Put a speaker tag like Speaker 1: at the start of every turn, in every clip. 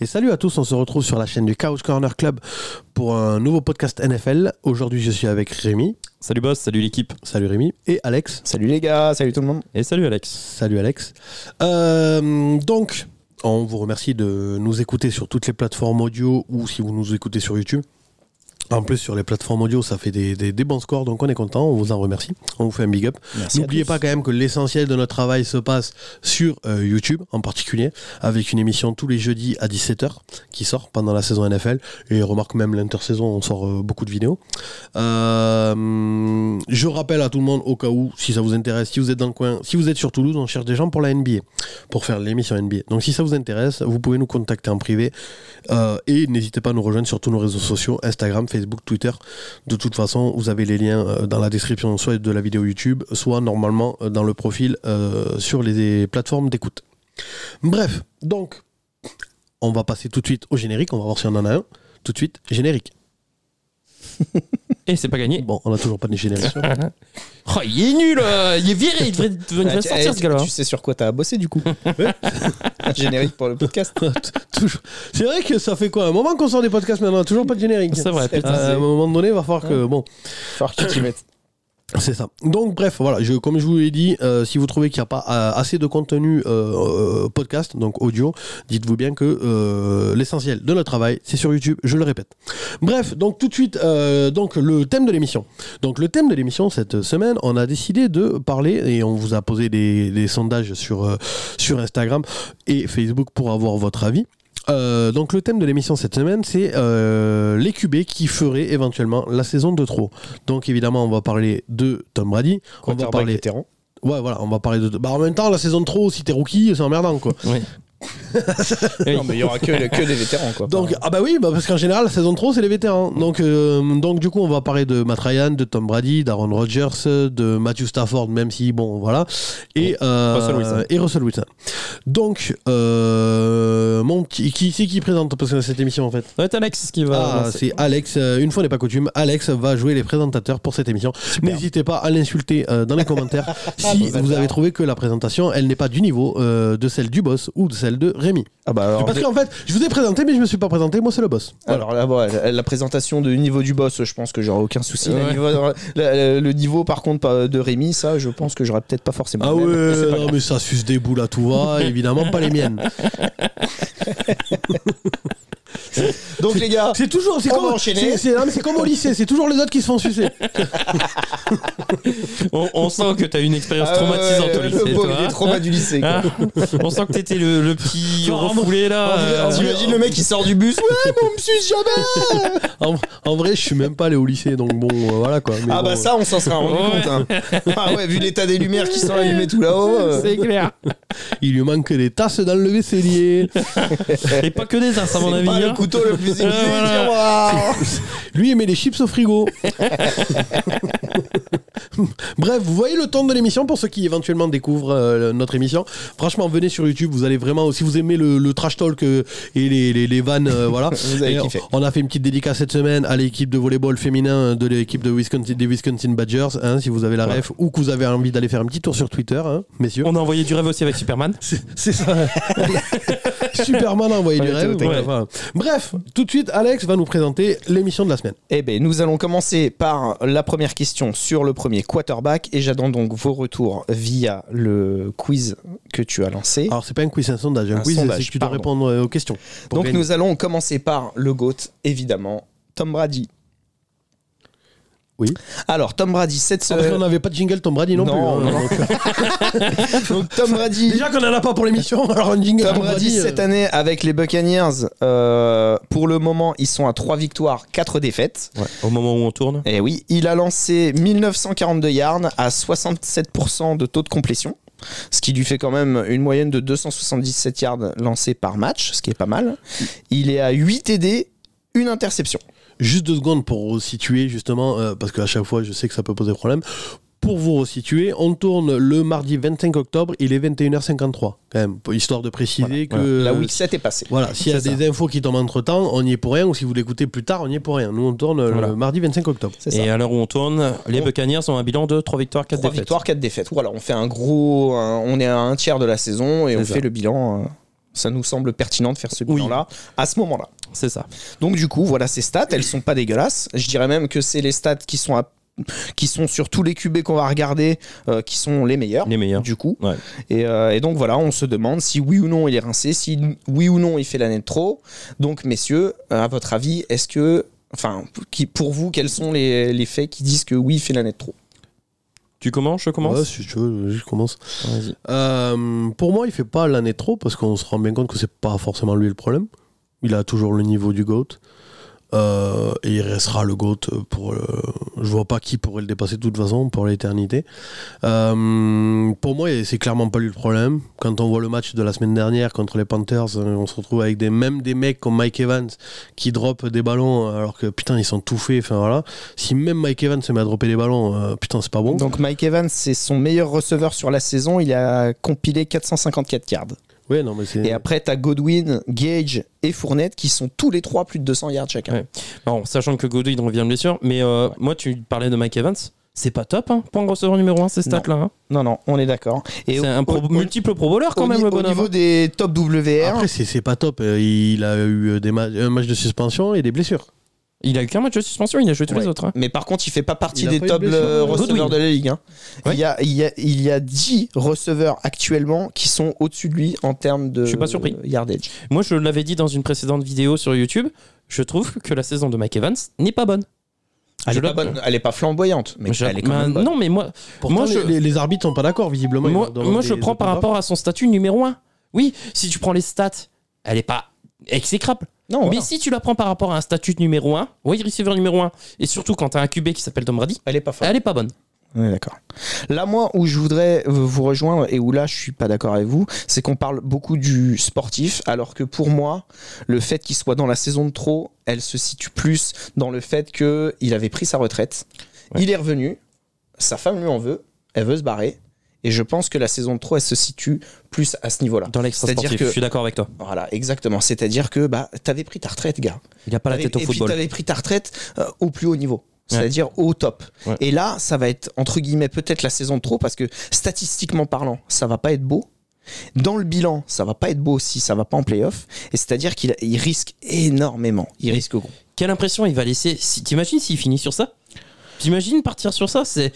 Speaker 1: Et salut à tous, on se retrouve sur la chaîne du Couch Corner Club pour un nouveau podcast NFL. Aujourd'hui, je suis avec Rémi.
Speaker 2: Salut boss, salut l'équipe.
Speaker 1: Salut Rémi. Et Alex.
Speaker 3: Salut les gars, salut tout le monde.
Speaker 2: Et salut Alex.
Speaker 1: Salut Alex. Euh, donc, on vous remercie de nous écouter sur toutes les plateformes audio ou si vous nous écoutez sur YouTube. En plus, sur les plateformes audio, ça fait des, des- des bons scores, donc on est content, on vous en remercie. On vous fait un big up.
Speaker 3: Merci à
Speaker 1: N'oubliez
Speaker 3: tous.
Speaker 1: pas quand même que l'essentiel de notre travail se passe sur euh, YouTube en particulier, avec une émission tous les jeudis à 17h qui sort pendant la saison NFL. Et remarque même l'intersaison, on sort euh, beaucoup de vidéos. Euh, je rappelle à tout le monde, au cas où, si ça vous intéresse, si vous êtes dans le coin, si vous êtes sur Toulouse, on cherche des gens pour la NBA, pour faire l'émission NBA. Donc si ça vous intéresse, vous pouvez nous contacter en privé. euh, et n'hésitez pas à nous rejoindre sur tous nos réseaux sociaux, Instagram, Facebook, Twitter. De toute façon, vous avez les liens euh, dans la description, soit de la vidéo YouTube, soit normalement euh, dans le profil euh, sur les plateformes d'écoute. Bref, donc, on va passer tout de suite au générique, on va voir si on en a un. Tout de suite, générique.
Speaker 2: Et c'est pas gagné.
Speaker 1: Bon, on a toujours pas de générique.
Speaker 2: Oh, il est nul, euh, il est viré, il devrait, il devrait- il devrait
Speaker 3: Ah, tu-
Speaker 2: sortir
Speaker 3: eh,
Speaker 2: ce gars-là.
Speaker 3: Tu sais sur quoi t'as bossé du coup Générique pour le podcast.
Speaker 1: Toujours. C'est vrai que ça fait quoi Un moment qu'on sort des podcasts, mais on a toujours pas de générique.
Speaker 2: C'est vrai,
Speaker 3: C'est-
Speaker 2: putain.
Speaker 1: À un moment donné, il va falloir que. Bon,
Speaker 3: Fort que tu mettes.
Speaker 1: c'est ça. Donc, bref, voilà, je, comme je vous l'ai dit, euh, si vous trouvez qu'il n'y a pas euh, assez de contenu euh, euh, podcast, donc audio, dites-vous bien que euh, l'essentiel de notre travail, c'est sur YouTube, je le répète. Bref, donc tout de suite, euh, donc, le thème de l'émission. Donc, le thème de l'émission cette semaine, on a décidé de parler, et on vous a posé des, des sondages sur, euh, sur Instagram et Facebook pour avoir votre avis. Euh, donc le thème de l'émission cette semaine, c'est euh, les QB qui feraient éventuellement la saison de trop. Donc évidemment, on va parler de Tom Brady. On va
Speaker 3: Quarterback
Speaker 1: parler.
Speaker 3: vétéran.
Speaker 1: Ouais, voilà, on va parler de. Bah, en même temps, la saison de trop, si t'es rookie, c'est emmerdant quoi.
Speaker 2: Ouais. Oui.
Speaker 3: Non, mais il y aura que, que des vétérans quoi.
Speaker 1: Donc ah bah oui, bah parce qu'en général, la saison de trop, c'est les vétérans. Donc euh, donc du coup, on va parler de Matt Ryan, de Tom Brady, d'Aaron Rodgers, de Matthew Stafford, même si bon, voilà, et euh,
Speaker 2: Russell Wilson.
Speaker 1: et Russell Wilson. Donc euh, mon qui qui c'est qui présente parce que cette émission en fait.
Speaker 2: Ça va être Alex qui va.
Speaker 1: Ah, c'est Alex, euh, une fois n'est pas coutume, Alex va jouer les présentateurs pour cette émission. N'hésitez pas à l'insulter euh, dans les commentaires si
Speaker 3: Bâtard.
Speaker 1: vous avez trouvé que la présentation, elle n'est pas du niveau euh, de celle du boss ou de celle de Rémi.
Speaker 3: Ah bah alors,
Speaker 1: Parce qu'en fait, je vous ai présenté, mais je me suis pas présenté, moi c'est le boss. Voilà.
Speaker 3: alors là, bon, la, la présentation du niveau du boss, je pense que j'aurai aucun souci. Le
Speaker 2: Ouais.
Speaker 3: niveau- euh, la- la- le niveau par contre pas- de Rémi, ça, je pense que j'aurais peut-être pas forcément.
Speaker 1: Ah
Speaker 3: le même.
Speaker 1: ouais,
Speaker 3: C'est pas
Speaker 1: non mais ça suce des boules à tout va, évidemment pas les miennes.
Speaker 3: grave. Donc les gars,
Speaker 1: C'est toujours, c'est
Speaker 3: On
Speaker 1: comme,
Speaker 3: va enchaîner.
Speaker 1: c'est- c'est- non, mais c'est comme au lycée, c'est toujours les autres qui se font sucer.
Speaker 2: On, on sent que t'as eu une expérience
Speaker 3: Ah ouais,
Speaker 2: traumatisante au
Speaker 3: le
Speaker 2: lycée,
Speaker 3: pauvre,
Speaker 2: toi,
Speaker 3: il est
Speaker 2: hein.
Speaker 3: traumas du lycée. quoi.
Speaker 2: Ah, on sent que t'étais le, le petit
Speaker 1: Non,
Speaker 2: refoulé là.
Speaker 3: Ah,
Speaker 2: euh,
Speaker 3: T'imagines le mec qui sort du bus, ouais, mon monsieur jamais
Speaker 1: En, en vrai, je suis même pas allé au lycée, donc bon, euh, voilà quoi. Mais
Speaker 3: Ah
Speaker 1: bon,
Speaker 3: bah ça, on s'en sera rendu
Speaker 2: Ouais.
Speaker 3: compte. hein. Ah ouais, vu l'état des lumières qui sont allumées tout là-haut. euh,
Speaker 2: C'est clair.
Speaker 1: Il lui manque des tasses dans le vaisselier.
Speaker 2: Et pas que des as, à mon
Speaker 3: C'est
Speaker 2: avis.
Speaker 3: pas le
Speaker 2: hein.
Speaker 3: couteau le plus aiguisé
Speaker 2: Ouais,
Speaker 3: du
Speaker 2: voilà.
Speaker 3: tiroir.
Speaker 1: Lui, il met les chips au frigo. Bref, vous voyez le temps de l'émission pour ceux qui éventuellement découvrent euh, notre émission. Franchement, venez sur YouTube, vous allez vraiment, si vous aimez le, le trash talk euh, et les, les, les vannes, euh, voilà.
Speaker 3: Vous avez
Speaker 1: Et
Speaker 3: kiffé.
Speaker 1: On a fait une petite dédicace cette semaine à l'équipe de volleyball féminin euh, de l'équipe de Wisconsin, des Wisconsin Badgers. hein, si vous avez la ref ou que vous avez envie d'aller faire un petit tour sur Twitter, hein, messieurs.
Speaker 2: On a envoyé du rêve aussi avec Superman.
Speaker 1: C'est- C'est ça. Superman a envoyé
Speaker 3: On
Speaker 1: du
Speaker 3: était
Speaker 1: rêve.
Speaker 3: au taquet.
Speaker 1: Enfin, Bref, tout de suite, Alex va nous présenter l'émission de la semaine.
Speaker 3: Eh ben, nous allons commencer par la première question sur le premier quarterback et j'attends donc vos retours via le quiz que tu as lancé.
Speaker 1: Alors, c'est pas un quiz, c'est un sondage. Un,
Speaker 3: Un
Speaker 1: quiz,
Speaker 3: sondage,
Speaker 1: c'est que tu dois
Speaker 3: pardon.
Speaker 1: répondre euh, aux questions. pour
Speaker 3: donc
Speaker 1: gagner.
Speaker 3: nous allons commencer par le GOAT, évidemment, Tom Brady.
Speaker 1: Oui.
Speaker 3: Alors Tom Brady, cette
Speaker 2: Ah,
Speaker 1: Parce qu'on
Speaker 3: semaine.
Speaker 1: n'avait pas de jingle Tom Brady non,
Speaker 3: non,
Speaker 1: plus. hein,
Speaker 3: non.
Speaker 1: donc, euh,
Speaker 3: Donc Tom Brady.
Speaker 1: Déjà qu'on en a pas pour l'émission, alors un jingle
Speaker 3: Tom Brady
Speaker 1: euh,
Speaker 3: cette année avec les Buccaneers, euh, pour le moment ils sont à 3 victoires, 4 défaites.
Speaker 2: Au moment où on tourne.
Speaker 3: Et Eh oui, il a lancé 1942 yards à 67% de taux de complétion, ce qui lui fait quand même une moyenne de 277 yards lancés par match, ce qui est pas mal. Il est à 8 TD, une interception.
Speaker 1: Juste deux secondes pour situer justement, euh, parce qu'à chaque fois je sais que ça peut poser problème. Pour vous resituer, on tourne le mardi 25 octobre, il est 21h53, quand même, pour- histoire de préciser que.
Speaker 3: La
Speaker 1: euh,
Speaker 3: week 7 est passée.
Speaker 1: Voilà, s'il y a
Speaker 3: C'est ça.
Speaker 1: des infos qui tombent entre temps, on y est pour rien, ou si vous l'écoutez plus tard, on y est pour rien. Nous, on tourne euh,
Speaker 2: Voilà.
Speaker 1: le mardi 25 octobre.
Speaker 3: C'est ça.
Speaker 2: Et à l'heure où on tourne, les Buccaneers ont un bilan de 3 victoires, 4
Speaker 3: 3
Speaker 2: défaites.
Speaker 3: victoires, 4 défaites. Ou alors on fait un gros. un- on est à un tiers de la saison et
Speaker 2: C'est
Speaker 3: on
Speaker 2: ça.
Speaker 3: fait le bilan. euh, Ça nous semble pertinent de faire ce bilan-là à ce moment-là.
Speaker 2: C'est ça.
Speaker 3: Donc du coup, voilà ces stats, elles sont pas dégueulasses. Je dirais même que c'est les stats qui sont à- qui sont sur tous les QB qu'on va regarder, euh, qui sont les meilleurs.
Speaker 2: Les meilleurs.
Speaker 3: Du coup,
Speaker 2: Ouais.
Speaker 3: et, euh, et donc voilà, on se demande si oui ou non il est rincé, si oui ou non il fait l'année de trop. Donc messieurs, euh, à votre avis, est-ce que, enfin, qui, pour vous, quels sont les, les faits qui disent que oui il fait l'année de trop
Speaker 2: Tu commences Je commence
Speaker 1: Ouais, si tu veux, je commence.
Speaker 2: Vas-y.
Speaker 1: Euh, pour moi, il fait pas l'année trop parce qu'on se rend bien compte que c'est pas forcément lui le problème. Il a toujours le niveau du GOAT. Euh, et il restera le GOAT pour. euh, je vois pas qui pourrait le dépasser de toute façon pour l'éternité. Euh, pour moi, c'est clairement pas lui le problème. Quand on voit le match de la semaine dernière contre les Panthers, euh, on se retrouve avec des, même des mecs comme Mike Evans qui droppent des ballons alors que putain, ils sont tout faits. Enfin voilà. Si même Mike Evans se met à dropper des ballons, euh, putain, c'est pas bon.
Speaker 3: Donc Mike Evans, c'est son meilleur receveur sur la saison. Il a compilé 454 yards.
Speaker 1: Ouais, non, mais c'est.
Speaker 3: Et après, t'as Godwin, Gage et Fournette qui sont tous les trois plus de 200 yards chacun.
Speaker 2: Ouais. Bon, sachant que Godwin revient de blessure, mais euh, moi, tu parlais de Mike Evans. C'est pas top, hein, pour un receveur numéro 1, ces stats-là. hein.
Speaker 3: Non, non, on est d'accord. Et
Speaker 2: C'est
Speaker 3: au-
Speaker 2: un pro-
Speaker 3: au-
Speaker 2: multiple pro bowler quand
Speaker 3: au-
Speaker 2: même,
Speaker 3: au
Speaker 2: le bonhomme.
Speaker 3: niveau des top WR,
Speaker 1: Après, c'est c'est pas top. Euh, Il a eu des ma- un match de suspension et des blessures.
Speaker 2: hein. Il a eu qu'un match de suspension, il a joué tous les
Speaker 3: Ouais.
Speaker 2: autres. hein.
Speaker 3: mais par contre, il fait pas partie
Speaker 1: Il a
Speaker 3: des
Speaker 1: pas eu
Speaker 3: top
Speaker 1: de blessure.
Speaker 3: euh,
Speaker 2: Godwin.
Speaker 3: receveurs de la ligue. hein.
Speaker 2: Ouais.
Speaker 3: Il, y a, il, y a, il y a 10 receveurs actuellement qui sont au-dessus de lui en termes de
Speaker 2: Je suis pas surpris.
Speaker 3: euh, yardage.
Speaker 2: Moi, je l'avais dit dans une précédente vidéo sur YouTube, je trouve que la saison de Mike Evans n'est pas bonne.
Speaker 3: Elle
Speaker 2: Je
Speaker 3: est, pas
Speaker 2: la-
Speaker 3: bonne, elle est pas flamboyante, mais
Speaker 2: je-
Speaker 3: elle est quand
Speaker 2: Ben,
Speaker 3: même bonne.
Speaker 2: Non, mais moi,
Speaker 1: Pourtant,
Speaker 2: Moi,
Speaker 1: les-
Speaker 2: je-
Speaker 1: les, les arbitres sont pas d'accord, visiblement. Ils
Speaker 2: moi,
Speaker 1: leur demandent
Speaker 2: moi, je
Speaker 1: des
Speaker 2: prends par
Speaker 1: open
Speaker 2: rapport à son statut numéro 1. Oui, si tu prends les stats, elle est pas exécrable.
Speaker 3: Non,
Speaker 2: Mais
Speaker 3: voilà.
Speaker 2: si tu la prends par rapport à un statut numéro 1, wide receiver numéro 1, et surtout quand t'as un QB qui s'appelle Tom Brady,
Speaker 3: elle est pas folle.
Speaker 2: elle est pas bonne.
Speaker 3: On est d'accord. Là, moi, où je voudrais euh, vous rejoindre et où là, je suis pas d'accord avec vous, c'est qu'on parle beaucoup du sportif, alors que pour moi, le fait qu'il soit dans la saison de trop, elle se situe plus dans le fait que il avait pris sa retraite,
Speaker 2: Ouais.
Speaker 3: il est revenu, sa femme lui en veut, elle veut se barrer, et je pense que la saison de trop, elle se situe plus à ce niveau-là.
Speaker 2: Dans l'extra
Speaker 3: C'est-à-dire
Speaker 2: sportif,
Speaker 3: que-
Speaker 2: je suis d'accord avec toi.
Speaker 3: Voilà, exactement. C'est-à-dire que bah, t'avais pris ta retraite, gars.
Speaker 2: Il a pas la tête au
Speaker 3: Et-
Speaker 2: football.
Speaker 3: Et puis t'avais pris ta retraite euh, au plus haut niveau. C'est-à-dire au top.
Speaker 2: Ouais.
Speaker 3: Et là, ça va être entre guillemets peut-être la saison de trop parce que statistiquement parlant, ça va pas être beau. Dans le bilan, ça va pas être beau si ça va pas en playoff. Et c'est-à-dire qu'il il risque énormément. Il
Speaker 2: Mais-
Speaker 3: risque gros.
Speaker 2: Quelle impression il va laisser si- T'imagines s'il finit sur ça T'imagines partir sur ça C'est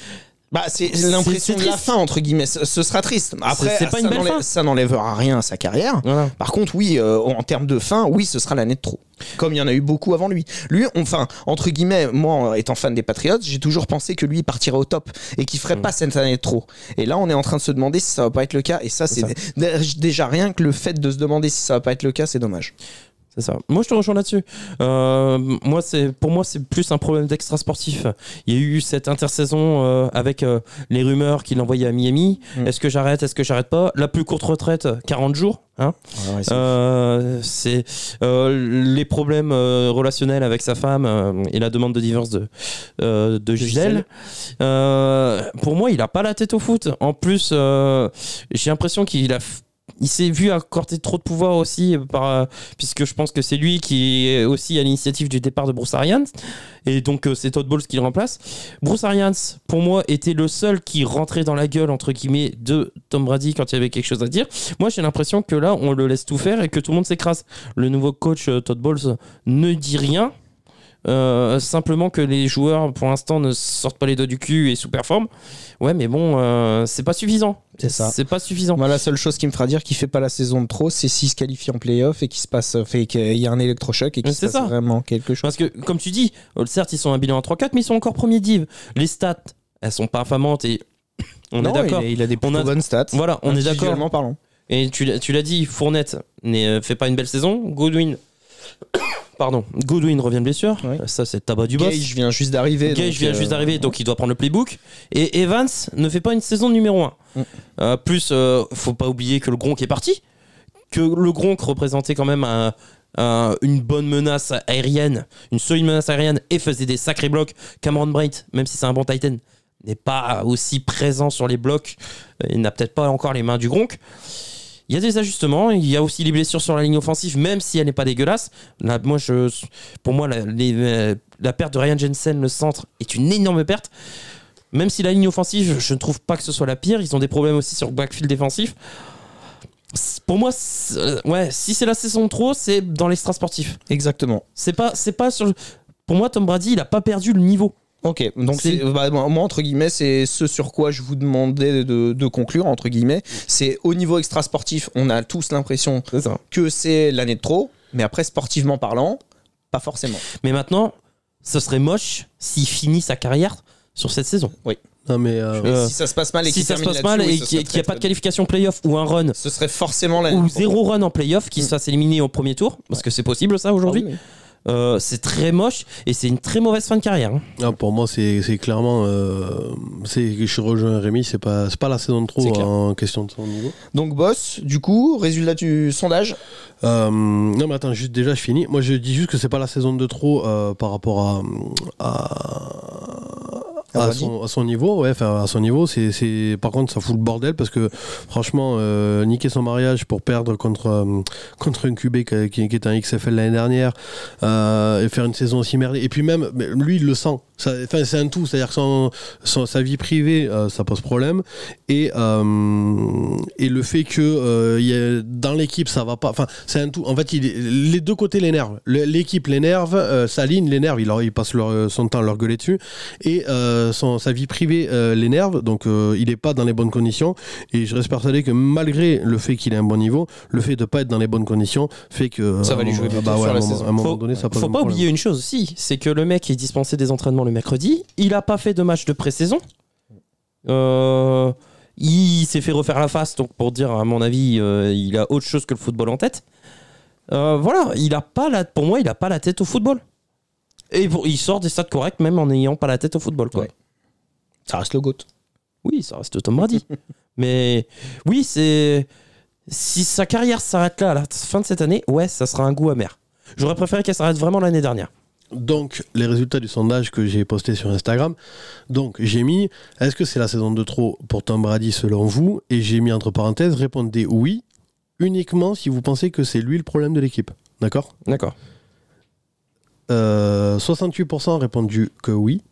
Speaker 3: Bah, c'est
Speaker 2: C'est-
Speaker 3: l'impression
Speaker 2: c'est
Speaker 3: de la
Speaker 2: triste.
Speaker 3: fin entre guillemets. Ce, ce sera triste. Après,
Speaker 2: C'est- c'est pas
Speaker 3: ça
Speaker 2: une belle
Speaker 3: n'enlè-
Speaker 2: fin.
Speaker 3: ça n'enlèvera rien à sa carrière.
Speaker 2: voilà.
Speaker 3: Par contre, oui, euh, en termes de fin, oui, ce sera l'année de trop. Comme il y en a eu beaucoup avant lui. Lui, enfin, entre guillemets, moi, euh, étant fan des Patriots, j'ai toujours pensé que lui partirait au top et qu'il ferait
Speaker 2: Mm.
Speaker 3: pas cette année de trop. Et là, on est en train de se demander si ça va pas être le cas. Et ça, c'est dé- déjà rien que le fait de se demander si ça va pas être le cas, c'est dommage.
Speaker 2: C'est ça. Moi, je te rejoins là-dessus. Euh, moi, c'est pour moi, c'est plus un problème d'extra sportif. Il y a eu cette intersaison euh, avec euh, les rumeurs qu'il envoyait à Miami.
Speaker 3: Mm.
Speaker 2: Est-ce que j'arrête Est-ce que j'arrête pas La plus courte retraite, 40 jours. Hein Euh, c'est euh, les problèmes euh, relationnels avec sa femme euh, et la demande de divorce de, euh, de Gisèle. Euh, pour moi, il a pas la tête au foot. En plus, euh, j'ai l'impression qu'il a. f- Il s'est vu accorder trop de pouvoir aussi, euh, par, euh, puisque je pense que c'est lui qui est aussi à l'initiative du départ de Bruce Arians. Et donc, euh, c'est Todd Bowles qui le remplace. Bruce Arians, pour moi, était le seul qui rentrait dans la gueule, entre guillemets, de Tom Brady quand il y avait quelque chose à dire. Moi, j'ai l'impression que là, on le laisse tout faire et que tout le monde s'écrase. Le nouveau coach euh, Todd Bowles ne dit rien. Euh, simplement que les joueurs pour l'instant ne sortent pas les doigts du cul et sous-performent. Ouais, mais bon, euh, c'est pas suffisant.
Speaker 3: C'est ça.
Speaker 2: C'est pas suffisant.
Speaker 3: Moi, la seule chose qui me fera dire qu'il fait pas la saison de trop, c'est s'il se qualifie en playoff et qu'il se passe, euh, fait qu'il y a un électrochoc et qu'il
Speaker 2: Mais
Speaker 3: se
Speaker 2: c'est
Speaker 3: passe
Speaker 2: ça.
Speaker 3: vraiment quelque chose.
Speaker 2: Parce que, comme tu dis, euh, certes, ils sont un bilan en 3-4, mais ils sont encore premier div. Les stats, elles sont pas infamantes et on
Speaker 3: Non,
Speaker 2: est d'accord.
Speaker 3: Il, a- il a des
Speaker 2: On
Speaker 3: plutôt
Speaker 2: a-
Speaker 3: bonnes stats.
Speaker 2: Voilà, on est d'accord.
Speaker 3: Individuellement parlant.
Speaker 2: Et tu, l'as- tu l'as dit, Fournette n'est- euh, fait pas une belle saison. Godwin, pardon, Godwin revient de blessure.
Speaker 3: Oui.
Speaker 2: Ça, c'est le tabac du boss.
Speaker 3: Gage vient juste d'arriver.
Speaker 2: Gage
Speaker 3: donc,
Speaker 2: vient
Speaker 3: euh,
Speaker 2: juste d'arriver, donc il doit prendre le playbook. Et Evans ne fait pas une saison numéro 1.
Speaker 3: Mm.
Speaker 2: plus, euh, faut pas oublier que le Gronk est parti. Que le Gronk représentait quand même un- un- une bonne menace aérienne, une solide menace aérienne et faisait des sacrés blocs. Cameron Bright, même si c'est un bon Titan, n'est pas aussi présent sur les blocs. Euh, Il n'a peut-être pas encore les mains du Gronk. Il y a des ajustements, il y a aussi les blessures sur la ligne offensive, même si elle n'est pas dégueulasse. Là, moi, je, pour moi, la, les- euh, la perte de Ryan Jensen, le centre, est une énorme perte. Même si la ligne offensive, je ne trouve pas que ce soit la pire. Ils ont des problèmes aussi sur le backfield défensif. C'est- pour moi, c'est- euh, ouais, si c'est la saison trop, c'est dans l'extra sportif.
Speaker 3: Exactement.
Speaker 2: C'est pas, c'est pas sur. le- Pour moi, Tom Brady, il a pas perdu le niveau.
Speaker 3: Ok, donc
Speaker 2: C'est-
Speaker 3: c'est- bah, moi, moi, entre guillemets, c'est ce sur quoi je vous demandais de, de conclure, entre guillemets. C'est au niveau extra-sportif, on a tous l'impression
Speaker 2: C'est ça.
Speaker 3: que c'est l'année de trop, mais après, sportivement parlant, pas forcément.
Speaker 2: Mais maintenant, ce serait moche s'il finit sa carrière sur cette saison.
Speaker 1: Non, mais. euh,
Speaker 3: Mais
Speaker 2: Euh,
Speaker 3: si ça se passe mal et
Speaker 2: si
Speaker 3: qu'il
Speaker 2: ça se
Speaker 3: termine
Speaker 2: passe mal
Speaker 3: là-dessus,
Speaker 2: et
Speaker 3: oui, ce
Speaker 2: qu'il n'y
Speaker 3: serait
Speaker 2: a
Speaker 3: très-
Speaker 2: pas de qualification playoff ou un run
Speaker 3: Ce serait forcément l'année
Speaker 2: ou
Speaker 3: de trop.
Speaker 2: zéro run en playoff qui
Speaker 3: Mm.
Speaker 2: se fasse éliminer au premier tour, parce que c'est possible ça aujourd'hui,
Speaker 3: Ah oui,
Speaker 2: euh, c'est très moche et c'est une très mauvaise fin de carrière. hein.
Speaker 1: Ah, pour moi, c'est c'est clairement. euh, c'est- je rejoins Rémi, c'est pas, c'est pas la saison de
Speaker 3: C'est
Speaker 1: trop
Speaker 3: clair.
Speaker 1: en question de son niveau.
Speaker 3: oui. Donc, boss, du coup, résultat du sondage.
Speaker 1: Euh, non, mais attends, juste, déjà, je finis. Moi, je dis juste que c'est pas la saison de trop euh, par rapport à. à... à
Speaker 3: Brady.
Speaker 1: son, à son niveau, ouais, enfin, à son niveau, c'est, c'est- par contre, ça fout le bordel parce que franchement, euh, niquer son mariage pour perdre contre, euh, contre un QB qui, qui- qui est un XFL l'année dernière euh, et faire une saison aussi merdée. Et puis même, mais lui, il le sent. Ça- Enfin, c'est un tout, c'est-à-dire que son- son- sa vie privée, euh, ça pose problème et, euh, et le fait que euh, il y a- dans l'équipe ça va pas enfin c'est un tout en fait il est- les deux côtés l'énervent Le- l'équipe l'énerve euh, sa ligne l'énerve il, leur- il passe leur- son temps à leur gueuler dessus et euh, son, sa vie privée euh, l'énerve donc euh, il est pas dans les bonnes conditions et je reste persuadé que malgré le fait qu'il ait un bon niveau le fait de pas être dans les bonnes conditions fait que
Speaker 3: Ça va
Speaker 1: euh,
Speaker 3: lui jouer
Speaker 1: bah
Speaker 3: plutôt
Speaker 1: ouais,
Speaker 3: sur
Speaker 1: à un
Speaker 3: la
Speaker 1: moment-
Speaker 3: saison.
Speaker 1: à un moment
Speaker 2: Faut-
Speaker 1: donné ça pose
Speaker 2: Faut
Speaker 1: un
Speaker 2: pas
Speaker 1: Ah, problème.
Speaker 2: oublier une chose aussi, c'est que le mec est dispensé des entraînements le mercredi, il a pas fait de match de pré-saison, Euh, il s'est fait refaire la face, donc pour dire à mon avis, euh, il a autre chose que le football en tête. Euh, voilà, il a pas la, pour moi, il a pas la tête au football. Et pour- il sort des stats corrects même en n'ayant pas la tête au football. Quoi.
Speaker 3: Ouais. Ça reste le GOAT.
Speaker 2: Oui, ça reste Tom Brady. Mais oui, c'est. Si sa carrière s'arrête là, à la fin de cette année, ouais, ça sera un goût amer. J'aurais préféré qu'elle s'arrête vraiment l'année dernière.
Speaker 1: Donc, les résultats du sondage que j'ai posté sur Instagram. Donc, j'ai mis est-ce que c'est la saison de trop pour Tom Brady selon vous Et j'ai mis entre parenthèses répondez oui uniquement si vous pensez que c'est lui le problème de l'équipe. D'accord
Speaker 2: D'accord.
Speaker 1: Euh, 68% ont répondu que oui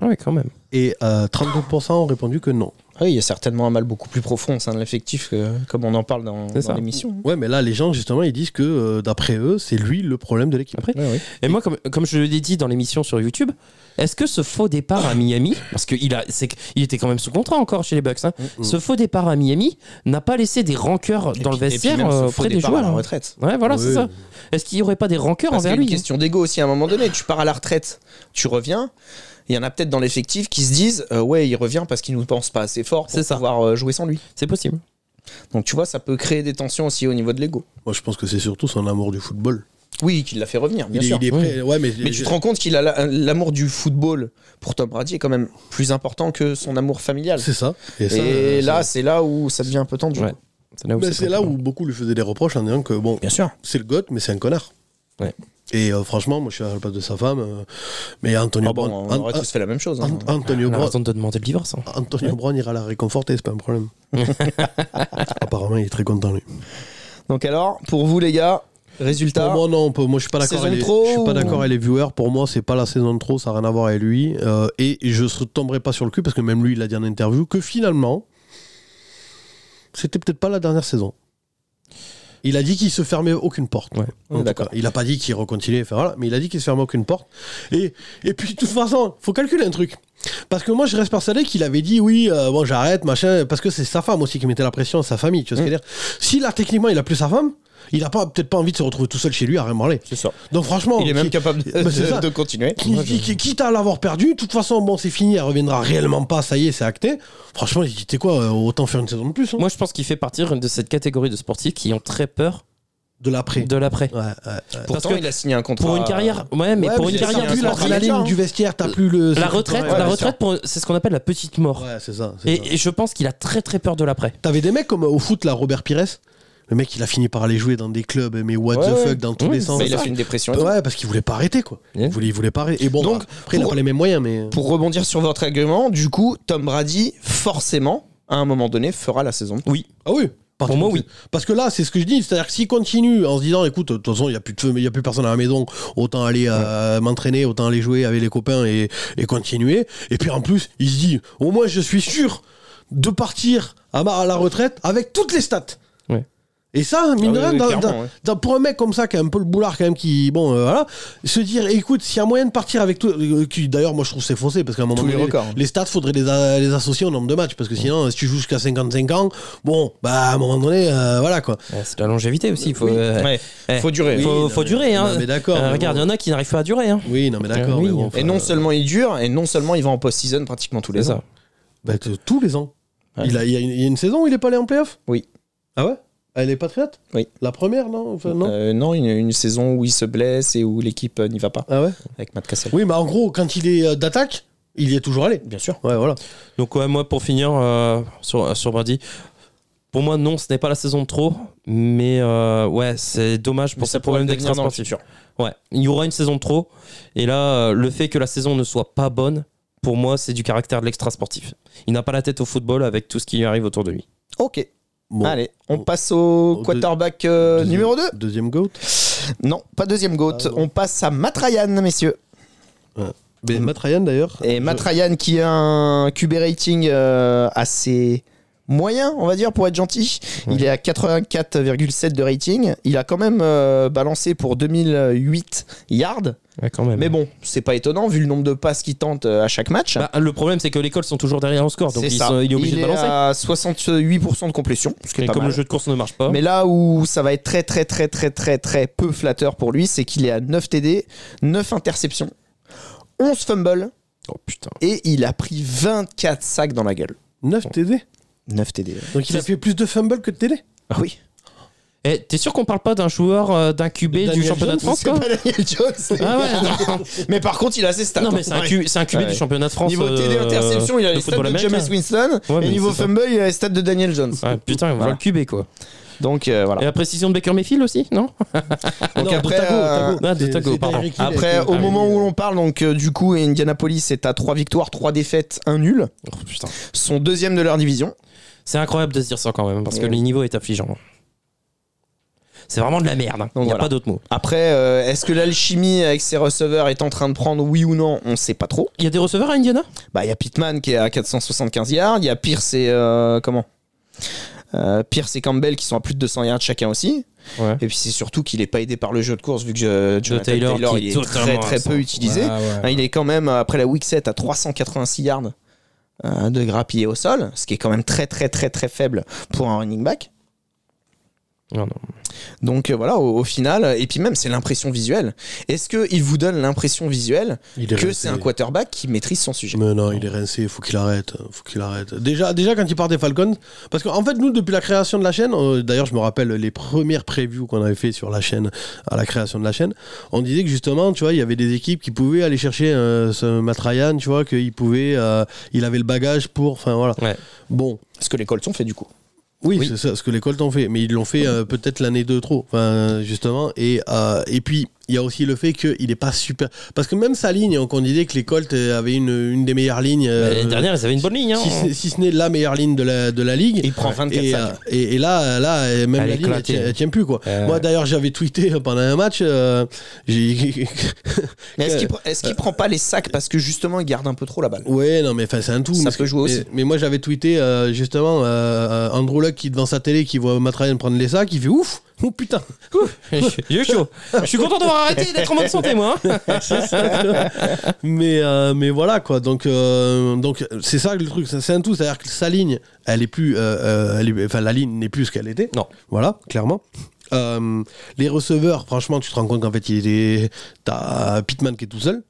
Speaker 2: Ah oui, quand même.
Speaker 1: et euh, 32% ont répondu que non.
Speaker 3: Ah oui, il y a certainement un mal beaucoup plus profond au sein de l'effectif, que- comme on en parle dans,
Speaker 2: C'est
Speaker 3: dans
Speaker 2: ça.
Speaker 3: l'émission.
Speaker 1: Ouais, mais là, les gens, justement, ils disent que euh, d'après eux, c'est lui le problème de l'équipe.
Speaker 2: Après,
Speaker 3: Ouais, ouais.
Speaker 2: et moi, comme, comme je l'ai dit dans l'émission sur YouTube, est-ce que ce faux départ à Miami, parce qu'il a, c'est qu'il était quand même sous contrat encore chez les Bucks, hein,
Speaker 1: Mhm.
Speaker 2: ce faux départ à Miami n'a pas laissé des rancœurs dans
Speaker 3: Et
Speaker 2: le
Speaker 3: puis- et puis
Speaker 2: vestiaire
Speaker 3: même ce
Speaker 2: euh,
Speaker 3: faux
Speaker 2: auprès des
Speaker 3: départ à la
Speaker 2: joueurs
Speaker 3: retraite.
Speaker 2: Ouais, voilà, c'est
Speaker 1: Oui.
Speaker 2: ça. Est-ce qu'il n'y aurait pas des rancœurs
Speaker 3: Parce qu'il
Speaker 2: envers
Speaker 3: y a Ah, une
Speaker 2: lui hein
Speaker 3: question d'ego aussi à un moment donné. Tu pars à la retraite, tu reviens. Il y en a peut-être dans l'effectif qui se disent euh, ouais il revient parce qu'il nous pense pas assez fort pour
Speaker 2: C'est ça.
Speaker 3: pouvoir euh, jouer sans lui.
Speaker 2: C'est possible.
Speaker 3: Donc tu vois ça peut créer des tensions aussi au niveau de l'ego.
Speaker 1: Moi, je pense que c'est surtout son amour du football.
Speaker 3: Oui qu'il l'a fait revenir bien
Speaker 1: il, est-
Speaker 3: sûr.
Speaker 1: il est prêt. Ouais, mais,
Speaker 3: Mais tu te rends compte qu'il a la- l'amour du football pour Tom Brady est quand même plus important que son amour familial.
Speaker 1: c'est ça. ça, euh,
Speaker 3: Et
Speaker 1: ça-
Speaker 3: là c'est là où ça devient un peu tendu.
Speaker 2: Ouais. C'est là où
Speaker 1: Mais
Speaker 2: c'est
Speaker 1: Ben, c'est là
Speaker 2: compliqué.
Speaker 1: où beaucoup lui faisaient des reproches en disant que bon,
Speaker 3: Bien sûr.
Speaker 1: c'est le goth, mais c'est un connard.
Speaker 2: Ouais.
Speaker 1: Et euh, franchement, moi je suis à la place de sa femme, euh, mais Antonio
Speaker 3: Ah bon,
Speaker 1: Brown-
Speaker 3: on aurait
Speaker 1: An-
Speaker 3: tous fait la même chose. hein.
Speaker 1: An- Antonio
Speaker 2: On a
Speaker 1: Brown-
Speaker 2: raison de demander le divorce. hein.
Speaker 1: Antonio Brown ira la réconforter, c'est pas un problème. Apparemment, il est très content lui.
Speaker 3: Donc alors pour vous les gars
Speaker 1: Pour
Speaker 3: résultat
Speaker 1: moi, non, pour- moi je suis pas d'accord.
Speaker 3: Saison
Speaker 1: avec les-
Speaker 3: trop
Speaker 1: Je suis
Speaker 3: ou-
Speaker 1: pas d'accord avec les viewers. Pour moi, c'est pas la saison de trop, ça n'a rien à voir avec lui. Euh, et je ne tomberai pas sur le cul parce que même lui, il a dit en interview que finalement, c'était peut-être pas la dernière saison. Il a dit qu'il se fermait aucune porte.
Speaker 2: Ouais.
Speaker 1: En tout
Speaker 3: D'accord.
Speaker 1: cas, Il a pas dit qu'il recontinuait, enfin, voilà, mais il a dit qu'il se fermait aucune porte. Et, et puis, de toute façon, faut calculer un truc. Parce que moi, je reste persuadé qu'il avait dit oui, euh, bon, j'arrête, machin, parce que c'est sa femme aussi qui mettait la pression à sa famille. Tu vois ce que je veux dire
Speaker 3: Mm.
Speaker 1: Si là, techniquement, il a plus sa femme, il a pas peut-être pas envie de se retrouver tout seul chez lui à Rémorlé.
Speaker 3: C'est ça.
Speaker 1: Donc, franchement.
Speaker 3: Il est même
Speaker 1: qui-
Speaker 3: capable de,
Speaker 1: Bah, c'est
Speaker 3: de-
Speaker 1: ça.
Speaker 3: de continuer.
Speaker 1: qui- qui- qui- quitte à l'avoir perdu, de toute façon, bon, c'est fini, elle reviendra réellement pas, ça y est, c'est acté. Franchement, il dit, t'es quoi, euh, autant faire une saison de plus, hein,
Speaker 2: Moi, je pense qu'il fait partie de cette catégorie de sportifs qui ont très peur
Speaker 1: de l'après.
Speaker 2: de l'après.
Speaker 1: Ouais, ouais, ouais.
Speaker 2: Parce
Speaker 3: Pourtant,
Speaker 2: que
Speaker 3: il a signé un contrat. euh,
Speaker 2: Pour une carrière, ouais, mais
Speaker 1: euh, Ouais,
Speaker 2: pour
Speaker 1: mais
Speaker 2: une
Speaker 1: c'est ça,
Speaker 2: carrière
Speaker 1: plus
Speaker 3: la-
Speaker 2: sportive,
Speaker 1: l'adrénaline
Speaker 3: hein.
Speaker 1: du vestiaire, t'as plus le.
Speaker 2: la retraite,
Speaker 3: Ouais,
Speaker 2: la
Speaker 3: bien
Speaker 2: retraite, pour- c'est ce qu'on appelle la petite mort.
Speaker 1: Ouais, c'est ça. c'est ça.
Speaker 2: Et, et je pense qu'il a très très peur de l'après.
Speaker 1: T'avais des mecs comme euh, au foot, là, Robert Pires. Le mec, il a fini par aller jouer dans des clubs, mais what
Speaker 3: Ouais,
Speaker 1: the
Speaker 3: ouais.
Speaker 1: fuck, dans tous
Speaker 2: Ouais,
Speaker 1: les
Speaker 2: ça,
Speaker 1: sens.
Speaker 3: Bah, il a
Speaker 1: Ouais,
Speaker 3: fait une dépression. et tout.
Speaker 1: Ouais, parce qu'il voulait pas arrêter, quoi.
Speaker 2: Yeah.
Speaker 1: Il, voulait, il voulait pas arrêter. Et bon,
Speaker 3: Donc,
Speaker 1: bah, après, il a
Speaker 3: pour-
Speaker 1: pas les mêmes moyens, mais. euh,
Speaker 3: Pour rebondir sur votre argument, du coup, Tom Brady, forcément, à un moment donné, fera la saison.
Speaker 2: Oui,
Speaker 1: Ah oui parce
Speaker 2: Pour
Speaker 1: que-
Speaker 2: moi, oui.
Speaker 1: Parce que là, c'est ce que je dis, c'est-à-dire que s'il continue en se disant, écoute, de toute façon, il n'y a plus de feu, mais il n'y a plus personne à la maison, autant aller euh, m'entraîner, autant aller jouer avec les copains et, et continuer. Et puis en plus, il se dit, au moins, je suis sûr de partir à, ma- à la retraite avec toutes les stats.
Speaker 2: Ouais.
Speaker 1: Et ça, mine de
Speaker 3: Ah oui,
Speaker 1: rien,
Speaker 3: oui,
Speaker 1: dans-
Speaker 3: clairement,
Speaker 1: dans-
Speaker 3: ouais.
Speaker 1: dans- pour un mec comme ça, qui a un peu le boulard quand même, qui, bon, euh, voilà, se dire, écoute, s'il y a moyen de partir avec tout, euh, qui d'ailleurs, moi je trouve c'est faussé, parce qu'à un moment
Speaker 3: Tous les
Speaker 1: donné,
Speaker 3: records.
Speaker 1: les stats, faudrait les, a- les associer au nombre de matchs, parce que sinon, si tu joues jusqu'à 55 ans, bon, bah à un moment donné, euh, voilà quoi.
Speaker 2: Ouais, c'est de la longévité aussi. Il faut,
Speaker 3: Oui.
Speaker 2: euh,
Speaker 3: Ouais.
Speaker 2: eh,
Speaker 3: Faut durer.
Speaker 2: Faut,
Speaker 1: Oui, non,
Speaker 2: faut
Speaker 1: mais-
Speaker 2: durer. hein.
Speaker 1: non, mais d'accord,
Speaker 2: Euh,
Speaker 1: mais
Speaker 2: regarde, il y en a qui n'arrivent pas à durer. Hein.
Speaker 1: Oui, non mais d'accord.
Speaker 2: oui.
Speaker 1: mais bon,
Speaker 3: Euh,
Speaker 1: enfin,
Speaker 3: Et non seulement il dure, et non seulement il va en post-season pratiquement tous les
Speaker 2: C'est
Speaker 3: ans.
Speaker 2: ça.
Speaker 1: bah, t- tous les ans.
Speaker 2: Ouais.
Speaker 1: Il, a, il, y a une, il y a une saison où il est pas allé en playoff
Speaker 3: Oui.
Speaker 1: Ah ouais Elle est patriote
Speaker 3: Oui.
Speaker 1: La première, non, Enfin, non
Speaker 3: Euh, non, une, une saison où il se blesse et où l'équipe euh, n'y va pas
Speaker 1: Ah ouais
Speaker 3: avec Matt Cassel.
Speaker 1: Oui, mais en gros, quand il est euh, d'attaque, il y est toujours allé.
Speaker 3: Bien sûr.
Speaker 1: Ouais, voilà.
Speaker 2: Donc, ouais, moi, pour finir euh, sur, sur Brady, pour moi, non, ce n'est pas la saison de trop. Mais euh, ouais, c'est dommage pour ces problèmes d'extra sportif.
Speaker 3: futur.
Speaker 2: Ouais, il y aura une saison de trop. Et là, euh, le fait que la saison ne soit pas bonne, pour moi, c'est du caractère de l'extra sportif. Il n'a pas la tête au football avec tout ce qui lui arrive autour de lui.
Speaker 3: Ok.
Speaker 1: Bon.
Speaker 3: Allez, on
Speaker 1: Bon.
Speaker 3: passe au
Speaker 1: Deux-
Speaker 3: quarterback euh,
Speaker 1: Deuxième-
Speaker 3: numéro 2.
Speaker 1: Deuxième GOAT.
Speaker 3: Non, pas deuxième GOAT.
Speaker 1: Ah, bon.
Speaker 3: On passe à Matt Ryan, messieurs.
Speaker 1: Ben, Matt Ryan d'ailleurs.
Speaker 3: Et Matt Ryan qui a un QB rating euh, assez moyen, on va dire, pour être gentil. Il est à 84,7 de rating. Il a quand même euh, balancé pour 2008 yards.
Speaker 2: Ouais, quand même.
Speaker 3: Mais bon, c'est pas étonnant vu le nombre de passes qu'il tente euh, à chaque match.
Speaker 2: Bah, le problème, c'est que l'école sont toujours derrière en score. Donc,
Speaker 3: C'est
Speaker 2: ils
Speaker 3: ça.
Speaker 2: sont- il est obligé de balancer.
Speaker 3: à 68% de complétion, ce qui est
Speaker 2: Et
Speaker 3: pas
Speaker 2: comme
Speaker 3: mal.
Speaker 2: le jeu de course ne marche pas.
Speaker 3: Mais là où ça va être très très très très très très peu flatteur pour lui, c'est qu'il est à 9 TD, 9 interceptions, 11 fumbles
Speaker 2: Oh putain.
Speaker 3: et il a pris 24 sacs dans la gueule.
Speaker 1: 9 TD.
Speaker 3: 9 TD.
Speaker 1: Donc il a fait plus de fumble que de TD.
Speaker 3: Ah oui.
Speaker 2: Eh, t'es sûr qu'on parle pas d'un joueur, euh, d'un QB
Speaker 1: Daniel
Speaker 2: du championnat
Speaker 1: Jones,
Speaker 2: de France,
Speaker 3: C'est
Speaker 2: quoi
Speaker 3: pas Daniel Jones.
Speaker 2: Ah ouais, non.
Speaker 3: Mais par contre, il a ses stats.
Speaker 2: Non, mais c'est un,
Speaker 3: Ouais.
Speaker 2: Q- c'est un QB
Speaker 3: Ouais.
Speaker 2: du championnat de France.
Speaker 3: Niveau TD
Speaker 2: euh,
Speaker 3: interception, il a
Speaker 2: de
Speaker 3: les stats
Speaker 2: football
Speaker 3: de James
Speaker 2: américain.
Speaker 3: Winston.
Speaker 2: Ouais,
Speaker 3: et
Speaker 2: mais
Speaker 3: niveau
Speaker 2: c'est ça.
Speaker 3: fumble, il a les stats de Daniel Jones.
Speaker 2: Ouais, putain,
Speaker 3: Voilà.
Speaker 2: voilà le QB quoi.
Speaker 3: Donc euh, voilà.
Speaker 2: Et la précision de Baker Mayfield aussi, non
Speaker 3: Donc après, euh,
Speaker 2: ah, de Tago, pardon.
Speaker 3: Après, au moment où l'on parle, donc euh, du coup, Indianapolis est à 3 victoires, 3 défaites, 1 nul.
Speaker 2: Oh, putain.
Speaker 3: Sont deuxième de leur division.
Speaker 2: C'est incroyable de se dire ça quand même, parce que
Speaker 3: Ouais.
Speaker 2: le niveau est affligeant. C'est vraiment de la merde. Il n'y a
Speaker 3: voilà.
Speaker 2: pas d'autre mot.
Speaker 3: Après, euh, est-ce que l'alchimie avec ses receveurs est en train de prendre oui ou non On sait pas trop.
Speaker 2: Il y a des receveurs à Indiana
Speaker 3: Bah, il y a Pittman qui est à 475 yards, il y a Pierce et euh, comment Euh, Pierce et Campbell qui sont à plus de 200 yards chacun aussi.
Speaker 2: Ouais.
Speaker 3: Et puis c'est surtout qu'il est pas aidé par le jeu de course vu que euh, Jonathan Taylor,
Speaker 2: Taylor, qui
Speaker 3: il
Speaker 2: est
Speaker 3: est très
Speaker 2: totalement
Speaker 3: très
Speaker 2: absent.
Speaker 3: peu utilisé.
Speaker 1: Ah,
Speaker 3: Hein, Il est quand même euh, après la week 7 à 386 yards euh, de grappillé au sol, ce qui est quand même très très très très faible pour un running back.
Speaker 2: Non, non.
Speaker 3: Donc euh, voilà, au, au final, euh, et puis même c'est l'impression visuelle. Est-ce qu'il vous donne l'impression visuelle que c'est un quarterback qui maîtrise son sujet
Speaker 1: Mais non, il est rincé, faut qu'il arrête, faut qu'il arrête. Déjà, déjà quand il part des Falcons, parce qu'en fait nous depuis la création de la chaîne, euh, d'ailleurs je me rappelle les premières previews qu'on avait fait sur la chaîne à la création de la chaîne, on disait que justement, tu vois, il y avait des équipes qui pouvaient aller chercher euh, ce Matt Ryan, tu vois, qu'il pouvait, euh, il avait le bagage pour, enfin voilà.
Speaker 2: Ouais.
Speaker 1: Bon,
Speaker 3: Ce que les Colts ont fait du coup.
Speaker 1: Oui,
Speaker 2: Oui.
Speaker 1: c'est ça, ce que les Colts ont fait. Mais ils l'ont fait euh, peut-être l'année de trop, enfin, justement. Et, euh, et puis, il y a aussi le fait qu'il n'est pas super. Parce que même sa ligne, on disait que les Colts euh, avaient une, une des meilleures lignes. euh,
Speaker 2: L'année dernière, ils avaient une bonne ligne. Hein.
Speaker 1: si, ce- si ce n'est la meilleure ligne de la, de la ligue.
Speaker 3: Il prend 24
Speaker 1: Et,
Speaker 3: sacs.
Speaker 1: euh, et- et là, euh, là, euh, même
Speaker 2: Elle
Speaker 1: la
Speaker 2: est
Speaker 1: ligne, elle
Speaker 2: éclatée.
Speaker 1: tient, elle tient plus quoi.
Speaker 2: Euh,
Speaker 1: Moi, d'ailleurs, j'avais tweeté euh, pendant un match. euh, j'ai-
Speaker 3: Mais est-ce qu'il pre- est-ce qu'il prend pas les sacs parce que justement il garde un peu trop la balle
Speaker 1: Ouais, non, mais enfin, c'est un tout.
Speaker 3: Ça
Speaker 1: Parce
Speaker 3: peut
Speaker 1: que-
Speaker 3: jouer aussi.
Speaker 1: Mais, mais moi, j'avais tweeté euh, justement euh, euh, Andrew Luck qui devant sa télé, qui voit Matt Ryan prendre les sacs, il fait ouf, oh putain.
Speaker 2: Il est chaud. Je suis content d'avoir arrêté d'être en mode santé, moi. hein.
Speaker 1: C'est ça. mais euh, mais voilà quoi. Donc euh, donc c'est ça le truc. C'est c'est un tout. C'est-à-dire que sa ligne, elle est plus, euh, euh, elle est- enfin la ligne n'est plus ce qu'elle était.
Speaker 2: Non.
Speaker 1: Voilà, clairement. Euh, les receveurs, franchement, tu te rends compte qu'en fait, il est. T'as Pittman qui est tout seul.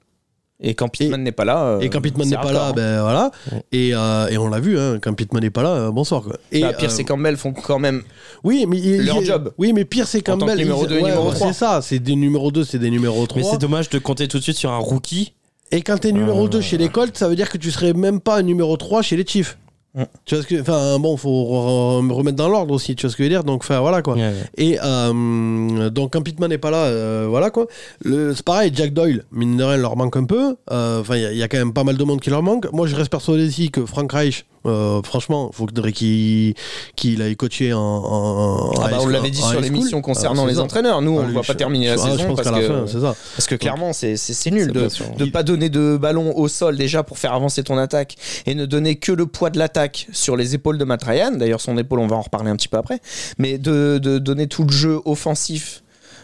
Speaker 3: Et quand Pittman n'est pas là. euh,
Speaker 1: et quand Pittman n'est
Speaker 3: c'est
Speaker 1: pas
Speaker 3: raccord,
Speaker 1: là,
Speaker 3: hein.
Speaker 1: ben voilà.
Speaker 2: Ouais.
Speaker 1: Et, euh, et on l'a vu, hein, quand Pittman n'est pas là, euh, bonsoir quoi. Et,
Speaker 3: Bah, Pierce
Speaker 1: euh,
Speaker 3: et Campbell font quand même.
Speaker 1: Oui, mais il-
Speaker 3: Leur
Speaker 1: il-
Speaker 3: job.
Speaker 1: Oui, mais pire, c'est
Speaker 3: En tant
Speaker 1: Campbell.
Speaker 3: que numéro
Speaker 1: ils-
Speaker 3: deux et numéro trois.
Speaker 1: C'est ça, c'est des numéros 2, c'est des numéros 3.
Speaker 2: Mais c'est dommage de compter tout de suite sur un rookie.
Speaker 1: Et quand t'es numéro
Speaker 2: Euh.
Speaker 1: 2 chez les Colts, ça veut dire que tu serais même pas un numéro 3 chez les Chiefs.
Speaker 3: Mm.
Speaker 1: Tu vois ce que. Enfin, bon, faut re- re- remettre dans l'ordre aussi, tu vois ce que je veux dire. Donc, enfin, voilà quoi. Et euh, donc, quand Pittman n'est pas là, euh, voilà quoi. Le- C'est pareil, Jack Doyle, mine de rien, leur manque un peu. Euh, Enfin, il y a- il y, a quand même pas mal de monde qui leur manque. Moi, je reste persuadé ici que Frank Reich Euh, franchement, faut que Drake qu'il qu'il aille coacher en. en- en
Speaker 3: Ah bah,
Speaker 1: high
Speaker 3: on
Speaker 1: school-
Speaker 3: l'avait
Speaker 1: en
Speaker 3: dit
Speaker 1: high
Speaker 3: sur
Speaker 1: school.
Speaker 3: l'émission concernant
Speaker 1: Alors, c'est
Speaker 3: les
Speaker 1: ça.
Speaker 3: entraîneurs. Nous,
Speaker 1: Ah,
Speaker 3: on ne
Speaker 1: lui,
Speaker 3: va pas
Speaker 1: je-
Speaker 3: terminer la
Speaker 1: Ah, Je
Speaker 3: saison
Speaker 1: pense
Speaker 3: parce
Speaker 1: qu'à la fin,
Speaker 3: que,
Speaker 1: c'est ça.
Speaker 3: parce que clairement, c'est c'est- c'est nul
Speaker 2: C'est
Speaker 3: de
Speaker 2: bien sûr.
Speaker 3: ne pas donner de ballon au sol déjà pour faire avancer ton attaque et ne donner que le poids de l'attaque sur les épaules de Matt Ryan. D'ailleurs, son épaule, on va en reparler un petit peu après. Mais de, de donner tout le jeu offensif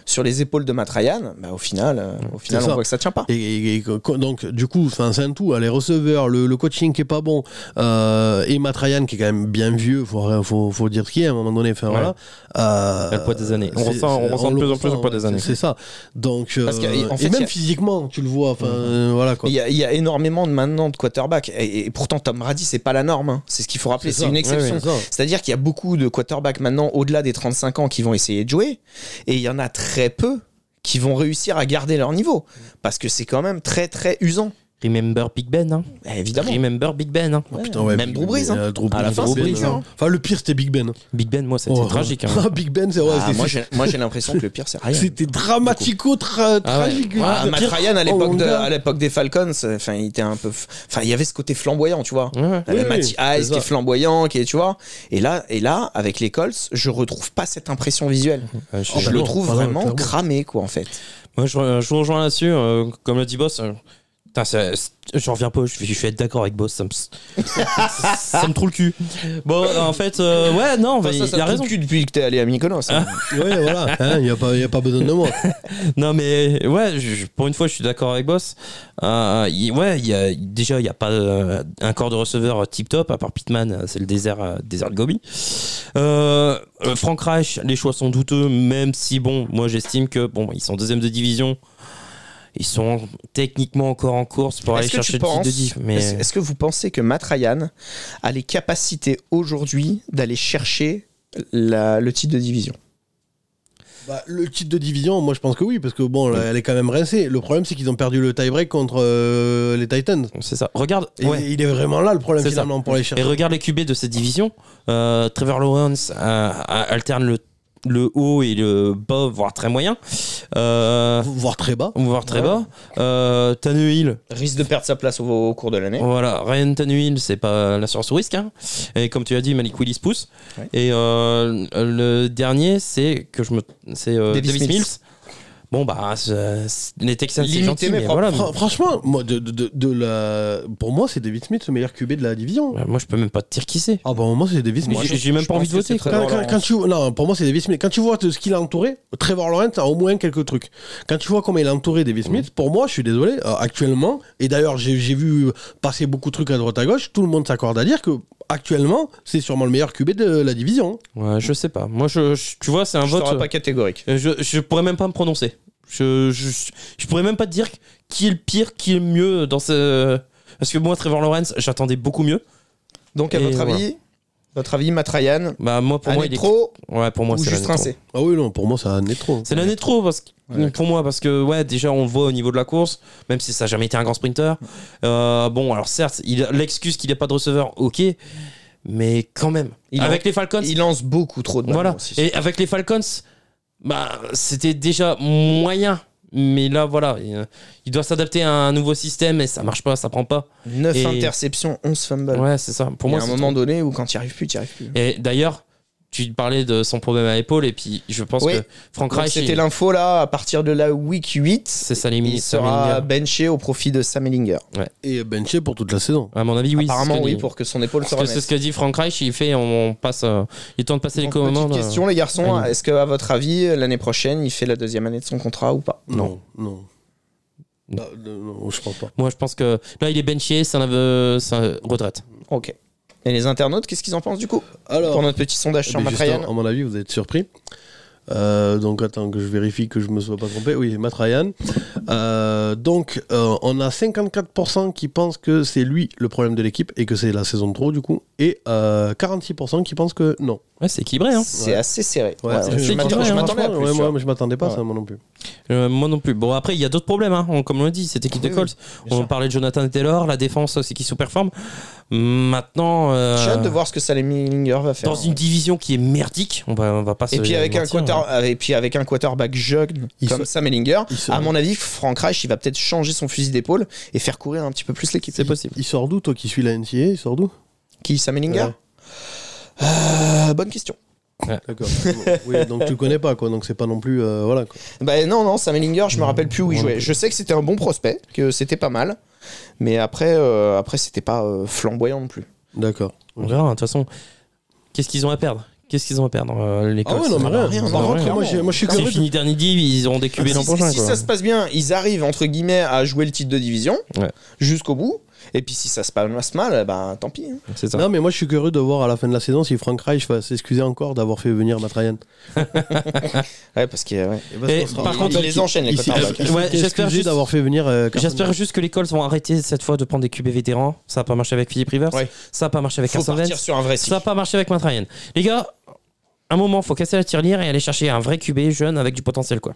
Speaker 3: sur les épaules de Matt Ryan, bah, au final, euh, au final
Speaker 1: C'est
Speaker 3: on
Speaker 1: ça.
Speaker 3: voit que ça tient pas.
Speaker 1: Et, et- et co- donc, du coup, enfin, c'est un tout. hein, Les receveurs, le, le coaching qui est pas bon, euh, et Matt Ryan qui est quand même bien vieux, faut, faut, faut dire ce qu'il est à un moment donné. Enfin,
Speaker 2: Ouais.
Speaker 1: voilà. Euh,
Speaker 2: Il y a le poids des années. On
Speaker 1: c'est-
Speaker 2: ressent- on
Speaker 1: c'est-
Speaker 2: ressent de
Speaker 1: le
Speaker 2: plus en plus le poids des années.
Speaker 1: C'est ça. Donc, euh,
Speaker 3: Parce qu'il y a- en fait,
Speaker 1: et
Speaker 3: il
Speaker 1: même
Speaker 3: y a- Mhm.
Speaker 1: physiquement, tu le vois. Enfin, euh, voilà quoi.
Speaker 3: Il y, a, il y a énormément de maintenant de quarterbacks et, et pourtant Tom Brady c'est pas la norme, hein. c'est ce qu'il faut rappeler,
Speaker 1: C'est
Speaker 3: c'est
Speaker 1: ça.
Speaker 3: une
Speaker 1: Ouais,
Speaker 3: exception.
Speaker 1: C'est ça.
Speaker 3: C'est-à-dire qu'il y a beaucoup de quarterbacks maintenant au-delà des 35 ans qui vont essayer de jouer, et il y en a très peu qui vont réussir à garder leur niveau, parce que c'est quand même très très usant,
Speaker 2: Remember Big Ben. hein.
Speaker 3: Eh, évidemment.
Speaker 2: Remember Big Ben. hein.
Speaker 3: Ouais.
Speaker 1: Putain, ouais,
Speaker 3: Même
Speaker 1: Big
Speaker 3: Drew Brees,
Speaker 1: Ben,
Speaker 3: hein.
Speaker 1: euh, Drew
Speaker 3: À la
Speaker 1: Brees,
Speaker 3: fin,
Speaker 1: Drew
Speaker 3: c'était
Speaker 1: Brees,
Speaker 3: dur,
Speaker 1: hein.
Speaker 3: hein.
Speaker 1: Enfin, le pire, c'était Big Ben.
Speaker 2: Big Ben, moi, c'était
Speaker 1: Oh,
Speaker 2: tragique. hein.
Speaker 1: Ah, Big Ben, c'est ouais,
Speaker 3: Ah,
Speaker 1: c'était-
Speaker 3: moi j'ai moi, j'ai l'impression que le pire c'est Ryan.
Speaker 1: c'était dramatico tra-
Speaker 2: Ah ouais.
Speaker 1: tragique.
Speaker 3: Ah,
Speaker 1: Le
Speaker 3: Matt
Speaker 1: pire-
Speaker 3: Ryan à l'époque
Speaker 1: Oh,
Speaker 3: de-
Speaker 1: mon gars.
Speaker 3: à l'époque des Falcons, euh, enfin il était un peu, f- enfin il y avait ce côté flamboyant, tu vois.
Speaker 2: Ouais, ouais.
Speaker 1: Oui,
Speaker 3: T'avais
Speaker 1: oui,
Speaker 3: Matty
Speaker 1: c'est
Speaker 3: Ice qui
Speaker 1: ça.
Speaker 3: est flamboyant, qui est, tu vois. Et là, et là, avec les Colts, je retrouve pas cette impression visuelle.
Speaker 2: Ouais, je-
Speaker 1: Oh,
Speaker 3: je
Speaker 1: bah
Speaker 3: le
Speaker 1: non,
Speaker 3: trouve
Speaker 1: pas
Speaker 3: vraiment
Speaker 1: clairement.
Speaker 3: cramé, quoi, en fait.
Speaker 2: Moi, je, re- je vous rejoins là-dessus. euh, comme le dit Boss, euh, putain, ça- c'est- j'en reviens pas. Je, vais- je vais être d'accord avec Boss. Ça me, ça me trouve le cul. Bon, en fait, euh, ouais, non, bah,
Speaker 3: Enfin,
Speaker 2: il
Speaker 3: ça,
Speaker 2: il
Speaker 3: ça
Speaker 2: a
Speaker 3: me
Speaker 2: raison.
Speaker 3: tue depuis que t'es allé à Mykonos. hein.
Speaker 1: Ouais, voilà. Il n'y a, pas- y a pas besoin de moi.
Speaker 2: Non, mais ouais, je- je- pour une fois, je suis d'accord avec Boss. Euh, il- ouais, il y a, déjà, il n'y a pas euh, un corps de receveur tip-top, à part Pittman, euh, c'est le désert, euh, désert de Gobi. Euh, euh, Frank Reich, les choix sont douteux, même si, bon, moi j'estime que, bon, ils sont deuxième de division. Ils sont techniquement encore en course pour
Speaker 3: Est-ce
Speaker 2: aller
Speaker 3: que
Speaker 2: chercher
Speaker 3: tu
Speaker 2: le titre
Speaker 3: penses-
Speaker 2: de div. Mais...
Speaker 3: Est-ce est-ce que vous pensez que Matt Ryan a les capacités aujourd'hui d'aller chercher la- le titre de division
Speaker 1: Bah, le titre de division, moi je pense que oui, parce que bon, là, elle est quand même rincée. Le problème, c'est qu'ils ont perdu le tie-break contre euh, les Titans.
Speaker 2: C'est ça. Regarde,
Speaker 1: Et
Speaker 2: ouais.
Speaker 1: il est vraiment là le problème
Speaker 2: C'est ça.
Speaker 1: finalement pour les
Speaker 2: Et
Speaker 1: chercher.
Speaker 2: regarde les QB de cette division. Euh, Trevor Lawrence euh, a- alterne le, le haut et le bas, voire très moyen. Euh,
Speaker 1: Voire très bas.
Speaker 2: voire très
Speaker 3: Ouais.
Speaker 2: bas. Euh, Tannehill,
Speaker 3: Risque de perdre sa place au, au cours de l'année.
Speaker 2: voilà, Ryan Tannehill, c'est pas l'assurance au risque. hein. Et comme tu as dit, Malik Willis pousse.
Speaker 3: Ouais.
Speaker 2: Et euh, le dernier, c'est que je me, c'est euh,
Speaker 3: Davis
Speaker 2: Davis,
Speaker 3: Mills.
Speaker 2: Mills. Bon bah, c'est- c'est- les Texans, c'est
Speaker 3: Limité,
Speaker 2: gentil,
Speaker 3: mais
Speaker 2: mais voilà.
Speaker 1: Fra- franchement, moi, de, de- de- de la... pour moi, c'est David Smith le meilleur QB de la division.
Speaker 2: mais- Moi, je peux même pas te dire qui c'est.
Speaker 1: Ah bah, moi, c'est David Smith.
Speaker 2: J'ai j'ai même
Speaker 3: je
Speaker 2: pas envie
Speaker 3: pense
Speaker 2: de
Speaker 3: que
Speaker 2: voter.
Speaker 3: c'est très
Speaker 2: quoi.
Speaker 1: Quand,
Speaker 3: Trevor
Speaker 1: quand-
Speaker 3: Lawrence.
Speaker 1: quand tu non pour moi c'est Davis Smith quand tu vois de ce qu'il a entouré Trevor Lawrence a au moins quelques trucs quand tu vois comment il a entouré Davis Smith pour moi je suis désolé euh, actuellement et d'ailleurs j'ai j'ai vu passer beaucoup de trucs à droite à gauche tout le monde s'accorde à dire que actuellement c'est sûrement le meilleur QB de la division
Speaker 2: Ouais, je sais pas. Moi, je, je- tu vois, c'est un
Speaker 3: Je
Speaker 2: vote.
Speaker 3: serais pas catégorique.
Speaker 2: Euh, Je, je pourrais même pas me prononcer. Je, je, je pourrais même pas te dire qui est le pire, qui est le mieux dans ce. Parce que moi, Trevor Lawrence, j'attendais beaucoup mieux.
Speaker 3: Donc, à
Speaker 2: Et
Speaker 3: votre
Speaker 2: voilà.
Speaker 3: avis, votre avis, Matt Ryan,
Speaker 2: Bah, moi, pour moi,
Speaker 3: année
Speaker 2: il est.
Speaker 3: trop
Speaker 2: Ouais, pour moi,
Speaker 3: ou
Speaker 2: c'est l'année
Speaker 3: juste
Speaker 2: de trop.
Speaker 3: rincé
Speaker 1: ah oui non pour moi ça n'est trop
Speaker 2: C'est l'année de trop parce que,
Speaker 3: Ouais.
Speaker 2: pour moi parce que ouais déjà on le voit au niveau de la course même si ça n'a jamais été un grand sprinter euh, bon alors certes il a- l'excuse qu'il n'y a pas de receveur ok mais quand même
Speaker 3: Il
Speaker 2: avec les Falcons
Speaker 3: Il lance beaucoup trop de ballons
Speaker 2: Voilà.
Speaker 3: aussi.
Speaker 2: Et avec les Falcons, bah, c'était déjà moyen. Mais là, voilà, il, euh, il doit s'adapter à un nouveau système et ça marche pas, ça prend pas.
Speaker 3: 9
Speaker 2: et-
Speaker 3: interceptions, 11 fumbles.
Speaker 2: Ouais, c'est ça. Pour moi,
Speaker 3: à un
Speaker 2: c'est
Speaker 3: moment
Speaker 2: trop.
Speaker 3: donné où quand tu arrives plus, tu arrives plus.
Speaker 2: Et d'ailleurs, tu parlais de son problème à l'épaule et puis je pense
Speaker 3: Oui.
Speaker 2: que Frank
Speaker 3: Donc,
Speaker 2: Reich,
Speaker 3: C'était
Speaker 2: il-
Speaker 3: l'info là, à partir de la week 8,
Speaker 2: c'est ça les
Speaker 3: il sera benché au profit de Sam Ellinger.
Speaker 1: et benché pour toute la saison
Speaker 2: À mon avis, oui. c'est ce
Speaker 3: Apparemment,
Speaker 2: que
Speaker 3: oui,
Speaker 2: dit-
Speaker 3: pour que son épaule se
Speaker 2: parce que c'est
Speaker 3: remette.
Speaker 2: ce que dit Frank Reich, il fait, on passe, euh, il tente de passer les
Speaker 3: Donc,
Speaker 2: commandes. euh,
Speaker 3: petite question, les garçons,
Speaker 2: Allez.
Speaker 3: est-ce que à votre avis, l'année prochaine, il fait la deuxième année de son contrat ou pas
Speaker 1: non non
Speaker 2: Non.
Speaker 1: Ah, non, non, je pense pas
Speaker 2: euh. Moi, je pense que là, il est benché, c'est un aveu, c'est un retraite.
Speaker 3: Ok. Et les internautes, qu'est-ce qu'ils en pensent du coup
Speaker 1: alors
Speaker 3: Pour notre petit sondage sur
Speaker 1: Ah, mais
Speaker 3: Matt
Speaker 1: juste
Speaker 3: Ryan
Speaker 1: à- à mon avis vous êtes surpris Euh, donc attends que je vérifie que je me sois pas trompé. Oui, Matt Ryan. Euh, donc euh, on a 54% qui pensent que c'est lui le problème de l'équipe et que c'est la saison de trop du coup. Et euh, 46% qui pensent que non.
Speaker 2: Ouais, c'est équilibré. Hein.
Speaker 3: C'est
Speaker 1: Ouais.
Speaker 3: assez serré.
Speaker 1: Ouais,
Speaker 3: Ouais,
Speaker 1: c'est-
Speaker 3: je
Speaker 2: c'est
Speaker 3: m'attendais
Speaker 2: vrai,
Speaker 3: je
Speaker 2: hein,
Speaker 3: m'attendais à
Speaker 1: Franchement,
Speaker 3: plus.
Speaker 1: ouais,
Speaker 3: tu vois.
Speaker 1: moi je m'attendais pas à
Speaker 3: Ouais.
Speaker 1: ça moi non plus.
Speaker 2: Euh, moi non plus. Bon, après, il y a d'autres problèmes, hein. On- comme on l'a dit, cette équipe
Speaker 3: Oui,
Speaker 2: de
Speaker 3: oui,
Speaker 2: Colts.
Speaker 3: bien
Speaker 2: on
Speaker 3: sûr.
Speaker 2: parlait de Jonathan Taylor, la défense aussi qui sous-performe. Maintenant, euh,
Speaker 3: J'ai hâte de voir ce que Sam Ellinger va faire.
Speaker 2: dans une division qui est merdique, on va, on va pas se
Speaker 3: Et puis, avec un
Speaker 2: mentir, hein.
Speaker 3: quarter- et puis avec un quarterback jeune
Speaker 1: Il
Speaker 3: comme
Speaker 1: se-
Speaker 3: Sam Ellinger,
Speaker 1: il se-
Speaker 3: à mon avis, Frank Reich, il va peut-être changer son fusil d'épaule et faire courir un petit peu plus l'équipe.
Speaker 2: C'est possible.
Speaker 1: Il sort d'où toi qui suis la NCA Il sort d'où
Speaker 3: Qui Sam Ellinger
Speaker 1: Ouais.
Speaker 3: Euh, Bonne question.
Speaker 1: D'accord. oui, donc tu le connais pas, quoi. Donc c'est pas non plus. euh, voilà. quoi.
Speaker 3: Bah non, non, Sam Ellinger, je me rappelle plus où il
Speaker 2: Ouais.
Speaker 3: jouait. Je sais que c'était un bon prospect, que c'était pas mal, mais après, euh, après c'était pas euh, flamboyant non plus.
Speaker 1: D'accord.
Speaker 2: On verra, hein, de toute façon. Qu'est-ce qu'ils ont à perdre Qu'est-ce qu'ils ont à perdre, euh, les
Speaker 1: Ah ouais,
Speaker 2: Colts
Speaker 1: non, mais rien.
Speaker 3: rien,
Speaker 1: Par
Speaker 3: non,
Speaker 1: contre,
Speaker 3: rien.
Speaker 1: moi, j'ai- moi, je suis
Speaker 2: C'est
Speaker 1: curieux. de-
Speaker 2: fini dernier deal, ils auront des QB
Speaker 3: Ah, si
Speaker 2: l'an prochain.
Speaker 3: si
Speaker 2: quoi.
Speaker 3: ça se passe bien, ils arrivent entre guillemets à jouer le titre de division
Speaker 2: Ouais.
Speaker 3: jusqu'au bout. Et puis si ça se passe mal, bah tant pis. hein.
Speaker 2: C'est ça.
Speaker 1: Non, mais moi, je suis curieux de voir à la fin de la saison si Frank Reich va s'excuser encore d'avoir fait venir Matt Ryan.
Speaker 3: Ouais, parce que ouais.
Speaker 1: Et parce
Speaker 2: Et
Speaker 1: qu'on sera-
Speaker 2: par
Speaker 3: Ils-
Speaker 2: contre,
Speaker 3: ils les enchaînent les
Speaker 1: il s'est-
Speaker 3: quarterbacks.
Speaker 1: il s'est
Speaker 2: Ouais,
Speaker 1: excusé
Speaker 2: j'espère juste-
Speaker 1: d'avoir fait venir. euh, Carson
Speaker 2: J'espère
Speaker 1: Wentz.
Speaker 2: juste que les Colts vont arrêter cette fois de prendre des QB vétérans. Ça n'a pas marché avec Philippe Rivers.
Speaker 3: Ouais.
Speaker 2: Ça n'a pas marché avec
Speaker 3: Faut
Speaker 2: Carson
Speaker 3: partir
Speaker 2: Wentz.
Speaker 3: sur un vrai
Speaker 2: Ça n'a
Speaker 3: cycle.
Speaker 2: pas marché avec Matt Ryan. Les gars, un moment, faut casser la tirelire et aller chercher un vrai QB jeune avec du potentiel, quoi.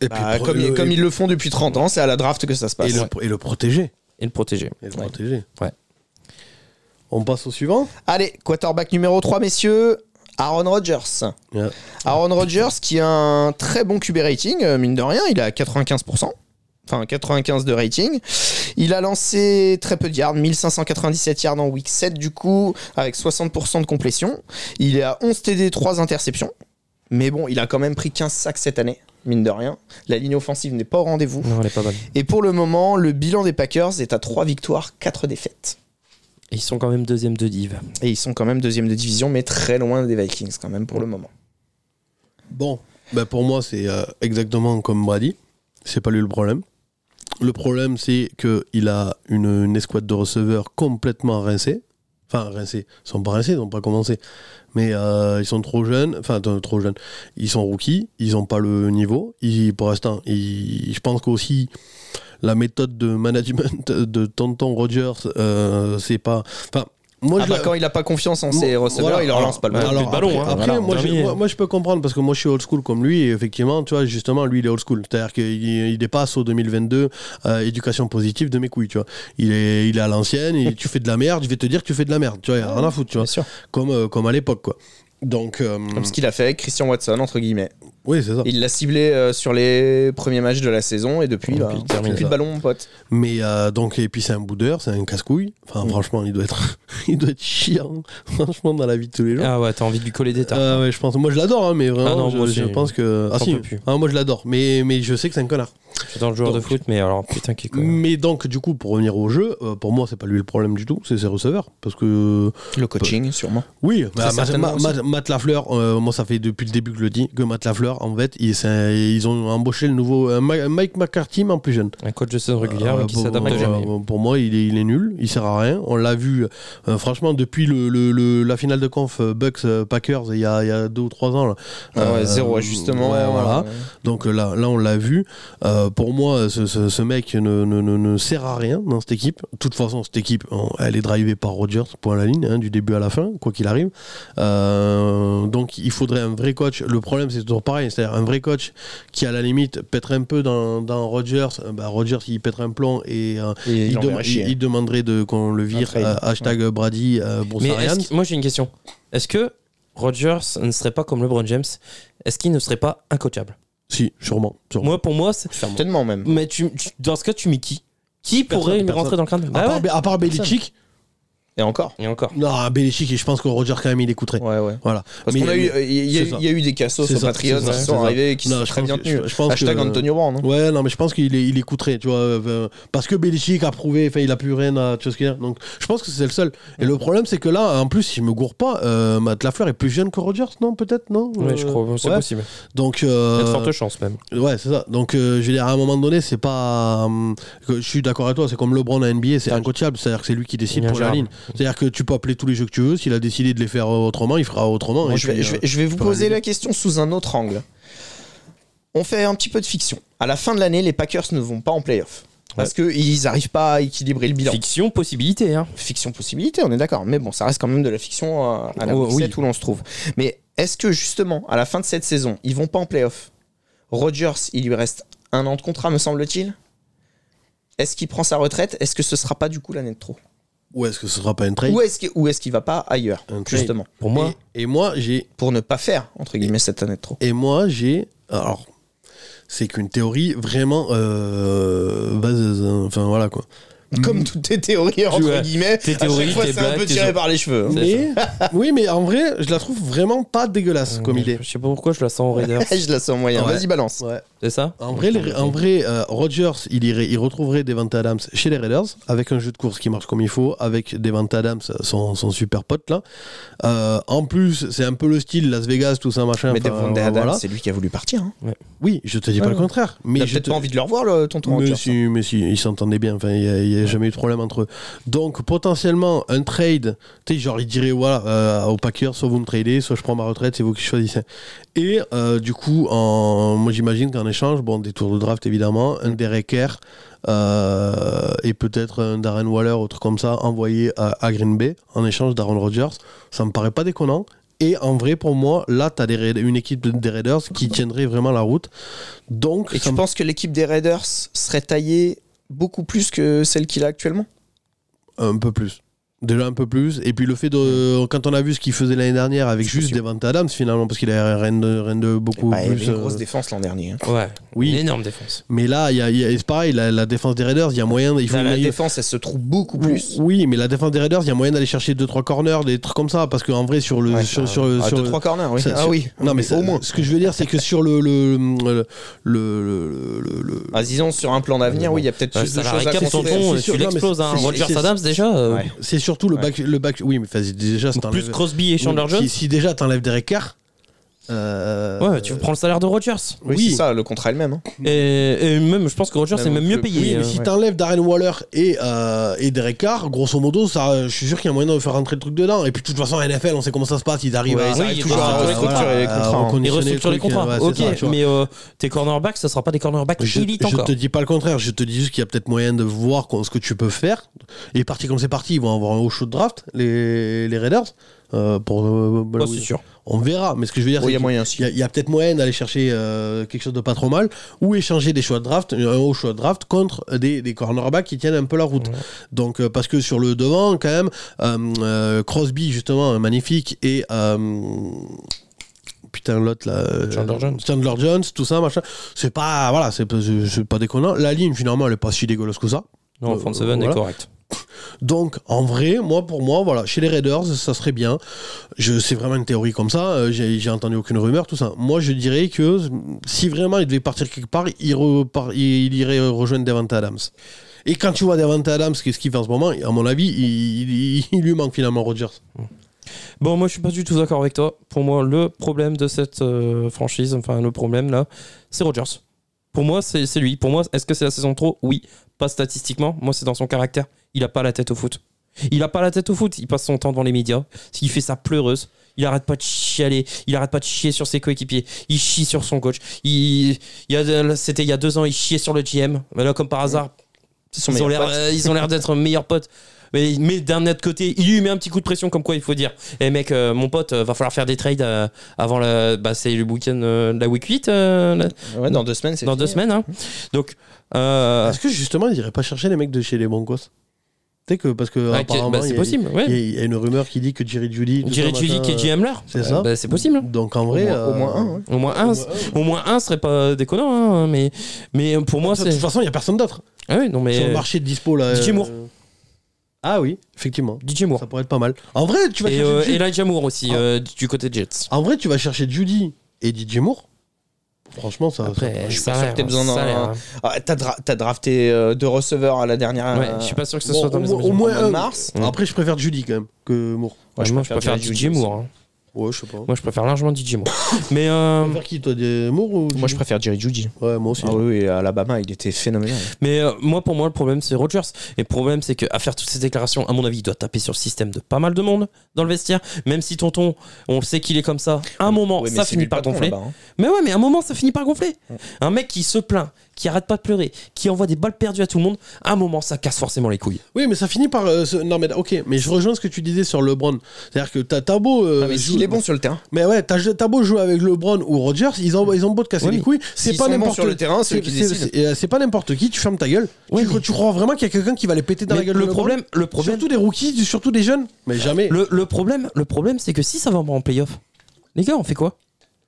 Speaker 1: Et puis,
Speaker 3: Bah,
Speaker 1: pro-
Speaker 3: comme,
Speaker 1: euh,
Speaker 3: comme
Speaker 1: et-
Speaker 3: ils le font depuis 30 ans, c'est à la draft que ça se passe.
Speaker 1: et le- et le protéger.
Speaker 2: Et le protéger.
Speaker 1: Et le
Speaker 2: Ouais.
Speaker 1: protéger.
Speaker 2: Ouais.
Speaker 1: On passe au suivant
Speaker 3: Allez, quarterback numéro 3, messieurs, Aaron Rodgers.
Speaker 1: Ouais.
Speaker 3: Aaron Rodgers qui a un très bon QB rating, euh, mine de rien, il a 95%. Enfin, 95 de rating. Il a lancé très peu de yards, 1597 yards en week 7 du coup, avec 60% de complétion. Il est à 11 TD, 3 interceptions. Mais bon, il a quand même pris 15 sacs cette année, mine de rien. La ligne offensive n'est pas au rendez-vous.
Speaker 2: Non, elle est pas bonne.
Speaker 3: Et pour le moment, le bilan des Packers est à 3 victoires, 4 défaites.
Speaker 2: Et Ils sont quand même deuxième de div.
Speaker 3: Et ils sont quand même deuxième de division, mais très loin des Vikings quand même pour le moment.
Speaker 1: Bon, bah pour moi, c'est euh, exactement comme Brady. C'est pas lui le problème. Le problème, c'est qu'il a une, une escouade de receveurs complètement rincée. Enfin, rincée. Ils sont pas rincés, ils n'ont pas commencé. Mais euh, ils sont trop jeunes. Enfin, attends, trop jeunes. Ils sont rookies. Ils n'ont pas le niveau. Ils, pour l'instant, ils- je pense qu'aussi la méthode de management de Tonton Rogers, euh, c'est pas. Enfin, moi,
Speaker 3: Ah
Speaker 1: je
Speaker 3: bah,
Speaker 1: la-
Speaker 3: quand il a pas confiance en ses
Speaker 1: Mo-
Speaker 3: receveurs,
Speaker 1: voilà.
Speaker 3: il leur lance pas le ballon.
Speaker 1: Alors,
Speaker 2: Plus de
Speaker 1: après,
Speaker 2: ballon, hein.
Speaker 1: après,
Speaker 2: Voilà.
Speaker 1: moi, je,
Speaker 2: Terminé.
Speaker 1: moi- moi, je peux comprendre parce que moi je suis old school comme lui et effectivement, tu vois, justement, lui il est old school. C'est-à-dire qu'il il dépasse au 2022 euh, éducation positive de mes couilles, tu vois. Il est, il est à l'ancienne, il- tu fais de la merde, je vais te dire que tu fais de la merde, tu vois, il a rien à foutre, tu vois.
Speaker 3: sûr.
Speaker 1: Comme, euh, comme à l'époque, quoi. Donc, euh,
Speaker 3: Comme ce qu'il a fait avec Christian Watson, entre guillemets.
Speaker 1: oui, c'est ça.
Speaker 3: Il l'a ciblé euh, sur les premiers matchs de la saison et depuis,
Speaker 2: Et
Speaker 3: bah,
Speaker 2: puis, il termine
Speaker 3: plus de
Speaker 1: ça.
Speaker 3: ballon, mon pote.
Speaker 1: Mais euh, donc, et puis c'est un boudeur, c'est un casse-couille. Enfin,
Speaker 3: Mm.
Speaker 1: franchement, il doit être, il doit être chiant, franchement, dans la vie de tous les jours.
Speaker 2: Ah ouais, t'as envie de lui coller des tartes.
Speaker 1: Euh, ouais, je pense. Moi, je l'adore, hein, mais vraiment,
Speaker 2: Ah non,
Speaker 1: je,
Speaker 2: moi
Speaker 1: je
Speaker 2: aussi.
Speaker 1: pense que. Ah
Speaker 2: J'en
Speaker 1: si,
Speaker 2: peux plus.
Speaker 1: Ah, moi, je l'adore, mais, mais je sais que c'est un connard.
Speaker 2: dans le joueur de
Speaker 1: donc-
Speaker 2: foot, mais alors putain, qui est con.
Speaker 1: Mais donc, du coup, pour revenir au jeu, euh, pour moi, c'est pas lui le problème du tout, c'est ses receveurs. Parce que,
Speaker 3: Le coaching, sûrement.
Speaker 1: oui, bah, Matt,
Speaker 3: certainement
Speaker 1: Ma-
Speaker 3: aussi.
Speaker 1: Matt- Matt Lafleur, euh, moi, ça fait depuis le début que je le dis, que Matt Lafleur, en fait, il- c'est un- ils ont embauché le nouveau euh, Ma- Mike McCarthy, mais en plus jeune.
Speaker 2: Un coach de saison régulière
Speaker 1: Euh,
Speaker 2: mais qui
Speaker 1: pour,
Speaker 2: s'adapte
Speaker 1: pour-
Speaker 2: jamais.
Speaker 1: pour- pour moi, il est, il est nul, il sert à rien. On l'a vu, euh, franchement, depuis le, le- le- la finale de conf euh, Bucks-Packers, il y, a, il y a deux ou trois ans. là.
Speaker 3: Ah ouais,
Speaker 1: Euh,
Speaker 3: zéro ajustement.
Speaker 1: ouais,
Speaker 3: ouais,
Speaker 1: voilà.
Speaker 3: ouais.
Speaker 1: Donc euh, là, là on l'a vu. Euh, pour moi, ce, ce- ce mec ne, ne- ne- ne sert à rien dans cette équipe. De toute façon, cette équipe, on- elle est drivée par Rodgers, point à la ligne, hein, du début à la fin, quoi qu'il arrive. Euh, donc il faudrait un vrai coach. Le problème, c'est toujours pareil. C'est-à-dire un vrai coach qui, à la limite, pèterait un peu dans, dans Rodgers. Euh, bah, Rodgers, il pèterait un plomb et euh,
Speaker 3: Et il
Speaker 1: il, dem-
Speaker 3: l'enverrait chier.
Speaker 1: il- il demanderait de, qu'on le vire.
Speaker 3: trade.
Speaker 1: euh, hashtag Brady, euh,
Speaker 2: Mais
Speaker 1: Bruce
Speaker 2: est-ce
Speaker 1: Arians.
Speaker 2: que- moi j'ai une question. Est-ce que Rodgers ne serait pas comme LeBron James Est-ce qu'il ne serait pas incoachable
Speaker 1: Si, sûrement. sûrement.
Speaker 2: Moi pour moi, c'est-
Speaker 3: Certainement même.
Speaker 2: mais tu, tu- dans ce cas tu mets qui Qui
Speaker 1: Personne,
Speaker 2: pourrait lui
Speaker 1: personne.
Speaker 2: rentrer dans le crâne
Speaker 1: à,
Speaker 3: Ah
Speaker 2: Bah
Speaker 1: part,
Speaker 2: ouais.
Speaker 1: Be- à part Belichick,
Speaker 3: Et encore.
Speaker 2: Et encore.
Speaker 1: non, Belichick, je pense que Rodgers, quand même, il écouterait.
Speaker 3: Ouais, ouais.
Speaker 1: Voilà.
Speaker 3: Parce
Speaker 1: Mais-
Speaker 3: qu'on a eu,
Speaker 1: mais-
Speaker 3: il y, a
Speaker 1: c'est
Speaker 3: eu-
Speaker 1: ça.
Speaker 3: il y a eu des cassos
Speaker 1: C'est
Speaker 3: aux
Speaker 1: ça,
Speaker 3: Patriots
Speaker 1: c'est ça,
Speaker 3: qui
Speaker 1: c'est
Speaker 3: sont
Speaker 1: ça.
Speaker 3: arrivés et qui
Speaker 1: Non,
Speaker 3: sont
Speaker 1: je
Speaker 3: très
Speaker 1: pense
Speaker 3: bien
Speaker 1: que-
Speaker 3: tenus.
Speaker 1: je- je pense
Speaker 3: Hashtag
Speaker 1: que-
Speaker 3: Antonio Brown. hein.
Speaker 1: Ouais, non, mais je pense qu'il est- il écouterait, tu vois. euh, parce que Belichick a prouvé, enfin, il a plus rien à. Tu vois ce qu'il y a Donc, je pense que c'est le seul. Et le problème, c'est que là, en plus, si je me gourre pas, euh, Matt Lafleur est plus jeune que Rodgers, non Peut-être, non
Speaker 2: Ouais, je
Speaker 1: Euh,
Speaker 2: crois, c'est
Speaker 1: ouais.
Speaker 2: possible.
Speaker 1: Donc,
Speaker 2: Il y
Speaker 1: euh,
Speaker 2: a de fortes chances même.
Speaker 1: ouais, c'est ça. Donc, euh, je veux dire, à un moment donné, c'est pas. hum, que je suis d'accord avec toi, c'est comme LeBron à NBA, c'est incoachable. C'est-à-dire que c'est lui qui décide pour la
Speaker 2: Ingérable.
Speaker 1: ligne. C'est-à-dire que tu peux appeler tous les jeux que tu veux. S'il a décidé de les faire euh, autrement, il fera autrement.
Speaker 3: Bon,
Speaker 1: Et
Speaker 3: je, vais,
Speaker 1: puis,
Speaker 3: je
Speaker 1: euh,
Speaker 3: vais- je vais vous
Speaker 1: peux rien
Speaker 3: poser
Speaker 1: dire.
Speaker 3: la question sous un autre angle. On fait un petit peu de fiction. À la fin de l'année, les Packers ne vont pas en playoff. Parce qu'ils n'arrivent pas à équilibrer le bilan.
Speaker 2: Fiction, possibilité. Hein.
Speaker 3: Fiction possibilité, on est d'accord. Mais bon, ça reste quand même de la fiction euh, à la
Speaker 2: Oh,
Speaker 3: week
Speaker 2: oui.
Speaker 3: 7 où l'on se trouve. Mais est-ce que justement, à la fin de cette saison, ils vont pas en playoff Rodgers, il lui reste un an de contrat, me semble-t-il. Est-ce qu'il prend sa retraite Est-ce que ce sera pas du coup l'année de trop
Speaker 1: Ou est-ce que ce sera pas une trade
Speaker 3: Ou est-ce qu'il est qu'il va pas ailleurs,
Speaker 1: Un trade.
Speaker 3: justement
Speaker 2: Pour moi,
Speaker 1: Et- et moi, j'ai
Speaker 3: Pour ne pas faire, entre guillemets, cette année de trop.
Speaker 1: Et moi, j'ai. Alors, c'est qu'une théorie vraiment euh, baseuse. hein. Enfin, voilà quoi.
Speaker 3: Comme toutes tes théories, entre
Speaker 2: vois,
Speaker 3: guillemets,
Speaker 2: tes
Speaker 3: à
Speaker 2: théories,
Speaker 3: chaque fois,
Speaker 2: tes
Speaker 3: c'est un
Speaker 2: blagues,
Speaker 3: peu
Speaker 2: tes
Speaker 3: tiré
Speaker 2: jeux.
Speaker 3: par les cheveux. hein.
Speaker 2: C'est
Speaker 1: Mais, oui, mais en vrai, je la trouve vraiment pas dégueulasse comme idée.
Speaker 2: Euh, Je sais pas pourquoi je la sens en Raiders.
Speaker 3: Je la sens moyen.
Speaker 2: Ouais.
Speaker 3: Vas-y, balance.
Speaker 1: Ouais.
Speaker 2: C'est ça
Speaker 1: En vrai, les- en vrai euh, Rodgers, il, irait, il retrouverait Devante Adams chez les Raiders avec un jeu de course qui marche comme il faut, avec Devante Adams, son, son super pote là. Euh, en plus, c'est un peu le style Las Vegas, tout ça, machin.
Speaker 3: Mais
Speaker 1: enfin,
Speaker 3: Devon
Speaker 1: euh,
Speaker 3: Adams,
Speaker 1: voilà.
Speaker 3: c'est lui qui a voulu partir. hein.
Speaker 1: Oui, je te dis
Speaker 3: Ouais,
Speaker 1: pas le
Speaker 3: ouais.
Speaker 1: contraire. Mais
Speaker 3: T'as
Speaker 1: je
Speaker 3: peut-être
Speaker 1: te...
Speaker 3: pas envie de le revoir, le tonton
Speaker 1: Mais
Speaker 3: Rogers.
Speaker 1: si, mais si, ils s'entendaient bien. Enfin, il n'y a, il y a jamais eu de problème entre eux. Donc, potentiellement, un trade, tu sais, genre, il dirait voilà, euh, aux Packers, soit vous me tradez, soit je prends ma retraite, c'est vous qui choisissez. Et euh, du coup, en, moi j'imagine qu'en échange, bon, des tours de draft évidemment, un Derek Kerr euh, et peut-être un Darren Waller, ou truc comme ça, envoyé à, à Green Bay en échange d'Aaron Rodgers, ça me paraît pas déconnant. Et en vrai, pour moi, là, tu as une équipe des Raiders qui tiendrait vraiment la route. Donc,
Speaker 3: Et
Speaker 1: ça
Speaker 3: tu
Speaker 1: me-
Speaker 3: penses que l'équipe des Raiders serait taillée beaucoup plus que celle qu'il a actuellement
Speaker 1: Un peu plus. Déjà un peu plus. Et puis le fait de. Quand on a vu ce qu'il faisait l'année dernière avec
Speaker 3: C'est
Speaker 1: juste
Speaker 3: possible.
Speaker 1: Devante Adams finalement, parce qu'il a rien de, rien de beaucoup
Speaker 3: Bah, Il y avait
Speaker 1: plus.
Speaker 3: une
Speaker 1: euh,
Speaker 3: grosse défense l'an dernier. hein.
Speaker 2: Ouais.
Speaker 1: Oui.
Speaker 2: Une énorme défense.
Speaker 1: Mais là, il y a- il y a- c'est pareil, la, la défense des Raiders, il y a moyen. Il faut
Speaker 3: la
Speaker 1: il-
Speaker 3: défense, elle se trouve beaucoup plus.
Speaker 1: Oui, mais la défense des Raiders, il y a moyen d'aller chercher 2-3 corners, des trucs comme ça, parce qu'en vrai, sur le.
Speaker 3: Ouais,
Speaker 1: sur,
Speaker 3: bah,
Speaker 1: sur,
Speaker 3: Ah,
Speaker 1: euh, sur-
Speaker 3: deux, trois corners, oui.
Speaker 1: ça-
Speaker 3: ah
Speaker 1: sur-
Speaker 3: oui.
Speaker 1: Non, mais ça-
Speaker 3: au moins.
Speaker 1: Ce que je veux dire, c'est que sur le. le, le, le- le- le- le-
Speaker 3: Ah, disons, sur un plan d'avenir, oui, il y a peut-être
Speaker 1: Bah,
Speaker 2: Ouais,
Speaker 3: plus de
Speaker 2: ça la
Speaker 3: choses à
Speaker 2: récap,
Speaker 1: construire,
Speaker 2: tonton,
Speaker 1: c'est
Speaker 2: tu
Speaker 1: sûr. Non, mais
Speaker 2: l'exploses.
Speaker 1: c'est-
Speaker 2: Hein.
Speaker 1: c'est-
Speaker 2: Rogers
Speaker 1: c'est-
Speaker 2: Adams, déjà. euh,
Speaker 3: Ouais.
Speaker 1: C'est surtout le
Speaker 3: Ouais.
Speaker 1: back, le back. Oui, mais vas-y, déjà, c'est
Speaker 2: Plus Crosby et Chandler Jones.
Speaker 1: Si, si déjà t'enlèves Derek Carr. euh,
Speaker 2: Ouais, tu prends le salaire de Rogers.
Speaker 3: Oui,
Speaker 1: Oui.
Speaker 3: c'est ça, le contrat est le même. hein.
Speaker 2: Et, et même, je pense que Rogers est
Speaker 3: Même
Speaker 2: même mieux
Speaker 3: que-
Speaker 2: payé.
Speaker 1: Oui,
Speaker 2: euh,
Speaker 1: mais si
Speaker 3: ouais.
Speaker 1: t'enlèves Darren Waller et, euh, et Derek Carr, grosso modo, ça, euh, je suis sûr qu'il y a moyen de faire rentrer le truc dedans. Et puis, de toute façon, NFL, on sait comment ça se passe. Ils arrivent
Speaker 3: Ouais,
Speaker 1: à,
Speaker 3: ils
Speaker 2: arrivent
Speaker 1: à-
Speaker 2: toujours à
Speaker 1: à-
Speaker 2: restructurer
Speaker 1: voilà, à
Speaker 3: les contrats, hein.
Speaker 1: reconditionner
Speaker 2: et
Speaker 1: le
Speaker 2: restructure
Speaker 1: truc,
Speaker 2: les contrats.
Speaker 1: euh, ouais, c'est
Speaker 2: ok,
Speaker 1: ça, tu vois.
Speaker 2: mais euh, tes cornerbacks, ça sera pas des cornerbacks
Speaker 1: je,
Speaker 2: élites
Speaker 1: je
Speaker 2: encore.
Speaker 1: te dis pas le contraire, je te dis juste qu'il y a peut-être moyen de voir qu'on- ce que tu peux faire. Et parti comme c'est parti, ils vont avoir un haut show de draft, les, les Raiders. euh, pour, euh,
Speaker 2: Oh,
Speaker 1: Ballou-
Speaker 2: c'est sûr.
Speaker 1: On verra, mais ce que je veux dire,
Speaker 3: Oui, il y a
Speaker 1: c'est qu'il
Speaker 3: moyen
Speaker 1: il
Speaker 3: aussi.
Speaker 1: y a- il y a, peut-être moyen d'aller chercher euh, quelque chose de pas trop mal ou échanger des choix de draft, euh, un haut choix de draft contre des, des cornerbacks qui tiennent un peu la route. Donc euh, parce que sur le devant quand même, euh, euh, Crosby justement euh, magnifique et euh, putain l'autre là, euh,
Speaker 2: Chandler Jones.
Speaker 1: Chandler Jones, tout ça machin, c'est pas voilà c'est pas- c'est- c'est pas déconnant. La ligne finalement elle est pas si dégueulasse que ça.
Speaker 2: Non,
Speaker 1: Euh,
Speaker 2: Front Seven
Speaker 1: voilà.
Speaker 2: est correct.
Speaker 1: Donc, en vrai, moi, pour moi, voilà, chez les Raiders, ça serait bien. Je, c'est vraiment une théorie comme ça. euh, j'ai, j'ai entendu aucune rumeur, tout ça. Moi, je dirais que si vraiment il devait partir quelque part, il, repart- il irait rejoindre Devante Adams. Et quand tu vois Devante Adams, qu'est-ce qu'il fait en ce moment À mon avis, il, il- il lui manque finalement Rodgers.
Speaker 2: Bon, moi, je suis pas du tout d'accord avec toi. Pour moi, le problème de cette euh, franchise, enfin, le problème là, c'est Rogers. Pour moi, c'est c'est lui. Pour moi, est-ce que c'est la saison trop Oui. Pas statistiquement. Moi, c'est dans son caractère. Il a pas la tête au foot. Il a pas la tête au foot. Il passe son temps devant les médias. Il fait sa pleureuse. Il arrête pas de chialer. Il arrête pas de chier sur ses coéquipiers. Il chie sur son coach. Il, il y a, c'était il y a deux ans, il chiait sur le GM. Mais là, comme par hasard,
Speaker 3: C'est son
Speaker 2: ils ont, l'air,
Speaker 3: meilleur pote.
Speaker 2: euh, ils ont l'air d'être meilleurs potes. Mais, mais d'un autre côté, il lui met un petit coup de pression, comme quoi il faut dire Eh mec, euh, mon pote, euh, va falloir faire des trades euh, avant la, bah, c'est le week-end, euh, la week 8, euh, la-
Speaker 3: Ouais, dans deux semaines, c'est
Speaker 2: dans
Speaker 3: fini.
Speaker 2: deux semaines. hein. Donc, euh,
Speaker 1: Est-ce que justement, il irait pas chercher les mecs de chez les Broncos Tu sais que, parce que
Speaker 2: ouais,
Speaker 1: apparemment,
Speaker 2: bah,
Speaker 1: il y
Speaker 2: c'est
Speaker 1: a-
Speaker 2: possible.
Speaker 1: Il y, a,
Speaker 2: Ouais.
Speaker 1: il y a une rumeur qui dit que Jerry Judy. tout
Speaker 2: Jerry
Speaker 1: ça,
Speaker 2: Judy
Speaker 1: machin,
Speaker 2: qui est GM là
Speaker 1: C'est ça
Speaker 2: Bah, C'est possible.
Speaker 1: Donc, en
Speaker 3: Au
Speaker 1: vrai.
Speaker 3: moins,
Speaker 1: euh,
Speaker 3: au moins un, hein. ouais.
Speaker 2: Au moins un,
Speaker 1: moins
Speaker 2: au moins un serait pas déconnant, hein, mais, mais pour moi,
Speaker 1: De toute
Speaker 2: c'est.
Speaker 1: façon, il n'y a personne d'autre.
Speaker 2: Ah oui, non,
Speaker 1: sur
Speaker 2: mais.
Speaker 1: le marché de dispo là.
Speaker 2: DJ
Speaker 1: euh,
Speaker 2: Moore.
Speaker 1: Ah oui, effectivement.
Speaker 2: DJ Moore.
Speaker 1: Ça pourrait être pas mal. En vrai, tu vas
Speaker 2: Et
Speaker 1: chercher
Speaker 2: euh,
Speaker 1: Ju-
Speaker 2: Elijah Moore aussi,
Speaker 1: Ah.
Speaker 2: euh, du côté Jets.
Speaker 1: En vrai, tu vas chercher Judy et DJ Moore. Franchement, ça.
Speaker 2: Après,
Speaker 3: je suis
Speaker 2: ça
Speaker 3: pas
Speaker 2: a
Speaker 3: sûr
Speaker 2: l'air,
Speaker 3: que t'aies besoin
Speaker 2: ça a
Speaker 3: d'un-
Speaker 2: l'air. hein.
Speaker 3: Ah, T'as dra- t'as drafté euh, deux receveurs à la dernière.
Speaker 2: Ouais,
Speaker 3: euh,
Speaker 2: je suis pas sûr que
Speaker 1: ça-
Speaker 2: ce
Speaker 1: Bon,
Speaker 2: soit dans
Speaker 1: au,
Speaker 2: les
Speaker 1: moins- au
Speaker 2: ambitions.
Speaker 1: moins
Speaker 3: Au mois de
Speaker 1: un.
Speaker 3: mars.
Speaker 1: Après, je préfère Judy quand même que Moore.
Speaker 2: Ouais,
Speaker 3: je
Speaker 2: moi, je
Speaker 3: préfère
Speaker 2: préfère
Speaker 3: Jerry
Speaker 2: DJ
Speaker 3: Judy
Speaker 2: Moore. hein.
Speaker 1: Ouais, je sais pas.
Speaker 2: Moi, je préfère largement DJ Moore. Mais euh,
Speaker 1: Tu préfères qui toi, des Moore ou
Speaker 3: Moi, je
Speaker 1: Judy
Speaker 3: préfère Jerry Judy.
Speaker 1: Ouais, moi aussi.
Speaker 3: Ah oui, oui, à Alabama, il était phénoménal.
Speaker 2: mais euh, moi, pour moi, le problème, c'est Rogers. Et le problème, c'est que à faire toutes ces déclarations, à mon avis, il doit taper sur le système de pas mal de monde dans le vestiaire. Même si Tonton, on le sait qu'il est comme ça, à un moment,
Speaker 3: Ouais, mais
Speaker 2: ça
Speaker 3: c'est
Speaker 2: finit
Speaker 3: lui le
Speaker 2: par
Speaker 3: patron,
Speaker 2: gonfler.
Speaker 3: là-bas, hein.
Speaker 2: Mais ouais, mais à un moment, ça finit par gonfler. Un mec qui se plaint, qui arrête pas de pleurer, qui envoie des balles perdues à tout le monde, à un moment, ça casse forcément les couilles.
Speaker 1: Oui, mais ça finit par. euh, se- Non, mais ok, mais je rejoins ce que tu disais sur LeBron. C'est-à-dire que t'as t'as beau. euh,
Speaker 3: Ah, mais
Speaker 1: jouer-
Speaker 3: s'il est bon sur le terrain.
Speaker 1: Mais ouais, t'as t'as beau jouer avec LeBron ou Rogers, ils ont, ils ont beau te casser
Speaker 2: Oui,
Speaker 1: les couilles. C'est
Speaker 3: S'ils
Speaker 1: pas
Speaker 3: sont bons
Speaker 1: n'importe
Speaker 3: sur le terrain, c'est eux qui décident.
Speaker 1: c'est- euh, C'est pas n'importe qui, tu fermes ta gueule.
Speaker 2: Oui,
Speaker 1: tu,
Speaker 2: mais-
Speaker 1: tu crois vraiment qu'il y a quelqu'un qui va les péter dans
Speaker 2: Mais
Speaker 1: la gueule
Speaker 2: le
Speaker 1: LeBron
Speaker 2: problème, le problème,
Speaker 1: Surtout des rookies, surtout des jeunes. Mais jamais.
Speaker 2: le, le problème, le problème, c'est que si ça va pas en playoff, les gars, on fait quoi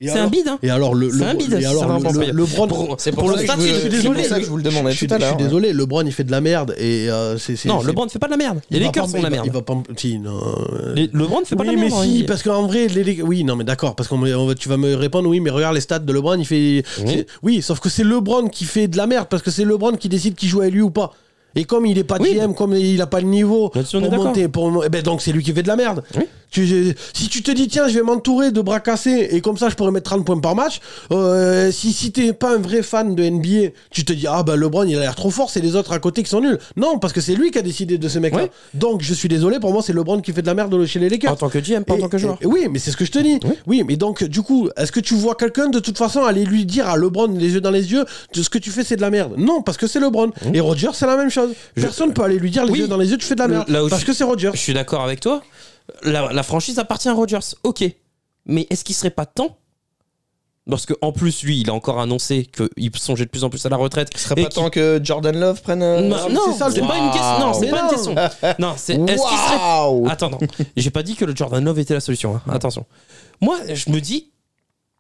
Speaker 1: Et
Speaker 2: C'est
Speaker 1: alors-
Speaker 2: un bide, hein.
Speaker 1: Et alors, le,
Speaker 2: C'est un bide,
Speaker 1: le, et alors,
Speaker 2: ça va
Speaker 1: le-
Speaker 2: pas
Speaker 1: le-
Speaker 2: payer.
Speaker 1: LeBron-
Speaker 3: C'est
Speaker 2: pour
Speaker 3: pour,
Speaker 2: le
Speaker 3: ça
Speaker 2: statut,
Speaker 3: que je,
Speaker 2: je suis
Speaker 3: c'est pour
Speaker 2: désolé.
Speaker 3: ça que je vous le demandais
Speaker 1: je suis,
Speaker 3: tout à
Speaker 1: je suis
Speaker 3: l'heure.
Speaker 1: désolé, LeBron il fait de la merde et euh, c'est. c'est-
Speaker 2: hein. Non,
Speaker 1: c'est-
Speaker 2: LeBron ne fait pas de la merde. Les
Speaker 1: il va
Speaker 2: Lakers
Speaker 1: pas-
Speaker 2: font de la
Speaker 1: il va-
Speaker 2: merde.
Speaker 1: Il va pas. si, non. euh,
Speaker 2: Les- LeBron ne fait pas
Speaker 1: oui,
Speaker 2: de la merde.
Speaker 1: mais si,
Speaker 2: hein.
Speaker 1: parce qu'en vrai, les, les- oui, non, mais d'accord, parce que tu vas me répondre, oui, mais regarde les stats de LeBron, il fait. c'est- Oui, sauf que c'est LeBron qui fait de la merde, parce que c'est LeBron qui décide qui joue à lui ou pas. Et comme il est pas
Speaker 2: Oui.
Speaker 1: GM, comme il a pas le niveau
Speaker 2: Là-dessus, on est
Speaker 1: pour
Speaker 2: d'accord.
Speaker 1: monter, pour, mon- eh ben donc c'est lui qui fait de la merde.
Speaker 2: Oui.
Speaker 1: Tu- si tu te dis tiens, je vais m'entourer de bras cassés et comme ça je pourrais mettre 30 points par match, euh, si si t'es pas un vrai fan de NBA, tu te dis ah bah LeBron il a l'air trop fort, c'est les autres à côté qui sont nuls. Non, parce que c'est lui qui a décidé de ce mec-là.
Speaker 2: Oui.
Speaker 1: Donc je suis désolé, pour moi c'est LeBron qui fait de la merde chez les Lakers.
Speaker 2: En tant que GM, pas en
Speaker 1: Et-
Speaker 2: tant que joueur.
Speaker 1: et- oui, mais c'est ce que je te dis. Oui, mais donc, du coup, est-ce que tu vois quelqu'un de toute façon aller lui dire à LeBron, les yeux dans les yeux, ce que tu fais, c'est de la merde Non, parce que c'est LeBron. Et Roger, c'est la même chose. Personne peut aller lui dire les
Speaker 2: Oui.
Speaker 1: yeux dans les yeux, tu fais de la
Speaker 2: Le-
Speaker 1: merde.
Speaker 2: là où
Speaker 1: parce
Speaker 2: je-
Speaker 1: que c'est Roger.
Speaker 2: Je suis d'accord avec toi. La, la franchise appartient à Rodgers. Ok. Mais est-ce qu'il serait pas temps parce que en plus lui, il a encore annoncé qu'il songeait de plus en plus à la retraite.
Speaker 3: Ce serait
Speaker 2: et
Speaker 3: pas
Speaker 2: qu'il-
Speaker 3: temps que Jordan Love prenne. euh,
Speaker 2: Non,
Speaker 1: c'est
Speaker 2: non,
Speaker 1: ça, le
Speaker 2: c'est pas
Speaker 1: truc.
Speaker 2: une question. Non, c'est
Speaker 1: Mais
Speaker 2: pas une
Speaker 1: non.
Speaker 2: question. Non, c'est est-ce qu'il serait Ah,
Speaker 3: Waouh
Speaker 2: Attends, non. J'ai pas dit que le Jordan Love était la solution. hein. Attention. Moi, je me dis,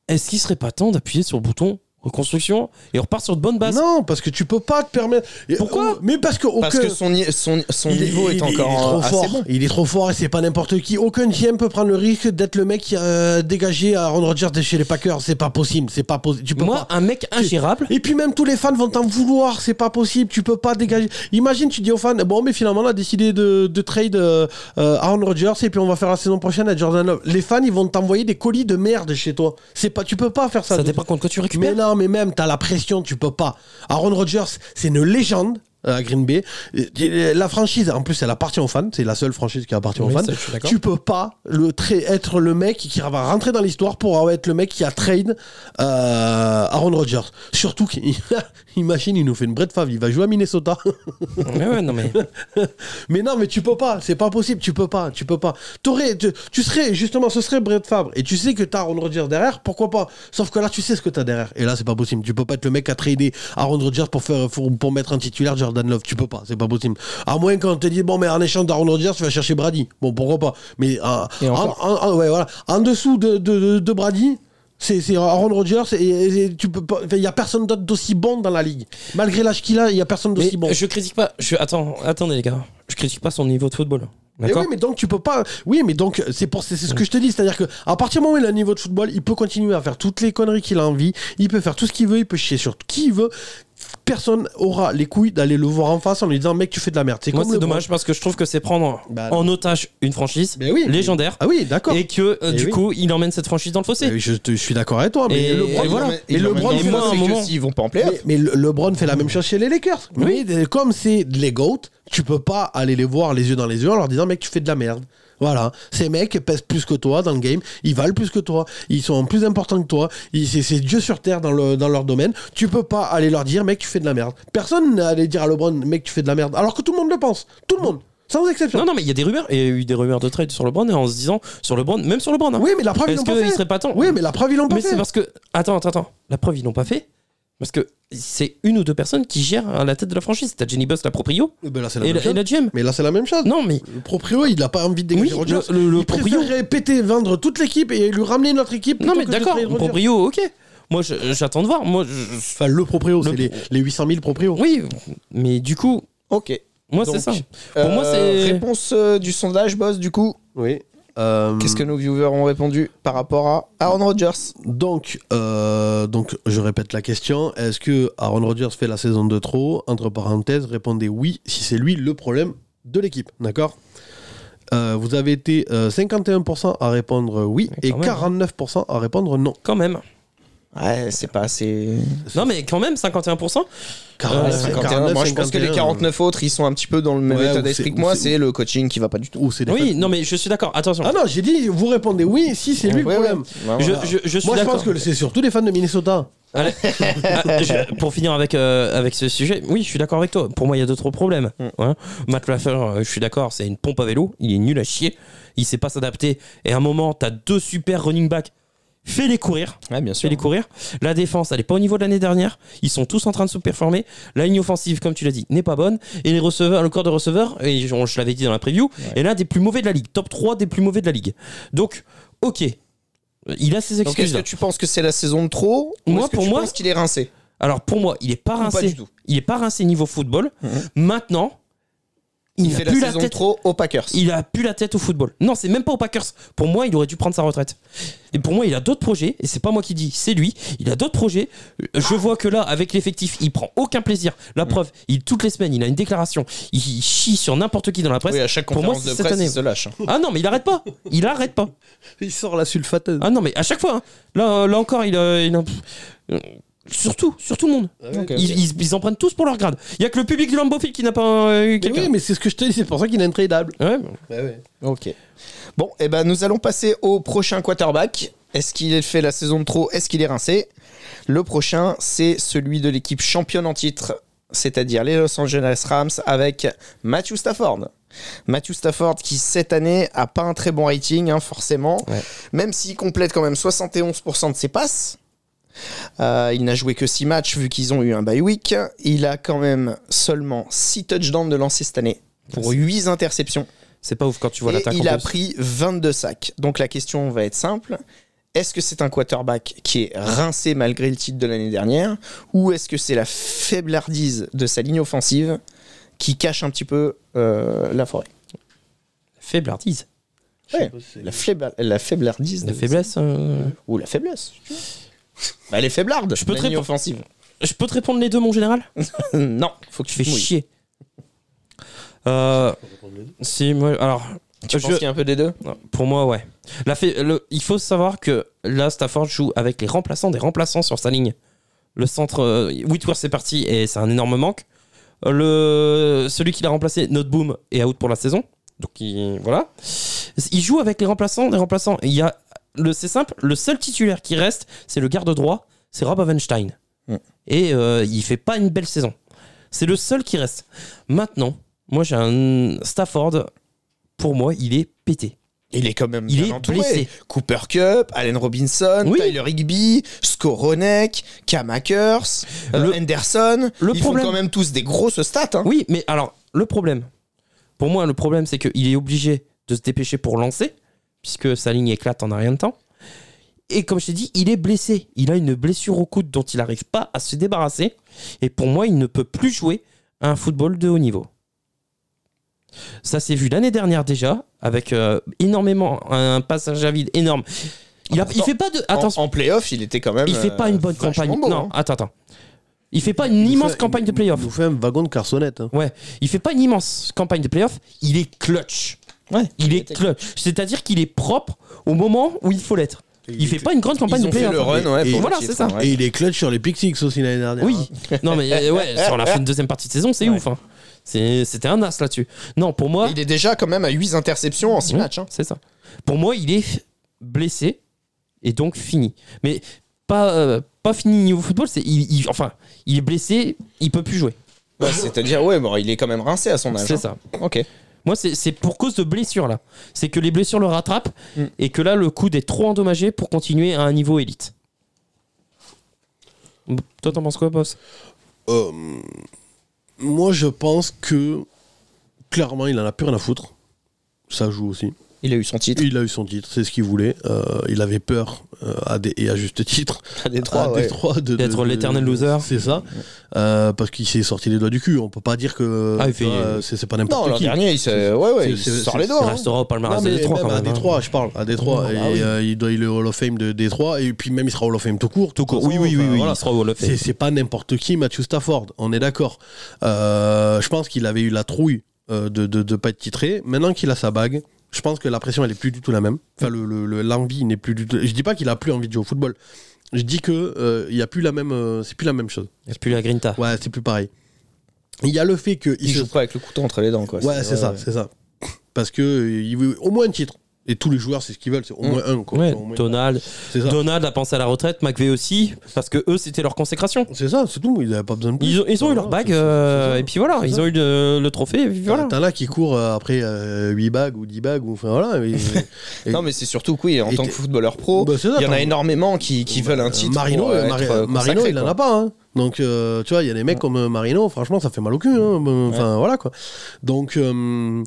Speaker 2: est-ce qu'il serait pas temps d'appuyer sur le bouton reconstruction et on repart sur de bonnes bases
Speaker 1: Non, parce que tu peux pas te permettre. Et- euh,
Speaker 2: Pourquoi
Speaker 1: Mais parce que aucun.
Speaker 3: Parce que son, ni- son, son
Speaker 1: il
Speaker 3: niveau
Speaker 1: il-
Speaker 3: est,
Speaker 1: il-
Speaker 3: encore
Speaker 1: il
Speaker 3: euh,
Speaker 1: est trop
Speaker 3: assez
Speaker 1: fort.
Speaker 3: bon.
Speaker 1: Il est trop fort et c'est pas n'importe qui. Aucun GM peut prendre le risque d'être le mec qui a dégagé à Aaron Rodgers de chez les Packers. C'est pas possible. C'est pas possible. Tu peux
Speaker 2: Moi,
Speaker 1: pas.
Speaker 2: un mec ingérable.
Speaker 1: Et puis même tous les fans vont t'en vouloir, c'est pas possible, tu peux pas dégager. Imagine, tu dis aux fans, bon, mais finalement on a décidé de, de trade euh, euh, Aaron Rodgers et puis on va faire la saison prochaine à Jordan Love. Les fans, ils vont t'envoyer des colis de merde chez toi. C'est pas, tu peux pas faire ça.
Speaker 2: Ça dépend contre quoi tu récupères.
Speaker 1: Mais non, mais même, t'as la pression, tu peux pas. Aaron Rodgers, c'est une légende euh, à Green Bay. Euh, La franchise, en plus, elle appartient aux fans. C'est la seule franchise qui appartient aux
Speaker 2: Oui,
Speaker 1: fans.
Speaker 2: ça, je suis d'accord.
Speaker 1: tu peux pas le tra- être le mec qui va rentrer dans l'histoire pour être le mec qui a trade euh, Aaron Rodgers. Surtout qu'imagine, il nous fait une brette fave. Il va jouer à Minnesota.
Speaker 2: Ouais, ouais, non, mais-
Speaker 1: Mais non, mais tu peux pas, c'est pas possible, tu peux pas, tu peux pas. T'aurais, tu, tu serais, justement, ce serait Brett Fabre, et tu sais que t'as Aaron Rodgers derrière, pourquoi pas Sauf que là, tu sais ce que t'as derrière, et là, c'est pas possible. Tu peux pas être le mec à trader Aaron Rodgers pour, faire, pour, pour mettre un titulaire Jordan Love, tu peux pas, c'est pas possible. À moins qu'on te dise, bon, mais en échange d'Aaron Rodgers, tu vas chercher Brady. Bon, pourquoi pas Mais euh,
Speaker 3: Et
Speaker 1: en,
Speaker 3: encore.
Speaker 1: en- en- ouais, voilà. en dessous de, de, de- de Brady. C'est c'est Aaron Rodgers et, et- et tu peux pas. Il y a personne d'autre d'aussi bon dans la ligue. Malgré l'âge qu'il a, il y a personne
Speaker 2: mais
Speaker 1: d'aussi bon.
Speaker 2: je critique pas. Je... Attends, attendez les gars. Je critique pas son niveau de football.
Speaker 1: Mais
Speaker 2: D'accord.
Speaker 1: oui, mais donc tu peux pas. Oui, mais donc c'est pour c'est c'est ce que je te dis, c'est-à-dire que à partir du moment où il a un niveau de football, il peut continuer à faire toutes les conneries qu'il a envie, il peut faire tout ce qu'il veut, il peut chier sur qui il veut. Personne aura les couilles d'aller le voir en face en lui disant mec tu fais de la merde. C'est
Speaker 2: Moi,
Speaker 1: comme
Speaker 2: c'est
Speaker 1: le-
Speaker 2: dommage parce que je trouve que c'est prendre
Speaker 1: Bah,
Speaker 2: en otage une franchise
Speaker 1: Mais oui, mais-
Speaker 2: légendaire
Speaker 1: Ah oui, d'accord.
Speaker 2: et que euh,
Speaker 1: Et
Speaker 2: du
Speaker 1: oui.
Speaker 2: coup, il emmène cette franchise dans le fossé.
Speaker 1: Eh oui, Je, te- je suis d'accord avec toi, mais
Speaker 2: Et-
Speaker 1: LeBron,
Speaker 2: et voilà.
Speaker 1: mais LeBron
Speaker 2: même
Speaker 1: fait
Speaker 2: moi,
Speaker 1: la-
Speaker 2: un
Speaker 3: c'est que
Speaker 2: moment-
Speaker 3: s'ils vont pas en playoff,
Speaker 1: Mais, mais Le- LeBron fait la même chose chez les Lakers. Oui, mais comme c'est les GOAT, tu peux pas aller les voir les yeux dans les yeux en leur disant mec, tu fais de la merde. Voilà, ces mecs pèsent plus que toi dans le game, ils valent plus que toi, ils sont plus importants que toi, ils- c'est c'est Dieu sur terre dans, le, dans leur domaine. Tu peux pas aller leur dire mec, tu fais de la merde. Personne n'a allé dire à LeBron mec, tu fais de la merde, alors que tout le monde le pense, tout le monde, sans exception.
Speaker 2: Non, non, mais il y a des rumeurs. et Il y a eu des rumeurs de trade sur le LeBron et en se disant sur le LeBron, même sur le LeBron. hein.
Speaker 1: Oui, mais la preuve ils
Speaker 2: Est-ce
Speaker 1: l'ont pas
Speaker 2: qu'il
Speaker 1: fait.
Speaker 2: serait pas temps
Speaker 1: Oui, mais la preuve ils l'ont pas
Speaker 2: Mais c'est
Speaker 1: fait.
Speaker 2: parce que. Attends, attends, attends. La preuve, ils l'ont pas fait. Parce que c'est une ou deux personnes qui gèrent à la tête de la franchise. T'as Jenny Buss, la proprio,
Speaker 1: Eh ben là, c'est la
Speaker 2: et
Speaker 1: même
Speaker 2: la,
Speaker 1: chose.
Speaker 2: et la GM.
Speaker 1: Mais là c'est la même chose.
Speaker 2: Non, mais.
Speaker 1: Le proprio, il n'a pas envie de dégager
Speaker 2: Oui,
Speaker 1: Rodgers.
Speaker 2: le- le- le
Speaker 1: il
Speaker 2: proprio.
Speaker 1: préférerait péter, vendre toute l'équipe et lui ramener notre équipe.
Speaker 2: Non,
Speaker 1: plutôt
Speaker 2: mais
Speaker 1: que de
Speaker 2: d'accord,
Speaker 1: trade Rodgers.
Speaker 2: proprio, ok. Moi, je- j'attends de voir. Moi, je-
Speaker 1: Enfin, le proprio, c'est
Speaker 2: Le-
Speaker 1: les, les 800 000 proprios.
Speaker 2: Oui, mais du coup,
Speaker 3: ok.
Speaker 2: moi,
Speaker 3: Donc,
Speaker 2: c'est ça. Pour
Speaker 3: Euh,
Speaker 2: moi, c'est.
Speaker 3: Réponse euh, du sondage, boss, du coup.
Speaker 1: Oui. Euh,
Speaker 2: Hmm.
Speaker 3: Qu'est-ce que nos viewers ont répondu par rapport à Aaron Rodgers
Speaker 1: donc, euh, donc, je répète la question. Est-ce que Aaron Rodgers fait la saison de trop Entre parenthèses, répondez oui si c'est lui le problème de l'équipe. D'accord Euh, Vous avez été euh, 51% à répondre oui
Speaker 2: Ouais,
Speaker 1: et
Speaker 3: hein.
Speaker 2: quand même.
Speaker 1: 49% à répondre non.
Speaker 3: Euh,
Speaker 2: Quand même.
Speaker 3: Ouais, c'est pas assez.
Speaker 2: Non, mais quand même, 51%.
Speaker 1: Quarante-
Speaker 2: Ouais,
Speaker 3: 51, moi, je pense que les 49 autres, ils sont un petit peu dans le même
Speaker 1: Ouais,
Speaker 3: état
Speaker 1: ou
Speaker 3: d'esprit
Speaker 1: c'est-
Speaker 3: que
Speaker 1: ou
Speaker 3: moi.
Speaker 1: c'est-
Speaker 3: C'est le coaching qui va pas du tout.
Speaker 1: Ou c'est des
Speaker 2: Oui, non, mais je suis d'accord. Attention.
Speaker 1: Ah non, j'ai dit, vous répondez oui si c'est lui le
Speaker 3: Ouais,
Speaker 1: problème.
Speaker 3: ouais. Bah,
Speaker 2: je,
Speaker 3: voilà.
Speaker 2: je, je suis
Speaker 1: Moi, je
Speaker 2: d'accord.
Speaker 1: pense que c'est surtout les fans de Minnesota.
Speaker 2: Allez. Ah, je- pour finir avec, euh, avec ce sujet, oui, je suis d'accord avec toi. Pour moi, il y a d'autres problèmes.
Speaker 1: Mm.
Speaker 2: Hein. Matt Lafleur, euh, je suis d'accord, c'est une pompe à vélo. Il est nul à chier. Il sait pas s'adapter. Et à un moment, t'as deux super running backs. Fais-les courir.
Speaker 3: Ouais, bien sûr.
Speaker 2: Fais-les courir. La défense, elle est pas au niveau de l'année dernière. Ils sont tous en train de sous-performer. La ligne offensive, comme tu l'as dit, n'est pas bonne. Et les receveurs, le corps de receveurs, et je, je l'avais dit dans la preview, est l'un des plus mauvais de la ligue. Top 3 des plus mauvais de la ligue. Donc, ok. il a ses
Speaker 3: Donc est-ce
Speaker 2: excuses.
Speaker 3: que tu penses que c'est la saison de trop ou
Speaker 2: Moi,
Speaker 3: est-ce que
Speaker 2: pour
Speaker 3: tu
Speaker 2: moi-
Speaker 3: penses qu'il est rincé
Speaker 2: Alors pour moi, il est pas
Speaker 3: Ou pas
Speaker 2: rincé.
Speaker 3: du tout.
Speaker 2: Il est pas rincé niveau football.
Speaker 3: Mhm.
Speaker 2: Maintenant, il,
Speaker 3: Il
Speaker 2: n'a
Speaker 3: fait
Speaker 2: plus la
Speaker 3: la saison de
Speaker 2: tête.
Speaker 3: trop aux Packers.
Speaker 2: Il a plus la tête au football. Non, c'est même pas aux Packers. Pour moi, il aurait dû prendre sa retraite. Et pour moi, il a d'autres projets. Et c'est pas moi qui dis, c'est lui. Il a d'autres projets. Je vois que là, avec l'effectif, il prend aucun plaisir. La
Speaker 3: Mm.
Speaker 2: preuve, il toutes les semaines, il a une déclaration. Il chie sur n'importe qui dans la presse.
Speaker 3: Oui, à chaque
Speaker 2: Pour moi,
Speaker 3: conférence
Speaker 2: c'est
Speaker 3: de
Speaker 2: cette
Speaker 3: presse,
Speaker 2: année.
Speaker 3: il se lâche. hein.
Speaker 2: Ah non, mais il arrête pas. Il arrête pas.
Speaker 1: Il sort la sulfateuse.
Speaker 2: Ah non, mais à chaque fois. hein. Là, euh, là encore, il a. il a- pff, euh, sur tout, sur tout le monde.
Speaker 3: Ah Ok.
Speaker 2: Ils, ils- ils en prennent tous pour leur grade. Il y a que le public du Lambeau Field qui n'a pas euh, eu
Speaker 1: Mais
Speaker 2: quelqu'un.
Speaker 1: oui, mais c'est ce que je te dis, c'est pour ça qu'il est intradable.
Speaker 2: Ouais,
Speaker 1: Bah
Speaker 3: Ok. Bon, et ben nous allons passer au prochain quarterback. Est-ce qu'il fait la saison de trop Est-ce qu'il est rincé Le prochain, c'est celui de l'équipe championne en titre, c'est-à-dire les Los Angeles Rams avec Matthew Stafford. Matthew Stafford qui cette année a pas un très bon rating, hein, forcément.
Speaker 2: Ouais.
Speaker 3: Même s'il complète quand même 71% de ses passes. Euh, il n'a joué que 6 matchs vu qu'ils ont eu un bye week. Il a quand même seulement 6 touchdowns de lancer cette année pour 8 interceptions
Speaker 2: c'est pas ouf quand tu vois
Speaker 3: et
Speaker 2: l'attaque. en
Speaker 3: il a
Speaker 2: plus.
Speaker 3: pris 22 sacs. Donc la question va être simple. Est-ce que c'est un quarterback qui est rincé malgré le titre de l'année dernière Ou est-ce que c'est la faiblardise de sa ligne offensive qui cache un petit peu euh, la forêt
Speaker 2: Faiblardise.
Speaker 3: Ouais. la, faibla- la faiblardise
Speaker 2: La
Speaker 3: de-
Speaker 2: faiblesse. euh,
Speaker 3: Ou la faiblesse tu vois. Bah, Elle est faiblarde,
Speaker 2: Je peux
Speaker 3: la
Speaker 2: te
Speaker 3: ligne
Speaker 2: répondre.
Speaker 3: offensive.
Speaker 2: Je peux te répondre les deux, mon général
Speaker 3: non, faut que
Speaker 2: Tu
Speaker 3: tu
Speaker 2: fais
Speaker 3: te mouilles.
Speaker 2: chier. Euh, si, moi, alors.
Speaker 3: Tu
Speaker 2: je-
Speaker 3: penses qu'il y a un peu des deux
Speaker 2: Pour moi, ouais. La fait, le- il faut savoir que là, Stafford joue avec les remplaçants des remplaçants sur sa ligne. Le centre, euh, Whitworth c'est parti et c'est un énorme manque. Euh, Le, celui qui l'a remplacé, Noteboom, est out pour la saison. Donc il, voilà. Il joue avec les remplaçants des remplaçants. Il y a, le, c'est simple, le seul titulaire qui reste, c'est le garde droit, c'est Rob Ovenstein.
Speaker 3: Mm.
Speaker 2: Et euh, il fait pas une belle saison. C'est le seul qui reste. Maintenant, moi j'ai un Stafford, pour moi, il est pété.
Speaker 3: Il est quand même
Speaker 2: Il
Speaker 3: bien
Speaker 2: est
Speaker 3: entouré.
Speaker 2: blessé.
Speaker 3: Cooper Cup, Allen Robinson,
Speaker 2: Oui.
Speaker 3: Tyler Higby, Skoronek, Kamakers,
Speaker 2: Le-
Speaker 3: euh, Henderson.
Speaker 2: Euh, le
Speaker 3: Ils
Speaker 2: problème-
Speaker 3: font quand même tous des grosses stats. hein.
Speaker 2: Oui, mais alors, le problème, pour moi, le problème, c'est qu'il est obligé de se dépêcher pour lancer, puisque sa ligne éclate en un rien de temps. Et comme je t'ai dit, il est blessé. Il a une blessure au coude dont il n'arrive pas à se débarrasser. Et pour moi, il ne peut plus jouer à un football de haut niveau. Ça s'est vu l'année dernière déjà, avec euh, énormément, un passage à vide énorme. Il, a, il fait pas de.
Speaker 3: En-
Speaker 2: Attention,
Speaker 3: en, playoff, il était quand même.
Speaker 2: il fait pas une bonne
Speaker 3: euh, vachement
Speaker 2: campagne.
Speaker 3: bon,
Speaker 2: non,
Speaker 3: hein.
Speaker 2: attends, attends. Il fait pas une immense campagne de playoff.
Speaker 1: Il nous fait un wagon de carsonnette. hein.
Speaker 2: Ouais, il fait pas une immense campagne de playoff, il est clutch.
Speaker 3: Ouais,
Speaker 2: Il est
Speaker 3: était-
Speaker 2: clutch. C'est-à-dire qu'il est propre au moment où il faut l'être. Il fait pas une grande campagne
Speaker 3: Ils
Speaker 2: de
Speaker 3: ont fait
Speaker 2: playoff. hein.
Speaker 3: le run, ouais,
Speaker 1: Et-
Speaker 3: pour le
Speaker 2: voilà,
Speaker 3: titre,
Speaker 2: c'est ça.
Speaker 3: ouais.
Speaker 1: Et il est clutch sur les Pixix aussi l'année dernière.
Speaker 2: Oui.
Speaker 1: hein.
Speaker 2: non mais euh, ouais, sur la fin de deuxième partie de saison, c'est
Speaker 3: Ouais.
Speaker 2: ouf. hein. C'est- C'était un as là-dessus. Non, pour moi,
Speaker 3: Il est déjà quand même à 8 interceptions en 6
Speaker 2: Ouais,
Speaker 3: matchs. hein.
Speaker 2: C'est ça. Pour moi, il est blessé et donc fini. Mais pas euh, pas fini niveau football. C'est il- il- enfin, il est blessé, il peut plus jouer.
Speaker 3: Ouais, Bah, C'est-à-dire, ouais, bon, il est quand même rincé à son âge.
Speaker 2: Mmh. C'est
Speaker 3: hein.
Speaker 2: ça.
Speaker 3: Ok.
Speaker 2: Moi, c'est c'est pour cause de blessures là. C'est que les blessures le rattrapent
Speaker 3: Mm.
Speaker 2: et que là, le coude est trop endommagé pour continuer à un niveau élite. Toi, t'en penses quoi, boss
Speaker 1: Euh, moi, je pense que clairement, il en a plus rien à foutre. Ça joue aussi.
Speaker 3: Il a eu son titre.
Speaker 1: Il a eu son titre, c'est ce qu'il voulait. Euh, il avait peur, euh, à des, et à juste titre,
Speaker 3: des
Speaker 1: à Détroit Ah, de- de-
Speaker 2: D'être
Speaker 1: de-
Speaker 2: l'éternel loser.
Speaker 1: C'est ça. Euh, parce qu'il s'est sorti les doigts du cul. On peut pas dire que
Speaker 2: Ah, il fait-
Speaker 1: euh, c'est c'est pas
Speaker 3: Non,
Speaker 1: n'importe
Speaker 3: l'an
Speaker 1: qui.
Speaker 3: dernier, il se ouais, ouais, il
Speaker 1: c'est-
Speaker 3: se
Speaker 1: c'est-
Speaker 3: sort les
Speaker 1: c'est-
Speaker 2: Il
Speaker 3: doigts. hein.
Speaker 2: restera au palmarès
Speaker 1: Oh. Non, mais
Speaker 2: de Détroit
Speaker 1: même
Speaker 2: quand
Speaker 1: à
Speaker 2: même. hein.
Speaker 1: Détroit, je parle. À Détroit,
Speaker 3: Ah,
Speaker 1: et,
Speaker 3: oui.
Speaker 1: euh, il doit il est au Hall of Fame de Détroit. Et puis même, il sera au Hall of Fame tout court.
Speaker 2: Tout court. Oui,
Speaker 1: Enfin,
Speaker 2: oui, oui, oui,
Speaker 1: voilà.
Speaker 2: il sera au Hall of Fame.
Speaker 1: C'est, c'est pas n'importe qui, Matthew Stafford, on est d'accord. Euh, je pense qu'il avait eu la trouille euh, de ne de, de pas être titré. Maintenant qu'il a sa bague, je pense que la pression, elle est plus du tout la même. Enfin, le, le- le- l'envie n'est plus du tout. Je dis pas qu'il a plus envie de jouer au football. Je dis que euh, il y a plus la même, euh, c'est plus la même chose.
Speaker 2: Et puis la Grinta.
Speaker 1: Ouais, c'est plus pareil. Il y a le fait que
Speaker 3: Il
Speaker 1: se-
Speaker 3: joue pas avec le couteau entre les dents, quoi.
Speaker 1: ouais, c'est ça,
Speaker 3: ouais.
Speaker 1: c'est ça. Parce que euh, il veut au moins un titre. Et tous les joueurs, c'est ce qu'ils veulent, c'est au
Speaker 3: Mm.
Speaker 1: moins un. Quoi.
Speaker 2: Ouais,
Speaker 1: Au moins-
Speaker 2: Donald.
Speaker 1: c'est ça.
Speaker 2: Donald a pensé à la retraite, McVeigh aussi, parce que eux, c'était leur consécration.
Speaker 1: C'est ça, c'est tout. Ils n'avaient pas besoin de plus.
Speaker 2: Ils ont, ils ont eu leur
Speaker 1: Voilà,
Speaker 2: bague,
Speaker 1: c'est- c'est-
Speaker 2: euh,
Speaker 1: c'est ça.
Speaker 2: et puis voilà,
Speaker 1: C'est
Speaker 2: ils
Speaker 1: ça.
Speaker 2: ont eu le, le trophée, et puis voilà.
Speaker 1: T'en as qui courent euh, après 8 bagues ou 10 bagues. Ou, enfin, voilà, euh, et- Et-
Speaker 3: Non, mais c'est surtout que oui, en
Speaker 1: Et
Speaker 3: tant
Speaker 1: t'es-
Speaker 3: que footballeur pro,
Speaker 1: Bah, c'est ça,
Speaker 3: il y en
Speaker 1: t'en-
Speaker 3: a énormément qui, qui veulent un titre.
Speaker 1: Marino,
Speaker 3: pour, euh,
Speaker 1: Mar-
Speaker 3: être, euh,
Speaker 1: Marino,
Speaker 3: consacré,
Speaker 1: il en
Speaker 3: quoi.
Speaker 1: a pas. hein. Donc, euh, tu vois, il y a des mecs comme euh, Marino, franchement, ça fait mal au cul. hein. Enfin, voilà quoi. Donc, euh,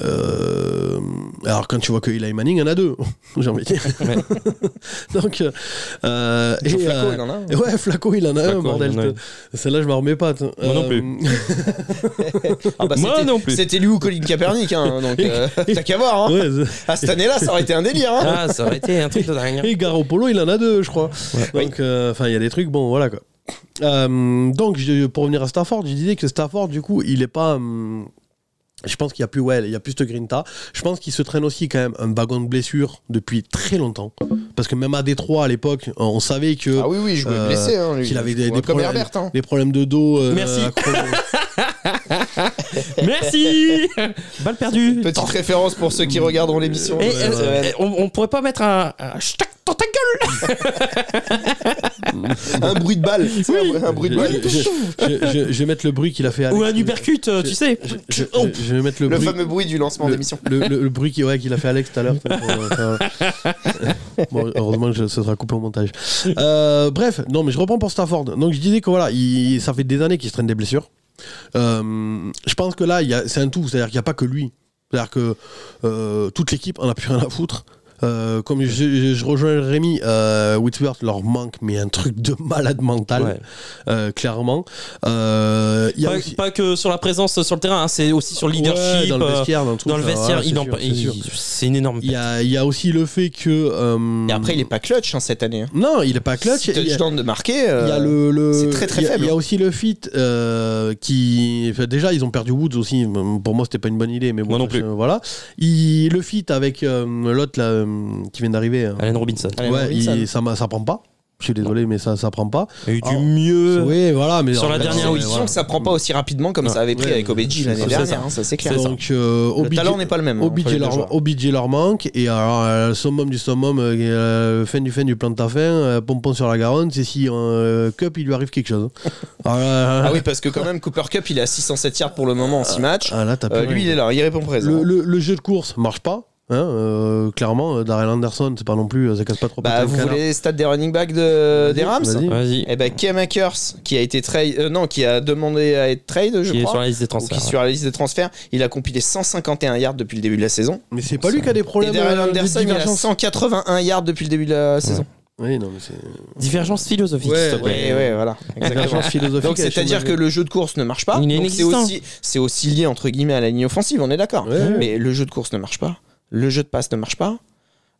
Speaker 1: euh, alors quand tu vois que Eli Manning en a deux, j'ai envie de dire.
Speaker 2: Ouais.
Speaker 1: Donc, euh,
Speaker 3: Joe
Speaker 1: et,
Speaker 3: Flacco,
Speaker 1: euh,
Speaker 3: il en a un.
Speaker 1: et ouais, Flaco, il en a
Speaker 2: Flacco,
Speaker 1: un, Euh, bordel.
Speaker 2: il en a un.
Speaker 1: t'es- Celle-là, je m'en remets pas. euh, t'es-
Speaker 2: Moi non plus.
Speaker 3: Ah bah,
Speaker 2: Moi
Speaker 3: c'était-
Speaker 2: non plus.
Speaker 3: C'était lui ou Colin Kaepernick, hein, donc euh, t'as qu'à voir. Hein.
Speaker 1: ouais,
Speaker 3: À cette année-là, ça aurait été un délire. Hein.
Speaker 2: Ah, ça aurait été un truc de dingue.
Speaker 1: Et Garoppolo, il en a deux, je crois. Donc, euh, enfin, il y a des trucs, bon, voilà quoi. Euh, donc, je- pour revenir à Stafford, je disais que Stafford, du coup, il est pas. hum, je pense qu'il y a plus, ouais, il y a plus de Grinta. Je pense qu'il se traîne aussi quand même un wagon de blessures depuis très longtemps. Parce que même à Détroit à l'époque, on savait que
Speaker 3: Ah oui, oui, je me
Speaker 1: Euh,
Speaker 3: blessais. Hein, lui.
Speaker 1: qu'il avait des,
Speaker 3: Ouais,
Speaker 1: des
Speaker 3: comme
Speaker 1: problèmes,
Speaker 3: Herbert. Hein.
Speaker 1: des problèmes de dos. euh,
Speaker 2: Merci.
Speaker 1: accro-
Speaker 2: Merci Balle perdue
Speaker 3: Petite référence pour ceux qui regarderont l'émission.
Speaker 2: Eh,
Speaker 3: Ouais,
Speaker 2: eh,
Speaker 3: ouais.
Speaker 2: eh, on, on pourrait pas mettre un, un ch'tac dans ta gueule
Speaker 1: euh,
Speaker 3: Un bruit de balle. tu sais, un bruit- Un bruit de balle.
Speaker 1: Je, je- je- je vais mettre le bruit qu'il a fait. à
Speaker 2: ou
Speaker 1: Alex.
Speaker 2: un uppercut, euh, tu sais.
Speaker 1: Je, je- je- je vais mettre le,
Speaker 3: Le
Speaker 1: bruit.
Speaker 3: fameux bruit du lancement
Speaker 1: le-
Speaker 3: d'émission.
Speaker 1: Le, le- le bruit qui- ouais, qu'il a fait Alex tout à l'heure. Enfin, bon, heureusement que je- ce sera coupé au montage. Euh, bref, non, mais je reprends pour Stafford. Donc je disais que voilà, il- ça fait des années qu'il se traîne des blessures. Euh, je pense que là, il y a- c'est un tout. C'est-à-dire qu'il n'y a pas que lui. C'est-à-dire que euh, toute l'équipe en a plus rien à foutre. Euh, comme je, je- je rejoins Rémi, euh, Whitworth leur manque, mais un truc de malade mental,
Speaker 2: Ouais.
Speaker 1: euh, clairement. Euh, il y a
Speaker 2: Pas,
Speaker 1: aussi-
Speaker 2: pas que sur la présence sur le terrain, hein, c'est aussi sur le
Speaker 1: Ouais,
Speaker 2: leadership.
Speaker 1: dans le
Speaker 2: euh,
Speaker 1: vestiaire, dans, le truc,
Speaker 2: dans le
Speaker 1: ça, voilà,
Speaker 2: vestiaire,
Speaker 1: c'est
Speaker 2: il en-
Speaker 1: sûr, c'est sûr.
Speaker 2: il- c'est une énorme.
Speaker 1: Il y a, il y a aussi le fait que. euh,
Speaker 3: Et après, il est pas clutch hein, cette année. hein.
Speaker 1: Non, il est pas clutch.
Speaker 3: Si
Speaker 1: Il y a,
Speaker 3: touchdown de marquer.
Speaker 1: il y a le.
Speaker 3: euh,
Speaker 1: le-
Speaker 3: c'est très, très
Speaker 1: il y a-
Speaker 3: faible. hein.
Speaker 1: Il y a aussi le fit euh, qui. enfin, déjà, ils ont perdu Woods aussi. Pour moi, c'était pas une bonne idée, mais bon.
Speaker 2: Moi non
Speaker 1: ça,
Speaker 2: plus.
Speaker 1: c'est- Voilà. Il, le fit avec euh, l'autre là, euh, qui vient d'arriver. hein.
Speaker 2: Allen Robinson.
Speaker 3: Allen
Speaker 1: Ouais,
Speaker 3: Robinson.
Speaker 1: il- ça, m'a- ça prend pas. Je suis désolé, mais ça, ça prend pas.
Speaker 2: Il y a eu du
Speaker 1: Ah.
Speaker 3: Euh,
Speaker 2: mieux.
Speaker 1: oui, voilà. Mais
Speaker 2: sur
Speaker 1: en
Speaker 2: la
Speaker 1: fait,
Speaker 2: dernière
Speaker 1: c'est-
Speaker 3: C'est
Speaker 2: oui,
Speaker 3: une
Speaker 1: voilà.
Speaker 3: que ça prend pas aussi rapidement comme ça avait pris
Speaker 1: ouais,
Speaker 3: avec OBJ
Speaker 1: c'est
Speaker 3: l'année
Speaker 1: ça.
Speaker 3: dernière. hein, Ça, c'est clair.
Speaker 1: Donc, euh,
Speaker 3: Le
Speaker 1: OBJ
Speaker 3: talent n'est pas le même. hein, entre
Speaker 1: OBJ
Speaker 3: les deux
Speaker 1: leur,
Speaker 3: joueurs.
Speaker 1: OBJ leur manque et alors euh, le summum du summum euh, euh, fin du fin du plan de ta fin euh, pompon sur la Garonne c'est si euh, Cup il lui arrive quelque chose hein. ah, là, là,
Speaker 3: Ah oui, parce que quand même, Cooper Cup, il est à 607 yards pour le moment en 6 matchs.
Speaker 1: ah, là, t'as plus
Speaker 3: Euh,
Speaker 1: rien.
Speaker 3: Lui, il est là, il répond présent.
Speaker 1: le, le- le jeu de course marche pas hein, euh, clairement euh, Darrell Anderson c'est pas non plus euh, ça casse pas trop
Speaker 3: Bah,
Speaker 1: péter le
Speaker 3: vous
Speaker 1: canard.
Speaker 3: voulez les stats des running backs de, des Rams
Speaker 1: Vas-y.
Speaker 2: Vas-y.
Speaker 3: Eh ben, Kim Akers, qui a été trade, euh, non, qui a demandé à être trade, je
Speaker 2: Qui est sur
Speaker 3: crois,
Speaker 2: la liste des
Speaker 3: ou qui
Speaker 2: transferts.
Speaker 3: est sur la liste des transferts, il a compilé 151 yards depuis le début de la saison.
Speaker 1: mais c'est pas lui qui a des
Speaker 3: Et
Speaker 1: problèmes
Speaker 3: Darrell
Speaker 1: euh, de
Speaker 3: Anderson, il a
Speaker 1: divergence.
Speaker 3: 181 yards depuis le début de la saison.
Speaker 1: oui non mais c'est
Speaker 2: Divergence philosophique,
Speaker 1: Ouais,
Speaker 2: s'il te plaît.
Speaker 3: Ouais, ouais, voilà. Exactement.
Speaker 1: divergence philosophique
Speaker 3: Donc, c'est-à-dire que le jeu de course ne marche pas.
Speaker 2: Il est
Speaker 3: Donc, c'est
Speaker 2: inexistant.
Speaker 3: aussi, c'est aussi lié entre guillemets à la ligne offensive, on est d'accord.
Speaker 1: Ouais, ouais.
Speaker 3: Mais le jeu de course ne marche pas. Le jeu de passe ne marche pas.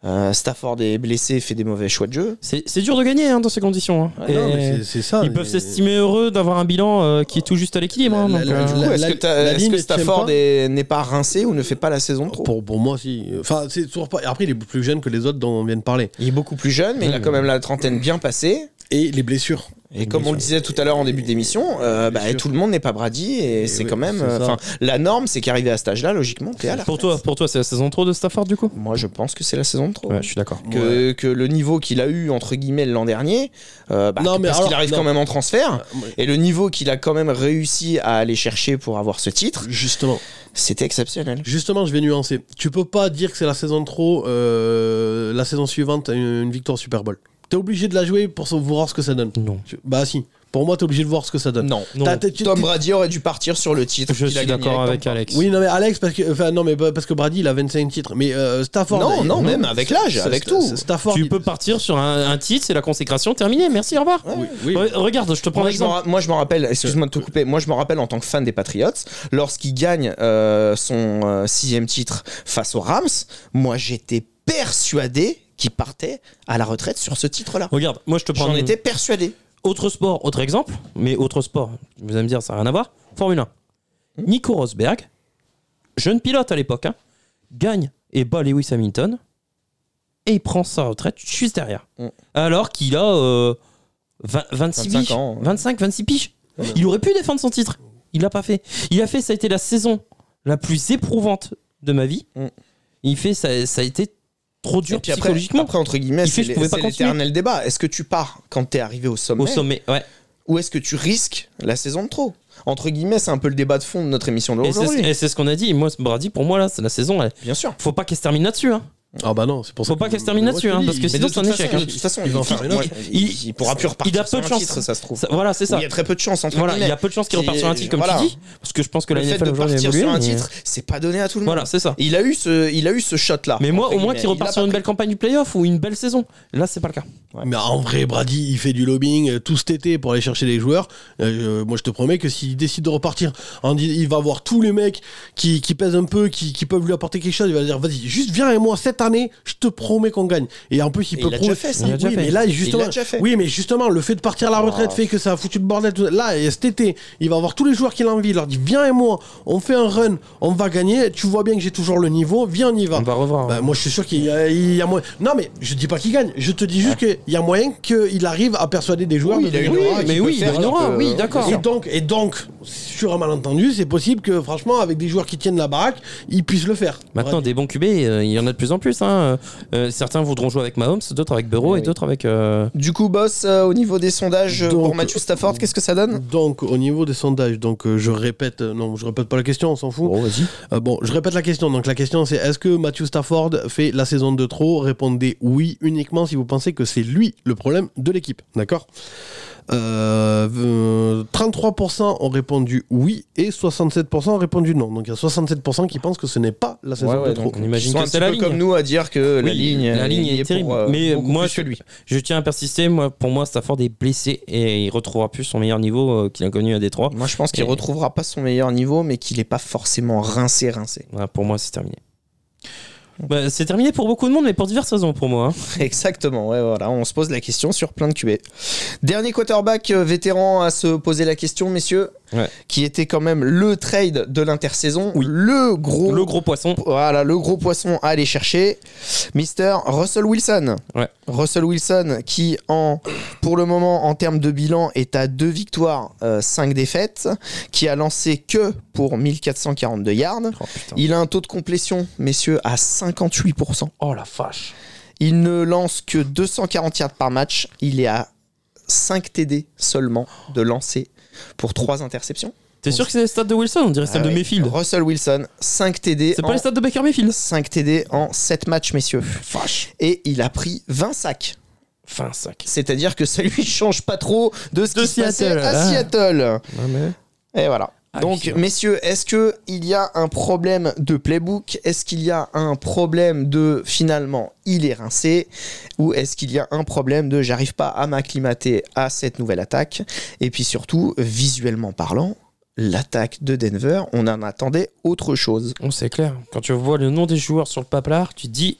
Speaker 3: Euh, Stafford est blessé, fait des mauvais choix de jeu.
Speaker 2: C'est c'est dur de gagner hein, dans ces conditions. hein.
Speaker 1: Ah non,
Speaker 2: Et
Speaker 1: mais c'est- c'est ça
Speaker 2: ils peuvent
Speaker 1: mais-
Speaker 2: s'estimer heureux d'avoir un bilan euh, qui est tout juste à l'équilibre. hein,
Speaker 1: La-
Speaker 2: donc,
Speaker 1: la-
Speaker 2: euh,
Speaker 1: la-
Speaker 3: Du coup, est-ce que, t'as- est-ce
Speaker 1: ligne
Speaker 3: que
Speaker 1: tient
Speaker 3: Stafford
Speaker 1: pas.
Speaker 3: est- n'est pas rincé ou ne fait pas la saison trop
Speaker 1: pour, pour moi si enfin c'est toujours pas après il est plus jeune que les autres dont on vient de parler
Speaker 3: Il est beaucoup plus jeune, mais il a quand même la trentaine bien passée.
Speaker 1: et les blessures
Speaker 3: Et comme on le disait tout à l'heure en début d'émission, euh, bah,
Speaker 1: Bien sûr.
Speaker 3: tout le monde n'est pas Brady et,
Speaker 1: Et
Speaker 3: c'est
Speaker 1: oui,
Speaker 3: quand même.
Speaker 1: c'est
Speaker 3: euh,
Speaker 1: ça.
Speaker 3: enfin, la norme, c'est qu'arrivé à cet âge-là, logiquement, t'es à la
Speaker 2: pour toi, pour toi, c'est la saison 3 de Stafford du coup
Speaker 3: Moi, je pense que c'est la saison de trop.
Speaker 2: je suis d'accord.
Speaker 3: que, que le niveau qu'il a eu entre guillemets l'an dernier, euh, bah,
Speaker 1: Non, mais
Speaker 3: parce
Speaker 1: alors,
Speaker 3: qu'il arrive
Speaker 1: non.
Speaker 3: quand même en transfert,
Speaker 1: Ouais.
Speaker 3: et le niveau qu'il a quand même réussi à aller chercher pour avoir ce titre,
Speaker 1: Justement,
Speaker 3: c'était exceptionnel.
Speaker 1: justement, je vais nuancer. Tu peux pas dire que c'est la saison de trop, euh, la saison suivante, une, une victoire Super Bowl. T'es obligé de la jouer pour sa- voir ce que ça donne.
Speaker 2: Non.
Speaker 1: Tu- Bah si, pour moi, t'es obligé de voir ce que ça donne.
Speaker 3: Non.
Speaker 2: Non.
Speaker 1: T'as- t'as- tu-
Speaker 3: Tom
Speaker 1: tu-
Speaker 3: Brady aurait dû partir sur le titre.
Speaker 2: Je
Speaker 3: qu'il a
Speaker 2: suis
Speaker 3: gagné
Speaker 2: d'accord
Speaker 3: Tom
Speaker 2: avec
Speaker 3: Brady.
Speaker 2: Alex.
Speaker 1: Oui, non mais Alex, parce que, enfin, non, mais pas- parce que Brady, il a 25 titres. Mais euh, Stafford...
Speaker 3: Non,
Speaker 1: il-
Speaker 3: non, même avec l'âge,
Speaker 1: Sta-
Speaker 3: avec
Speaker 1: Sta-
Speaker 3: tout.
Speaker 1: Stafford...
Speaker 2: Tu
Speaker 1: il-
Speaker 2: peux partir sur un, un titre, c'est la consécration, terminée, merci, au revoir.
Speaker 1: Oui, oui.
Speaker 2: Re- regarde, je te prends
Speaker 3: Moi je, m'en
Speaker 2: l'exemple.
Speaker 3: ra- moi, je m'en rappelle, excuse-moi de te couper, moi je m'en rappelle en tant que fan des Patriots, lorsqu'il gagne euh, son euh, sixième titre face aux Rams, moi j'étais persuadé qu'il partait à la retraite sur ce titre-là.
Speaker 2: Regarde, moi je te prends
Speaker 3: J'en
Speaker 2: une-
Speaker 3: étais persuadé.
Speaker 2: autre sport, autre exemple, mais autre sport. Vous allez me dire, ça n'a rien à voir. Formule 1. Nico Rosberg, jeune pilote à l'époque, hein, gagne et bat Lewis Hamilton et il prend sa retraite juste derrière.
Speaker 3: Mm.
Speaker 2: Alors qu'il a euh, vingt- 26
Speaker 3: 25
Speaker 2: piges.
Speaker 3: ans.
Speaker 2: 25, 26 piges. Il aurait pu défendre son titre. Il l'a pas fait. Il a fait, ça a été la saison la plus éprouvante de ma vie.
Speaker 3: Mm.
Speaker 2: Il fait, ça, ça a été trop
Speaker 3: Et
Speaker 2: dur
Speaker 3: puis après,
Speaker 2: psychologiquement.
Speaker 3: après, entre guillemets,
Speaker 2: Il fait,
Speaker 3: c'est
Speaker 2: je
Speaker 3: l'é-
Speaker 2: pouvais pas
Speaker 3: c'est
Speaker 2: continuer.
Speaker 3: l'éternel débat. Est-ce que tu pars quand t'es arrivé au sommet,
Speaker 2: au sommet, ouais.
Speaker 3: ou est-ce que tu risques la saison de trop Entre guillemets, c'est un peu le débat de fond de notre émission
Speaker 2: Et c'est-
Speaker 3: d'aujourd'hui.
Speaker 2: et c'est ce qu'on a dit. Et moi, Brady, pour moi, là, c'est la saison, elle,
Speaker 3: Bien sûr.
Speaker 2: faut pas qu'elle se termine là-dessus. hein.
Speaker 1: Ah bah non, c'est pour ça.
Speaker 2: Faut pas qu'elle se termine
Speaker 1: Mais moi, je
Speaker 2: là-dessus,
Speaker 1: te
Speaker 2: hein,
Speaker 1: dis,
Speaker 2: parce que
Speaker 1: mais
Speaker 2: c'est
Speaker 1: de
Speaker 2: dans son
Speaker 1: toute
Speaker 2: échec.
Speaker 1: façon,
Speaker 2: hein.
Speaker 1: de toute
Speaker 3: façon,
Speaker 1: Ils vont en faire une autre.
Speaker 3: il, il pourra plus repartir
Speaker 2: il a peu
Speaker 3: sur
Speaker 2: de
Speaker 3: un
Speaker 2: chance.
Speaker 3: titre, ça se trouve.
Speaker 2: Ça- Voilà, c'est ça.
Speaker 3: Ou Il y a très peu de chance entre
Speaker 2: Voilà, il
Speaker 3: guillemets.
Speaker 2: y a peu de chances qu'il reparte sur un titre, comme
Speaker 3: Voilà.
Speaker 2: tu dis, parce que je pense que la
Speaker 3: le fait
Speaker 2: NFL
Speaker 3: de
Speaker 2: aujourd'hui a
Speaker 3: partir
Speaker 2: évolué,
Speaker 3: sur un
Speaker 2: mais-
Speaker 3: titre, hmm. c'est pas donné à tout le monde.
Speaker 2: Voilà, c'est ça.
Speaker 3: Il a eu ce, il a eu ce shot là.
Speaker 2: Mais moi, au moins, qu'il repart sur une belle campagne du playoff ou une belle saison. Là, c'est pas le cas.
Speaker 1: Mais en vrai, Brady, il fait du lobbying euh, tout cet été pour aller chercher les joueurs. Euh, je- moi, je te promets que s'il décide de repartir, en dis- il va voir tous les mecs qui, qui pèsent un peu, qui, qui peuvent lui apporter quelque chose. Il va dire, vas-y, juste viens avec moi cette année, je te promets qu'on gagne. Et en plus, il
Speaker 3: Et
Speaker 1: peut
Speaker 3: il l'a
Speaker 1: prouver.
Speaker 3: déjà fait, ça.
Speaker 1: Oui,
Speaker 2: Il l'a déjà
Speaker 1: mais
Speaker 2: fait.
Speaker 1: là, justement,
Speaker 3: l'a déjà fait.
Speaker 1: oui, mais justement, le fait de partir à la retraite fait que ça a foutu le bordel. tout- Là, et cet été, il va voir tous les joueurs qu'il a envie. Il leur dit, viens et moi, on fait un run, on va gagner. Tu vois bien que j'ai toujours le niveau, viens, on y va.
Speaker 2: On va revoir. hein.
Speaker 1: Bah, moi, je suis sûr qu'il y a, il y a moyen. Non, mais je dis pas qu'il gagne. Je te dis juste qu'il y a moyen qu'il arrive à persuader des joueurs.
Speaker 3: bah, Oui,
Speaker 1: de
Speaker 3: il a
Speaker 1: devenir-
Speaker 3: une
Speaker 2: oui,
Speaker 3: aura qui
Speaker 2: mais
Speaker 3: peut
Speaker 2: oui, il
Speaker 3: faire euh,
Speaker 2: a une aura,
Speaker 3: que-
Speaker 2: oui, d'accord.
Speaker 1: Et donc, et donc, sur un malentendu, c'est possible que, franchement, avec des joueurs qui tiennent la baraque, ils puissent le faire.
Speaker 2: Maintenant,
Speaker 1: Bref.
Speaker 2: des bons QB, euh, il y en a de plus en plus. hein. Euh, certains voudront jouer avec Mahomes, d'autres avec Burrow
Speaker 3: Eh Oui,
Speaker 2: et
Speaker 3: oui.
Speaker 2: d'autres avec. euh,
Speaker 3: Du coup, boss, euh, au niveau des sondages euh,
Speaker 1: Donc-
Speaker 3: pour Matthew Stafford, qu'est-ce que ça donne
Speaker 1: donc, au niveau des sondages, donc euh, je répète, euh, non, je répète pas la question, on s'en fout. Euh, bon, je répète la question. Donc la question c'est est-ce que Matthew Stafford fait la saison de trop Répondez oui uniquement si vous pensez que c'est lui le problème de l'équipe. D'accord Euh, euh, 33% ont répondu oui et 67% ont répondu non. Donc il y a 67% qui pensent que ce n'est pas la saison
Speaker 3: Ouais, ouais,
Speaker 1: de trop.
Speaker 3: donc
Speaker 2: On imagine
Speaker 3: Ils sont
Speaker 2: que
Speaker 3: un
Speaker 2: c'est
Speaker 3: petit
Speaker 2: la
Speaker 3: peu
Speaker 2: ligne.
Speaker 3: comme nous à dire que la
Speaker 2: Oui,
Speaker 3: ligne,
Speaker 2: la ligne
Speaker 3: elle y
Speaker 2: est terrible.
Speaker 3: pour, euh,
Speaker 2: mais
Speaker 3: beaucoup
Speaker 2: moi,
Speaker 3: plus que
Speaker 2: je,
Speaker 3: lui.
Speaker 2: je tiens à persister. Moi, pour moi, Stafford est blessé et il retrouvera plus son meilleur niveau euh, qu'il a connu à Détroit.
Speaker 3: Moi, je pense qu'il
Speaker 2: Et-
Speaker 3: retrouvera pas son meilleur niveau, mais qu'il est pas forcément rincé, rincé.
Speaker 2: Voilà, pour moi, c'est terminé. Bah, c'est terminé pour beaucoup de monde, mais pour diverses raisons pour moi. hein.
Speaker 3: Exactement, ouais, voilà, on se pose la question sur plein de QB. Dernier quarterback euh, vétéran à se poser la question, messieurs,
Speaker 2: Ouais.
Speaker 3: qui était quand même le trade de l'intersaison, le gros.
Speaker 2: Le gros poisson.
Speaker 3: Voilà, le gros poisson à aller chercher, Mister Russell Wilson.
Speaker 2: Ouais.
Speaker 3: Russell Wilson qui, en, pour le moment, en termes de bilan, est à 2 victoires, 5 défaites, qui a lancé que pour 1442 yards.
Speaker 2: Oh, putain.
Speaker 3: Il a un taux de complétion, messieurs, à 58%.
Speaker 2: Oh, la fâche.
Speaker 3: Il ne lance que 240 yards par match. Il est à 5 TD seulement de lancer pour 3 interceptions.
Speaker 2: T'es sûr que c'est les stats de Wilson On dirait les stats
Speaker 3: Ah
Speaker 2: de
Speaker 3: ouais. Oh.
Speaker 2: Mayfield.
Speaker 3: Russell Wilson, 5 TD.
Speaker 2: C'est
Speaker 3: en-
Speaker 2: pas les stats de Baker Mayfield.
Speaker 3: 5 TD en 7 matchs, messieurs.
Speaker 2: Fâche.
Speaker 3: Et il a pris 20 sacs.
Speaker 2: Fin 5.
Speaker 3: C'est-à-dire que ça lui change pas trop de ce
Speaker 2: De
Speaker 3: qui se passait
Speaker 2: Seattle,
Speaker 3: à
Speaker 2: là.
Speaker 3: Seattle.
Speaker 2: Ouais, mais...
Speaker 3: Et voilà.
Speaker 2: Ah,
Speaker 3: Donc,
Speaker 2: putain.
Speaker 3: messieurs, est-ce que il y a un problème de playbook Est-ce qu'il y a un problème de finalement il est rincé Ou est-ce qu'il y a un problème de j'arrive pas à m'acclimater à cette nouvelle attaque Et puis surtout, visuellement parlant, l'attaque de Denver, on en attendait autre chose.
Speaker 2: On c'est clair. Quand tu vois le nom des joueurs sur le paplard, tu te dis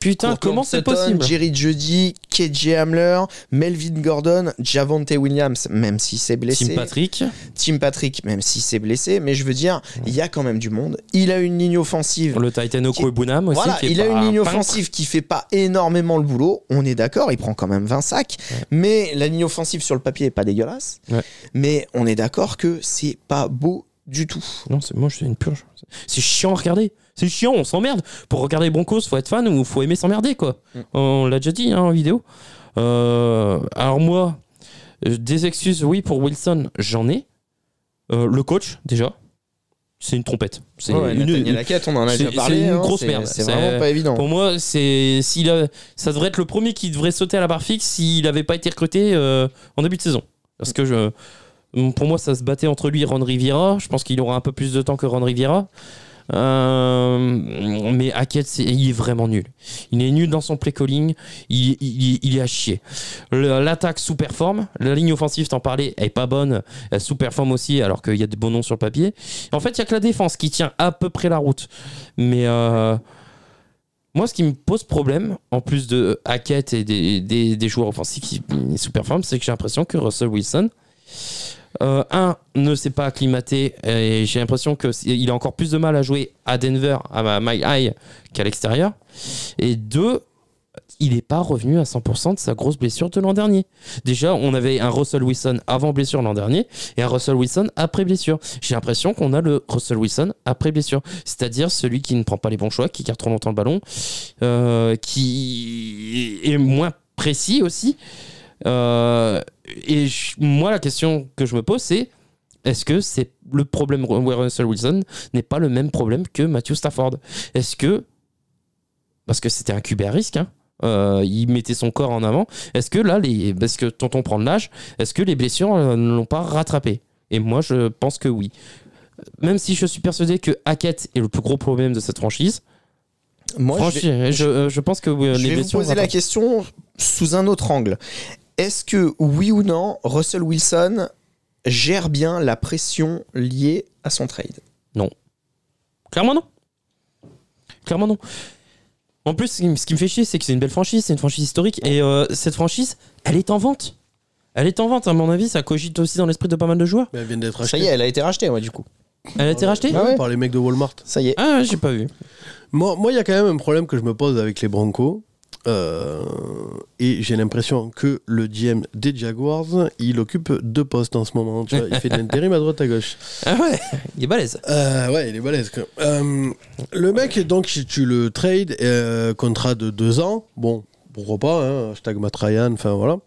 Speaker 2: putain,
Speaker 3: Cortland
Speaker 2: comment c'est
Speaker 3: Sutton,
Speaker 2: possible
Speaker 3: Jerry Jeudy, KJ Hamler, Melvin Gordon, Javonte Williams, même si c'est blessé.
Speaker 2: Tim Patrick,
Speaker 3: Tim Patrick, même si c'est blessé, mais je veux dire, il y a quand même du monde. Il a une ligne offensive.
Speaker 2: le Titan Oko Bunam aussi.
Speaker 3: Voilà,
Speaker 2: qui est
Speaker 3: il a
Speaker 2: pas
Speaker 3: une ligne
Speaker 2: un peintre.
Speaker 3: offensive qui fait pas énormément le boulot, on est d'accord, il prend quand même 20 sacs, mais la ligne offensive sur le papier est pas dégueulasse.
Speaker 2: Ouais.
Speaker 3: Mais on est d'accord que c'est pas beau du tout.
Speaker 2: Non, c'est moi, je suis une purge. C'est chiant à regarder. C'est chiant, on s'emmerde. Pour regarder Broncos, faut être fan ou faut aimer s'emmerder, quoi.
Speaker 3: Mm.
Speaker 2: On l'a déjà dit hein, en vidéo. Euh, alors moi, euh, des excuses, oui, pour Wilson, j'en ai. Euh, le coach, déjà, c'est une trompette. C'est une,
Speaker 3: on en
Speaker 2: a c'est- déjà parlé, c'est une hein, grosse c'est- merde.
Speaker 3: C'est
Speaker 2: c'est
Speaker 3: vraiment
Speaker 2: vraiment
Speaker 3: pas évident.
Speaker 2: Pour moi, c'est s'il a- ça devrait être le premier qui devrait sauter à la barre fixe s'il n'avait pas été recruté euh, en début de saison. Parce que je, pour moi, ça se battait entre lui et Ron Riviera. Je pense qu'il aura un peu plus de temps que Ron Riviera. Euh, mais Hackett, c'est- il est vraiment nul. Il est nul dans son play calling. Il, il- il est à chier. Le- L'attaque sous-performe. La ligne offensive, t'en parlais, elle est pas bonne. Elle sous-performe aussi, alors qu'il y a de bons noms sur le papier. En fait, il y a que la défense qui tient à peu près la route. Mais euh, moi, ce qui me pose problème, en plus de Hackett et des, des- des joueurs offensifs qui sous-performent, c'est que j'ai l'impression que Russell Wilson, euh, un, ne s'est pas acclimaté et j'ai l'impression qu'il a encore plus de mal à jouer à Denver, à My High, qu'à l'extérieur. Et deux, il n'est pas revenu à 100% de sa grosse blessure de l'an dernier. Déjà, on avait un Russell Wilson avant blessure l'an dernier et un Russell Wilson après blessure. J'ai l'impression qu'on a le Russell Wilson après blessure, c'est-à-dire celui qui ne prend pas les bons choix, qui garde trop longtemps le ballon, euh, qui est moins précis aussi. Euh, et je- moi, la question que je me pose, c'est est-ce que c'est le problème Russell Wilson n'est pas le même problème que Matthew Stafford Est-ce que parce que c'était un cube à risque. hein. Euh, il mettait son corps en avant. Est-ce que là, les... parce que tonton prend de l'âge, est-ce que les blessures euh, ne l'ont pas rattrapé Et moi, je pense que oui. Même si je suis persuadé que Hackett est le plus gros problème de cette franchise,
Speaker 3: Moi, je vais-
Speaker 2: franchi- je, euh, je pense que oui,
Speaker 3: Je
Speaker 2: les
Speaker 3: vais vous
Speaker 2: blessures.
Speaker 3: poser la
Speaker 2: rattrapent.
Speaker 3: question sous un autre angle. Est-ce que, oui ou non, Russell Wilson gère bien la pression liée à son trade
Speaker 2: Clairement non. Clairement non. En plus, ce qui me- ce qui me fait chier, c'est que c'est une belle franchise, c'est une franchise historique, et euh, cette franchise, elle est en vente. Elle est en vente, à mon avis, ça cogite aussi dans l'esprit de pas mal de joueurs.
Speaker 1: Mais Ben, elle vient d'être
Speaker 3: Ça
Speaker 1: achetée
Speaker 3: y est, elle a été rachetée, ouais, du coup.
Speaker 2: Elle a été rachetée
Speaker 3: Ah ouais
Speaker 1: par les mecs de Walmart.
Speaker 3: Ça y est.
Speaker 2: Ah, j'ai pas vu.
Speaker 1: Moi, moi, il y a quand même un problème que je me pose avec les Broncos. Euh, et j'ai l'impression que le GM des Jaguars, il occupe deux postes en ce moment. Tu vois, il fait de l'intérim à droite à gauche.
Speaker 2: Ah ouais, il est balèze.
Speaker 1: Euh, ouais, il est balèze. quand même. Euh, le mec, donc, si tu le trade, euh, contrat de deux ans, bon, pourquoi pas, hein, hashtag Matt Ryan, enfin voilà.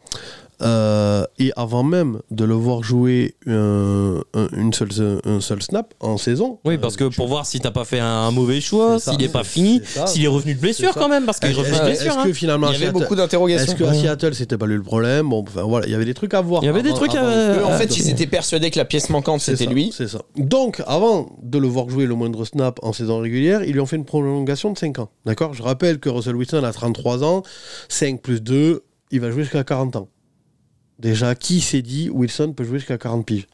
Speaker 1: Euh, et avant même de le voir jouer euh, un, une seule, un seul snap en saison.
Speaker 2: Oui, parce que
Speaker 1: euh,
Speaker 2: pour voir si t'as pas fait un mauvais choix,
Speaker 1: C'est ça,
Speaker 2: Oh, s'il n'est pas
Speaker 1: c'est-
Speaker 2: fini,
Speaker 1: c'est ça.
Speaker 2: s'il est revenu de blessure
Speaker 1: C'est ça.
Speaker 2: quand même, parce qu'il est
Speaker 1: Est-ce
Speaker 2: revenu de
Speaker 1: que-
Speaker 2: blessure.
Speaker 1: est-ce que
Speaker 2: hein.
Speaker 1: finalement,
Speaker 3: Il y avait
Speaker 1: Seattle-
Speaker 3: beaucoup
Speaker 1: Ah, Est-ce
Speaker 3: d'interrogations.
Speaker 1: qu'à Seattle, c'était pas lui le problème Bon, enfin voilà, il y avait des trucs à voir.
Speaker 2: Il y avait des
Speaker 1: Avant-
Speaker 2: trucs à-
Speaker 1: avant-
Speaker 3: Eux, en
Speaker 2: Ah,
Speaker 3: fait,
Speaker 2: donc-
Speaker 3: ils étaient persuadés que la pièce manquante,
Speaker 1: C'est
Speaker 3: c'était
Speaker 1: ça,
Speaker 3: lui.
Speaker 1: C'est ça. Donc, avant de le voir jouer le moindre snap en saison régulière, ils lui ont fait une prolongation de 5 ans. D'accord Je rappelle que Russell Wilson a 33 ans, 5 plus 2, il va jouer jusqu'à 40 ans. Déjà, qui s'est dit Wilson peut jouer jusqu'à 40 piges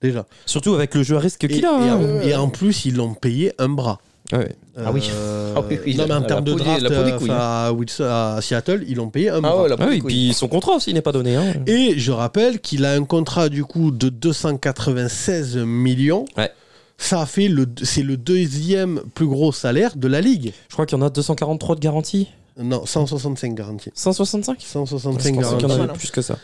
Speaker 1: Déjà.
Speaker 2: Surtout avec le jeu à risque
Speaker 1: Et,
Speaker 2: qu'il a.
Speaker 1: et
Speaker 2: hein.
Speaker 1: en, et en plus, ils l'ont payé un bras.
Speaker 2: Ouais.
Speaker 3: Ah oui.
Speaker 1: Euh,
Speaker 3: Ah oui, oui,
Speaker 1: non,
Speaker 3: la-
Speaker 1: mais en
Speaker 3: la
Speaker 1: termes de
Speaker 3: peau des- la
Speaker 1: draft,
Speaker 3: peau des
Speaker 1: euh,
Speaker 3: couilles. hein.
Speaker 1: à, Wilson- à Seattle, ils l'ont payé un
Speaker 3: Ah
Speaker 1: bras.
Speaker 3: ouais, la
Speaker 2: Ah oui,
Speaker 3: couille.
Speaker 2: puis son contrat aussi n'est pas donné. hein.
Speaker 1: Et je rappelle qu'il a un contrat du coup de 296 millions.
Speaker 2: Ouais.
Speaker 1: Ça fait le, c'est le deuxième plus gros salaire de la ligue.
Speaker 2: Je crois qu'il y en a 243 de garantie.
Speaker 1: Non, 165 garanties.
Speaker 2: 165 Je
Speaker 1: 165
Speaker 2: pensais qu'il y en
Speaker 1: garanties.
Speaker 2: avait plus que ça.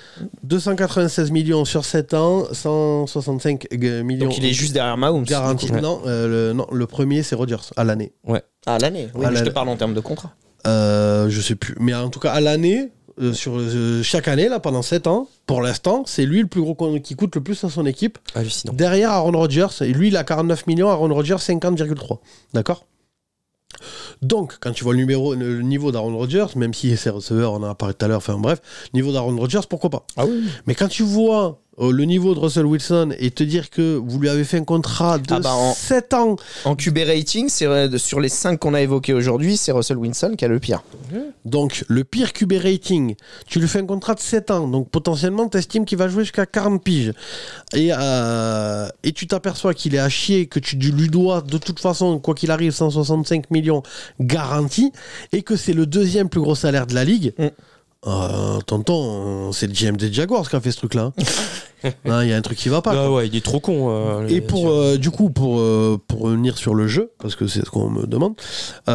Speaker 1: 296 millions sur 7 ans, 165 g- millions.
Speaker 3: Donc il est juste derrière Mahomes.
Speaker 1: garanties.
Speaker 2: Ouais.
Speaker 1: Non, euh, le, non, le premier c'est Rodgers à l'année.
Speaker 3: À Ah, l'année. Oui,
Speaker 1: À
Speaker 3: mais je te
Speaker 1: Ah, l'année.
Speaker 3: parle en termes de contrat.
Speaker 1: Euh, je sais plus, mais en tout cas à l'année. euh, sur euh, chaque année là pendant 7 ans pour l'instant c'est lui le plus gros con- qui coûte le plus à son équipe
Speaker 2: Hallucinant.
Speaker 1: Derrière Aaron Rodgers, et lui il a 49 millions, Aaron Rodgers 50,3. D'accord donc, quand tu vois le, numéro, le niveau d'Aaron Rodgers, même si ses receveurs, on en a parlé tout à l'heure, enfin bref, niveau d'Aaron Rodgers, pourquoi pas
Speaker 3: Ah oui.
Speaker 1: Mais quand tu vois euh, le niveau de Russell Wilson et te dire que vous lui avez fait un contrat de
Speaker 3: Ah bah, en-
Speaker 1: 7 ans,
Speaker 3: En QB rating, c'est euh, sur les 5 qu'on a évoqués aujourd'hui, c'est Russell Wilson qui a le pire.
Speaker 1: donc le pire QB rating, tu lui fais un contrat de 7 ans, donc potentiellement t'estimes qu'il va jouer jusqu'à 40 piges, et, euh, et tu t'aperçois qu'il est à chier, que tu lui dois de toute façon, quoi qu'il arrive, 165 millions garantis, et que c'est le deuxième plus gros salaire de la ligue.
Speaker 3: Mm.
Speaker 1: Euh, tonton, euh, c'est le GM des Jaguars qui a fait ce truc-là. hein. Hein, Il y a un truc qui va pas. quoi.
Speaker 2: Ah ouais, il est trop con. euh,
Speaker 1: Et
Speaker 2: le-
Speaker 1: pour euh, du coup pour euh, pour revenir sur le jeu parce que c'est ce qu'on me demande,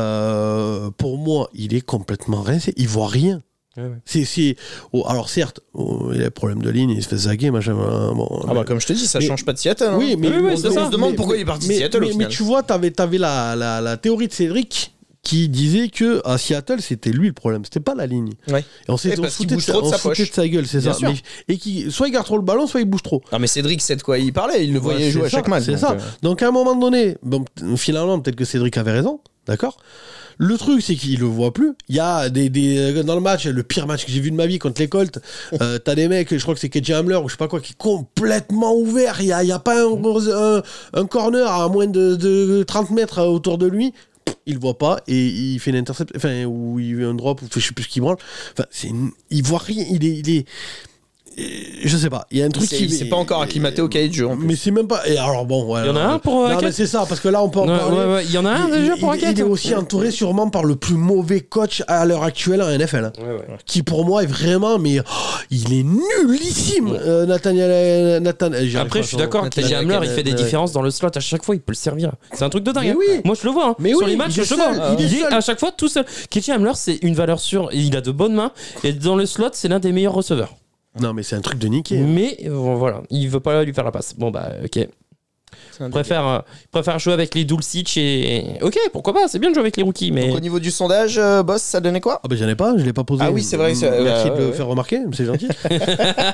Speaker 1: euh, pour moi il est complètement rincé, il voit rien.
Speaker 2: Ouais, ouais.
Speaker 1: C'est c'est oh, alors certes oh, il a des problèmes de ligne, il se fait zaguer machin. voilà, Bon,
Speaker 3: Ah bah comme je te dis, ça
Speaker 1: Mais-
Speaker 3: change pas de Seattle. hein.
Speaker 1: oui mais
Speaker 2: Oui, oui,
Speaker 1: bon, mais-
Speaker 2: c'est ça.
Speaker 1: mais-
Speaker 3: On se demande
Speaker 1: mais-
Speaker 3: pourquoi il est parti de
Speaker 1: mais-
Speaker 3: Seattle, au
Speaker 1: mais-
Speaker 3: final.
Speaker 1: Mais tu vois t'avais t'avais la, la la théorie de Cédric qui disait que à Seattle c'était lui le problème, c'était pas la ligne.
Speaker 3: Ouais.
Speaker 1: Et on s'est
Speaker 3: Et parce qu'il
Speaker 1: foutait
Speaker 3: bouge trop de
Speaker 1: on
Speaker 3: sa
Speaker 1: se foutait
Speaker 3: poche.
Speaker 1: de sa gueule, c'est
Speaker 3: Bien
Speaker 1: ça.
Speaker 3: sûr.
Speaker 1: Mais- et qui soit il garde trop le ballon, soit il bouge trop.
Speaker 3: Ah mais Cédric, c'est de quoi il parlait, il le voyait
Speaker 1: Ouais,
Speaker 3: jouer à
Speaker 1: c'est
Speaker 3: chaque
Speaker 1: ça,
Speaker 3: match.
Speaker 1: C'est
Speaker 3: donc,
Speaker 1: ça.
Speaker 3: euh,
Speaker 1: Donc à un moment donné, bon, p- finalement, peut-être que Cédric avait raison. D'accord Le truc, c'est qu'il le voit plus. Il y a des, des- Dans le match, le pire match que j'ai vu de ma vie contre les Colts, euh, t'as des mecs, je crois que c'est KJ Hamler ou je sais pas quoi, qui est complètement ouvert. Il n'y a, il y a pas un, un- un corner à moins de, de 30 mètres euh, autour de lui. Pff, Il le voit pas et il fait une intercept, enfin, ou il fait un drop, ou je sais plus ce qu'il branle. Enfin, c'est une- il voit rien, il est, il est. euh, Je sais pas, il y a un
Speaker 3: il
Speaker 1: truc
Speaker 3: s'est-
Speaker 1: qui. Euh,
Speaker 3: il s'est pas encore acclimaté au cahier de jeu. en plus.
Speaker 1: Mais c'est même pas. Et alors bon, ouais,
Speaker 2: Il y en a
Speaker 1: non,
Speaker 2: un pour, euh,
Speaker 1: Non, mais
Speaker 2: Hackett
Speaker 1: c'est ça, parce que là, on peut en
Speaker 2: Ouais,
Speaker 1: parler.
Speaker 2: ouais, ouais, Il y en a un
Speaker 1: Il-
Speaker 2: déjà pour
Speaker 1: il- il
Speaker 2: Hackett.
Speaker 1: est aussi entouré sûrement par le plus mauvais coach à l'heure actuelle en NFL. hein.
Speaker 2: Ouais, ouais.
Speaker 1: Qui pour moi est vraiment, mais oh, il est nullissime,
Speaker 2: Ouais.
Speaker 1: euh, Nathaniel. euh, Nathan- euh, j'arrive
Speaker 2: Après,
Speaker 1: pas
Speaker 2: je suis
Speaker 1: à son-
Speaker 2: d'accord,
Speaker 3: Nathan
Speaker 2: KJ Hamler, il
Speaker 1: Hackett,
Speaker 2: fait des
Speaker 1: ouais.
Speaker 2: différences dans le slot à chaque fois, il peut le servir. C'est un truc de dingue.
Speaker 1: Mais
Speaker 2: hein.
Speaker 1: oui.
Speaker 2: Moi, je le vois. hein.
Speaker 1: Mais
Speaker 2: Sur
Speaker 1: oui,
Speaker 2: les matchs,
Speaker 1: il est
Speaker 2: je le vois.
Speaker 1: seul, il est seul.
Speaker 2: à chaque fois tout seul. KJ Hamler, c'est une valeur sûre. Il a de bonnes mains. Et dans le slot, c'est l'un des meilleurs receveurs. Mm.
Speaker 1: Non, mais c'est un truc de niqué.
Speaker 2: Mais euh, voilà, il veut pas lui faire la passe. Bon, bah, ok.
Speaker 3: un
Speaker 2: préfère, euh, préfère jouer avec les Dulcich et. Ok, pourquoi pas, c'est bien de jouer avec les rookies, mais.
Speaker 3: Donc au niveau du sondage, euh, boss, ça donnait quoi
Speaker 1: Ah ben j'en ai pas, je l'ai pas posé. Mm,
Speaker 3: Ah oui, c'est vrai, c'est-
Speaker 1: Merci
Speaker 3: euh,
Speaker 1: de le
Speaker 3: ouais,
Speaker 1: faire remarquer, c'est gentil.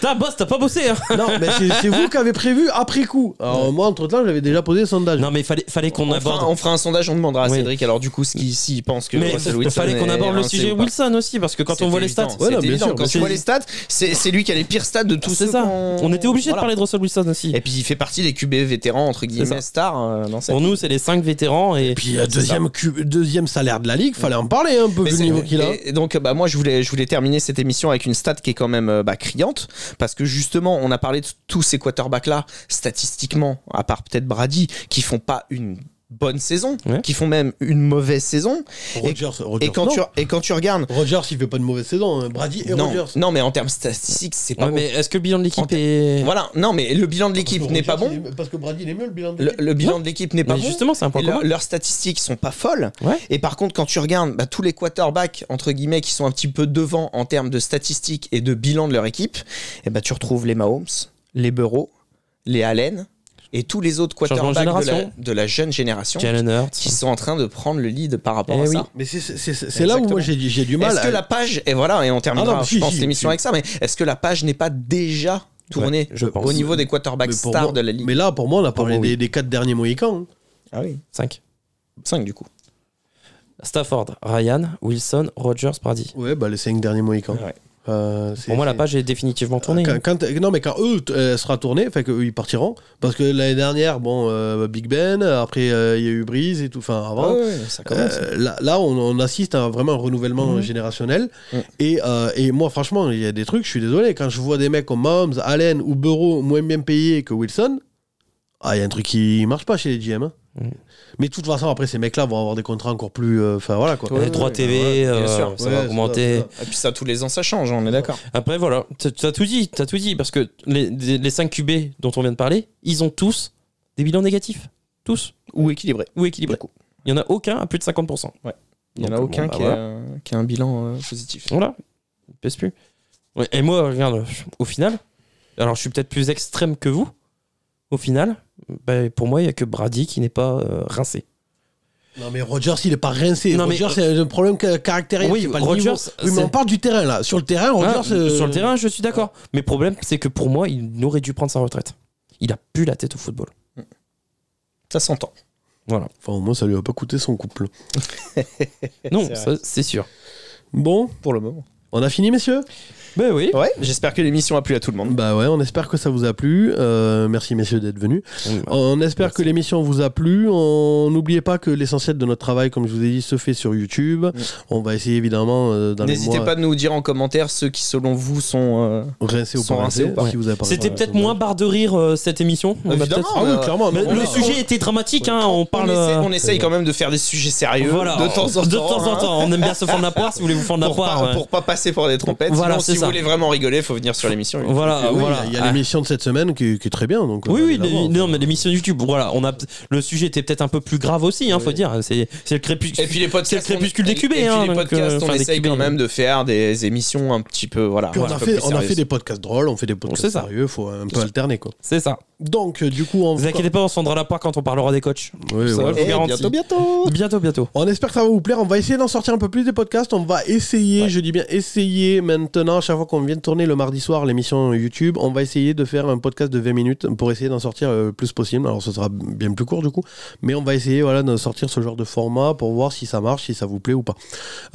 Speaker 2: T'as boss, t'as pas bossé hein
Speaker 1: non, mais c'est c'est vous qui avez prévu après coup. Alors moi, entre temps, j'avais déjà posé le sondage.
Speaker 2: Non, mais fallait, fallait qu'on
Speaker 3: on,
Speaker 2: aborde.
Speaker 3: fera, on fera un sondage, on demandera à
Speaker 2: Oui.
Speaker 3: Cédric alors du coup ce qu'il s'il pense que
Speaker 2: mais
Speaker 3: Russell Wilson
Speaker 2: fallait qu'on
Speaker 3: est
Speaker 2: aborde le
Speaker 3: rincé
Speaker 2: sujet
Speaker 3: ou pas.
Speaker 2: Wilson aussi, parce que quand
Speaker 3: C'était
Speaker 2: on voit les
Speaker 3: évident,
Speaker 2: stats.
Speaker 1: Ouais, non,
Speaker 3: c'était
Speaker 1: bien
Speaker 3: évident.
Speaker 1: sûr,
Speaker 3: Quand
Speaker 1: mais
Speaker 3: tu vois
Speaker 2: c'est-
Speaker 3: les stats, c'est c'est lui qui a les pires stats de tous
Speaker 2: C'est
Speaker 3: ceux
Speaker 2: ça.
Speaker 3: qu'on-
Speaker 2: On était obligé
Speaker 3: Voilà.
Speaker 2: de parler de Russell Wilson aussi.
Speaker 3: Et puis il fait partie des QB vétérans entre guillemets stars euh, dans cette.
Speaker 2: Pour nous, c'est les 5 vétérans et.
Speaker 1: Puis euh, deuxième, cube- deuxième salaire de la ligue, fallait en parler hein, un peu
Speaker 3: Mais
Speaker 1: vu le
Speaker 3: c'est-
Speaker 1: niveau qu'il a.
Speaker 3: et- et donc, bah, moi, je voulais, je voulais terminer cette émission avec une stat qui est quand même euh, bah, criante, parce que justement, on a parlé de tous ces quarterbacks-là, statistiquement, à part peut-être Brady, qui font pas une bonne saison,
Speaker 2: Ouais.
Speaker 3: qui font même une mauvaise saison.
Speaker 1: Rodgers, Rodgers,
Speaker 3: Et quand,
Speaker 1: non.
Speaker 3: tu, et quand tu regardes.
Speaker 1: Rodgers, il fait pas de mauvaise saison. hein. Brady et
Speaker 3: Non,
Speaker 1: Rodgers.
Speaker 3: non, mais en termes statistiques, c'est pas
Speaker 2: Ouais,
Speaker 3: bon.
Speaker 2: Ah mais est-ce que le bilan de
Speaker 3: En
Speaker 2: l'équipe
Speaker 3: ter-
Speaker 2: est.
Speaker 3: Voilà, non, mais le bilan de
Speaker 1: Parce que
Speaker 3: l'équipe n'est pas
Speaker 1: Rodgers,
Speaker 3: bon.
Speaker 1: il est- Parce que Brady, il est mieux le bilan de
Speaker 3: Le,
Speaker 1: l'équipe.
Speaker 3: le bilan de l'équipe n'est pas
Speaker 2: Mais
Speaker 3: bon.
Speaker 2: justement, c'est un point
Speaker 3: Et leur-
Speaker 2: commun.
Speaker 3: leurs statistiques sont pas folles.
Speaker 2: Ouais.
Speaker 3: Et par contre, quand tu regardes bah, tous les quarterbacks entre guillemets qui sont un petit peu devant en termes de statistiques et de bilan de leur équipe, et bah, tu retrouves les Mahomes, les Burrow, les Allen et tous les autres
Speaker 2: Changement de
Speaker 3: quarterbacks de la,
Speaker 2: génération.
Speaker 3: de la jeune génération
Speaker 2: Jalen Hurts.
Speaker 3: qui sont en train de prendre le lead par rapport
Speaker 2: Eh
Speaker 3: à
Speaker 2: oui.
Speaker 3: ça.
Speaker 1: Mais c'est- c'est c'est- c'est là où moi j'ai du j'ai du mal.
Speaker 3: Est-ce que
Speaker 1: à-
Speaker 3: la page et voilà et on terminera
Speaker 1: Ah non, mais
Speaker 3: je
Speaker 1: si,
Speaker 3: pense
Speaker 1: si,
Speaker 3: l'émission
Speaker 1: si.
Speaker 3: avec ça mais est-ce que la page n'est pas déjà tournée
Speaker 2: je pense.
Speaker 3: au niveau des quarterbacks
Speaker 1: mais pour
Speaker 3: stars
Speaker 1: moi-
Speaker 3: de la ligue
Speaker 1: Mais là, pour moi, on a parlé
Speaker 2: moi, oui.
Speaker 1: des, des quatre derniers Mohicans.
Speaker 3: Ah oui,
Speaker 2: 5.
Speaker 3: 5 du coup.
Speaker 2: Stafford, Ryan, Wilson, Rogers, Brady.
Speaker 1: Ouais, bah les cinq derniers Mohicans.
Speaker 3: Ouais.
Speaker 1: Euh, c'est-
Speaker 2: Pour moi, la
Speaker 1: c'est-
Speaker 2: page est définitivement tournée.
Speaker 1: Quand- quand- non, mais quand eux t- elle sera tournée, enfin qu'eux ils partiront. Parce que l'année dernière, bon, euh, Big Ben, après euh, il y a eu Breeze et tout, enfin avant.
Speaker 3: Ouais, ouais,
Speaker 2: Ah
Speaker 3: ça commence.
Speaker 1: Euh, là, là, on, on assiste à vraiment un renouvellement générationnel.
Speaker 3: Mhm.
Speaker 1: Et, euh, et moi, franchement, il y a des trucs, je suis désolé. Quand je vois des mecs comme Mahomes, Allen ou Burrow moins bien payés que Wilson, ah, il y a un truc qui marche pas chez les GM. hein.
Speaker 2: Mhm.
Speaker 1: Mais de toute façon, après, ces mecs-là vont avoir des contrats encore plus. euh, Enfin, voilà quoi.
Speaker 3: Ouais,
Speaker 2: les 3
Speaker 3: ouais,
Speaker 2: TV,
Speaker 3: bah ouais, bien
Speaker 2: euh,
Speaker 3: sûr.
Speaker 2: ça
Speaker 1: Ouais,
Speaker 2: va
Speaker 1: c'est
Speaker 2: augmenter.
Speaker 1: ça,
Speaker 3: Et puis ça tous les ans ça change, on est d'accord.
Speaker 2: Après, voilà, t'as t'as tout dit, t'as tout dit, parce que les, les, 5 QB dont on vient de parler, ils ont tous des bilans négatifs. Tous.
Speaker 3: Ou équilibré.
Speaker 2: Ou équilibrés.
Speaker 3: Beaucoup.
Speaker 2: Il n'y en a aucun à plus de 50%.
Speaker 3: Ouais. Il n'y en
Speaker 2: Donc,
Speaker 3: a
Speaker 2: bon,
Speaker 3: aucun
Speaker 2: bah
Speaker 3: qui,
Speaker 2: voilà.
Speaker 3: a, qui a un bilan euh, positif.
Speaker 2: Voilà, il pèse plus. Ouais, et moi, regarde, je- au final, alors je suis peut-être plus extrême que vous, au final, bah, pour moi, il n'y a que Brady qui n'est pas euh, rincé.
Speaker 1: Non, mais Rogers, il est pas rincé.
Speaker 2: Non, mais- euh,
Speaker 1: Rodgers, c'est un problème ca- caractériel.
Speaker 2: Oui,
Speaker 1: c'est pas le
Speaker 2: Rodgers,
Speaker 1: niveau. Oui,
Speaker 2: c'est-
Speaker 1: mais on parle euh, du terrain là. Sur le terrain, Rogers.
Speaker 2: Ah, Sur le terrain, je suis d'accord. Mais problème, c'est que pour moi, il aurait dû prendre sa retraite. Il a plus la tête au football.
Speaker 3: Ça s'entend.
Speaker 2: Voilà.
Speaker 1: Enfin, au moins, ça lui a pas coûté son couple.
Speaker 2: Non,
Speaker 3: C'est
Speaker 2: ça, c'est sûr.
Speaker 1: Bon,
Speaker 3: Pour le moment.
Speaker 1: on a fini, messieurs
Speaker 2: Ben oui.
Speaker 3: Ouais, j'espère que l'émission a plu à tout le monde.
Speaker 1: Bah ouais, on espère que ça vous a plu. Euh, merci, messieurs, d'être venus. On espère
Speaker 2: Merci.
Speaker 1: que l'émission vous a plu. On n'oubliez pas que l'essentiel de notre travail, comme je vous ai dit, se fait sur YouTube.
Speaker 2: Mm.
Speaker 1: On va essayer évidemment euh, dans les
Speaker 3: N'hésitez
Speaker 1: mois
Speaker 3: pas de nous dire en commentaire ceux qui selon vous sont euh,
Speaker 1: rincer ou
Speaker 3: Sont
Speaker 1: pas rincer,
Speaker 3: rincés ou pas.
Speaker 1: si vous avez pas
Speaker 2: C'était
Speaker 1: rincé.
Speaker 2: peut-être moins barre de rire euh, cette émission. On a
Speaker 3: Évidemment,
Speaker 2: peut-être-
Speaker 1: Ah oui,
Speaker 3: Euh,
Speaker 1: clairement.
Speaker 2: Mais
Speaker 1: non,
Speaker 2: le
Speaker 1: voilà.
Speaker 2: sujet était dramatique, hein, on
Speaker 3: on,
Speaker 2: parle.
Speaker 3: essaie,
Speaker 2: euh,
Speaker 3: on essaye quand même de faire des sujets sérieux
Speaker 2: voilà,
Speaker 3: de temps en temps.
Speaker 2: De temps en
Speaker 3: hein,
Speaker 2: temps, on aime bien se fendre la poire si vous voulez vous fendre la
Speaker 3: Pour
Speaker 2: poire.
Speaker 3: pas,
Speaker 2: ouais.
Speaker 3: pour pas passer pour des trompettes.
Speaker 2: Voilà,
Speaker 3: Sinon,
Speaker 2: c'est
Speaker 3: si
Speaker 2: ça.
Speaker 3: vous voulez vraiment rigoler, faut venir sur l'émission.
Speaker 1: Ah
Speaker 2: Voilà,
Speaker 1: oui,
Speaker 2: voilà.
Speaker 1: Il y a
Speaker 2: Ah.
Speaker 1: l'émission de cette semaine qui, qui est très bien. Donc
Speaker 2: Oui,
Speaker 1: euh,
Speaker 2: oui,
Speaker 1: allez la
Speaker 2: les-
Speaker 1: voir.
Speaker 2: non, mais l'émission YouTube, voilà, on a, le sujet était peut-être un peu plus grave aussi, hein, faut dire. C'est c'est le crépuscule.
Speaker 3: Et puis les podcasts,
Speaker 2: C'est le crépuscule
Speaker 3: on-
Speaker 2: des QB,
Speaker 3: et puis
Speaker 2: hein,
Speaker 3: les
Speaker 2: donc,
Speaker 3: podcasts,
Speaker 2: euh,
Speaker 3: on
Speaker 2: enfin, des
Speaker 3: essaye
Speaker 2: QB,
Speaker 3: quand même de faire des émissions un petit peu voilà.
Speaker 1: Puis on,
Speaker 3: un
Speaker 1: a
Speaker 3: peu
Speaker 1: fait,
Speaker 3: plus
Speaker 1: on a fait
Speaker 3: sérieuses.
Speaker 1: des podcasts drôles, on fait des podcasts
Speaker 2: sait ça.
Speaker 1: sérieux, faut un peu alterner quoi.
Speaker 2: C'est ça.
Speaker 1: Donc euh, du coup, on,
Speaker 2: Vous inquiétez pas, on se fendra la poire quand on parlera des coachs.
Speaker 1: Oui,
Speaker 2: Ça
Speaker 1: voilà.
Speaker 2: va, je vous
Speaker 3: Eh,
Speaker 2: garantis.
Speaker 3: bientôt, bientôt.
Speaker 2: Bientôt, bientôt.
Speaker 1: On espère que ça va vous plaire. On va essayer d'en sortir un peu plus des podcasts. On va essayer, je dis bien essayer maintenant, à chaque fois qu'on vient de tourner le mardi soir l'émission YouTube, on va essayer de faire un podcast de 20 minutes pour essayer d'en sortir euh, le plus possible. Alors ce sera bien plus court du coup, mais on va essayer voilà, de sortir ce genre de format pour voir si ça marche, si ça vous plaît ou pas.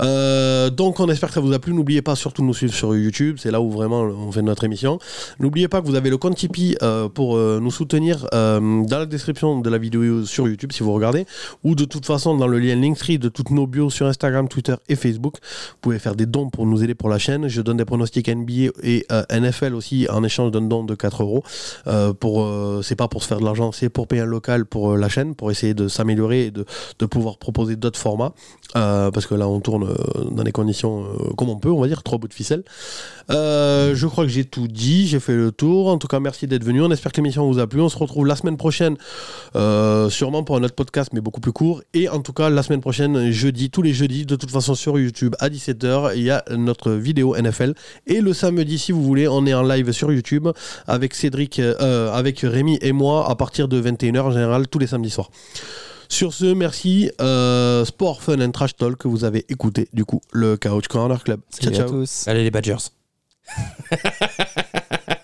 Speaker 1: Euh, donc on espère que ça vous a plu. N'oubliez pas surtout de nous suivre sur YouTube, c'est là où vraiment on fait notre émission. N'oubliez pas que vous avez le compte Tipeee euh, pour euh, nous soutenir euh, dans la description de la vidéo sur YouTube si vous regardez, ou de toute façon dans le lien Linktree de toutes nos bios sur Instagram, Twitter et Facebook. Vous pouvez faire des dons pour nous aider pour la chaîne. Je donne des pronostics NBA et euh, NFL aussi en échange d'un don de 4 euros. Euh, Pour euh, c'est pas pour se faire de l'argent, c'est pour payer un local pour euh, la chaîne, pour essayer de s'améliorer et de, de pouvoir proposer d'autres formats. Euh, parce que là, on tourne euh, dans des conditions euh, comme on peut, on va dire, trois bouts de ficelle. Euh, je crois que j'ai tout dit, j'ai fait le tour. En tout cas, merci d'être venu. On espère que l'émission vous a plu. On se retrouve la semaine prochaine, euh, sûrement pour un autre podcast, mais beaucoup plus court. Et en tout cas, la semaine prochaine, jeudi, tous les jeudis, de toute façon sur YouTube à 17h, il y a notre vidéo NFL Et le samedi, si vous voulez, on est en live sur YouTube avec Cédric, euh, avec Rémi et moi à partir de 21h en général tous les samedis soirs. Sur ce, merci. euh, sport, fun and trash talk que vous avez écouté, du coup, le Couch Corner Club. Ciao,
Speaker 3: Salut à
Speaker 1: ciao.
Speaker 3: tous.
Speaker 2: Allez les Badgers.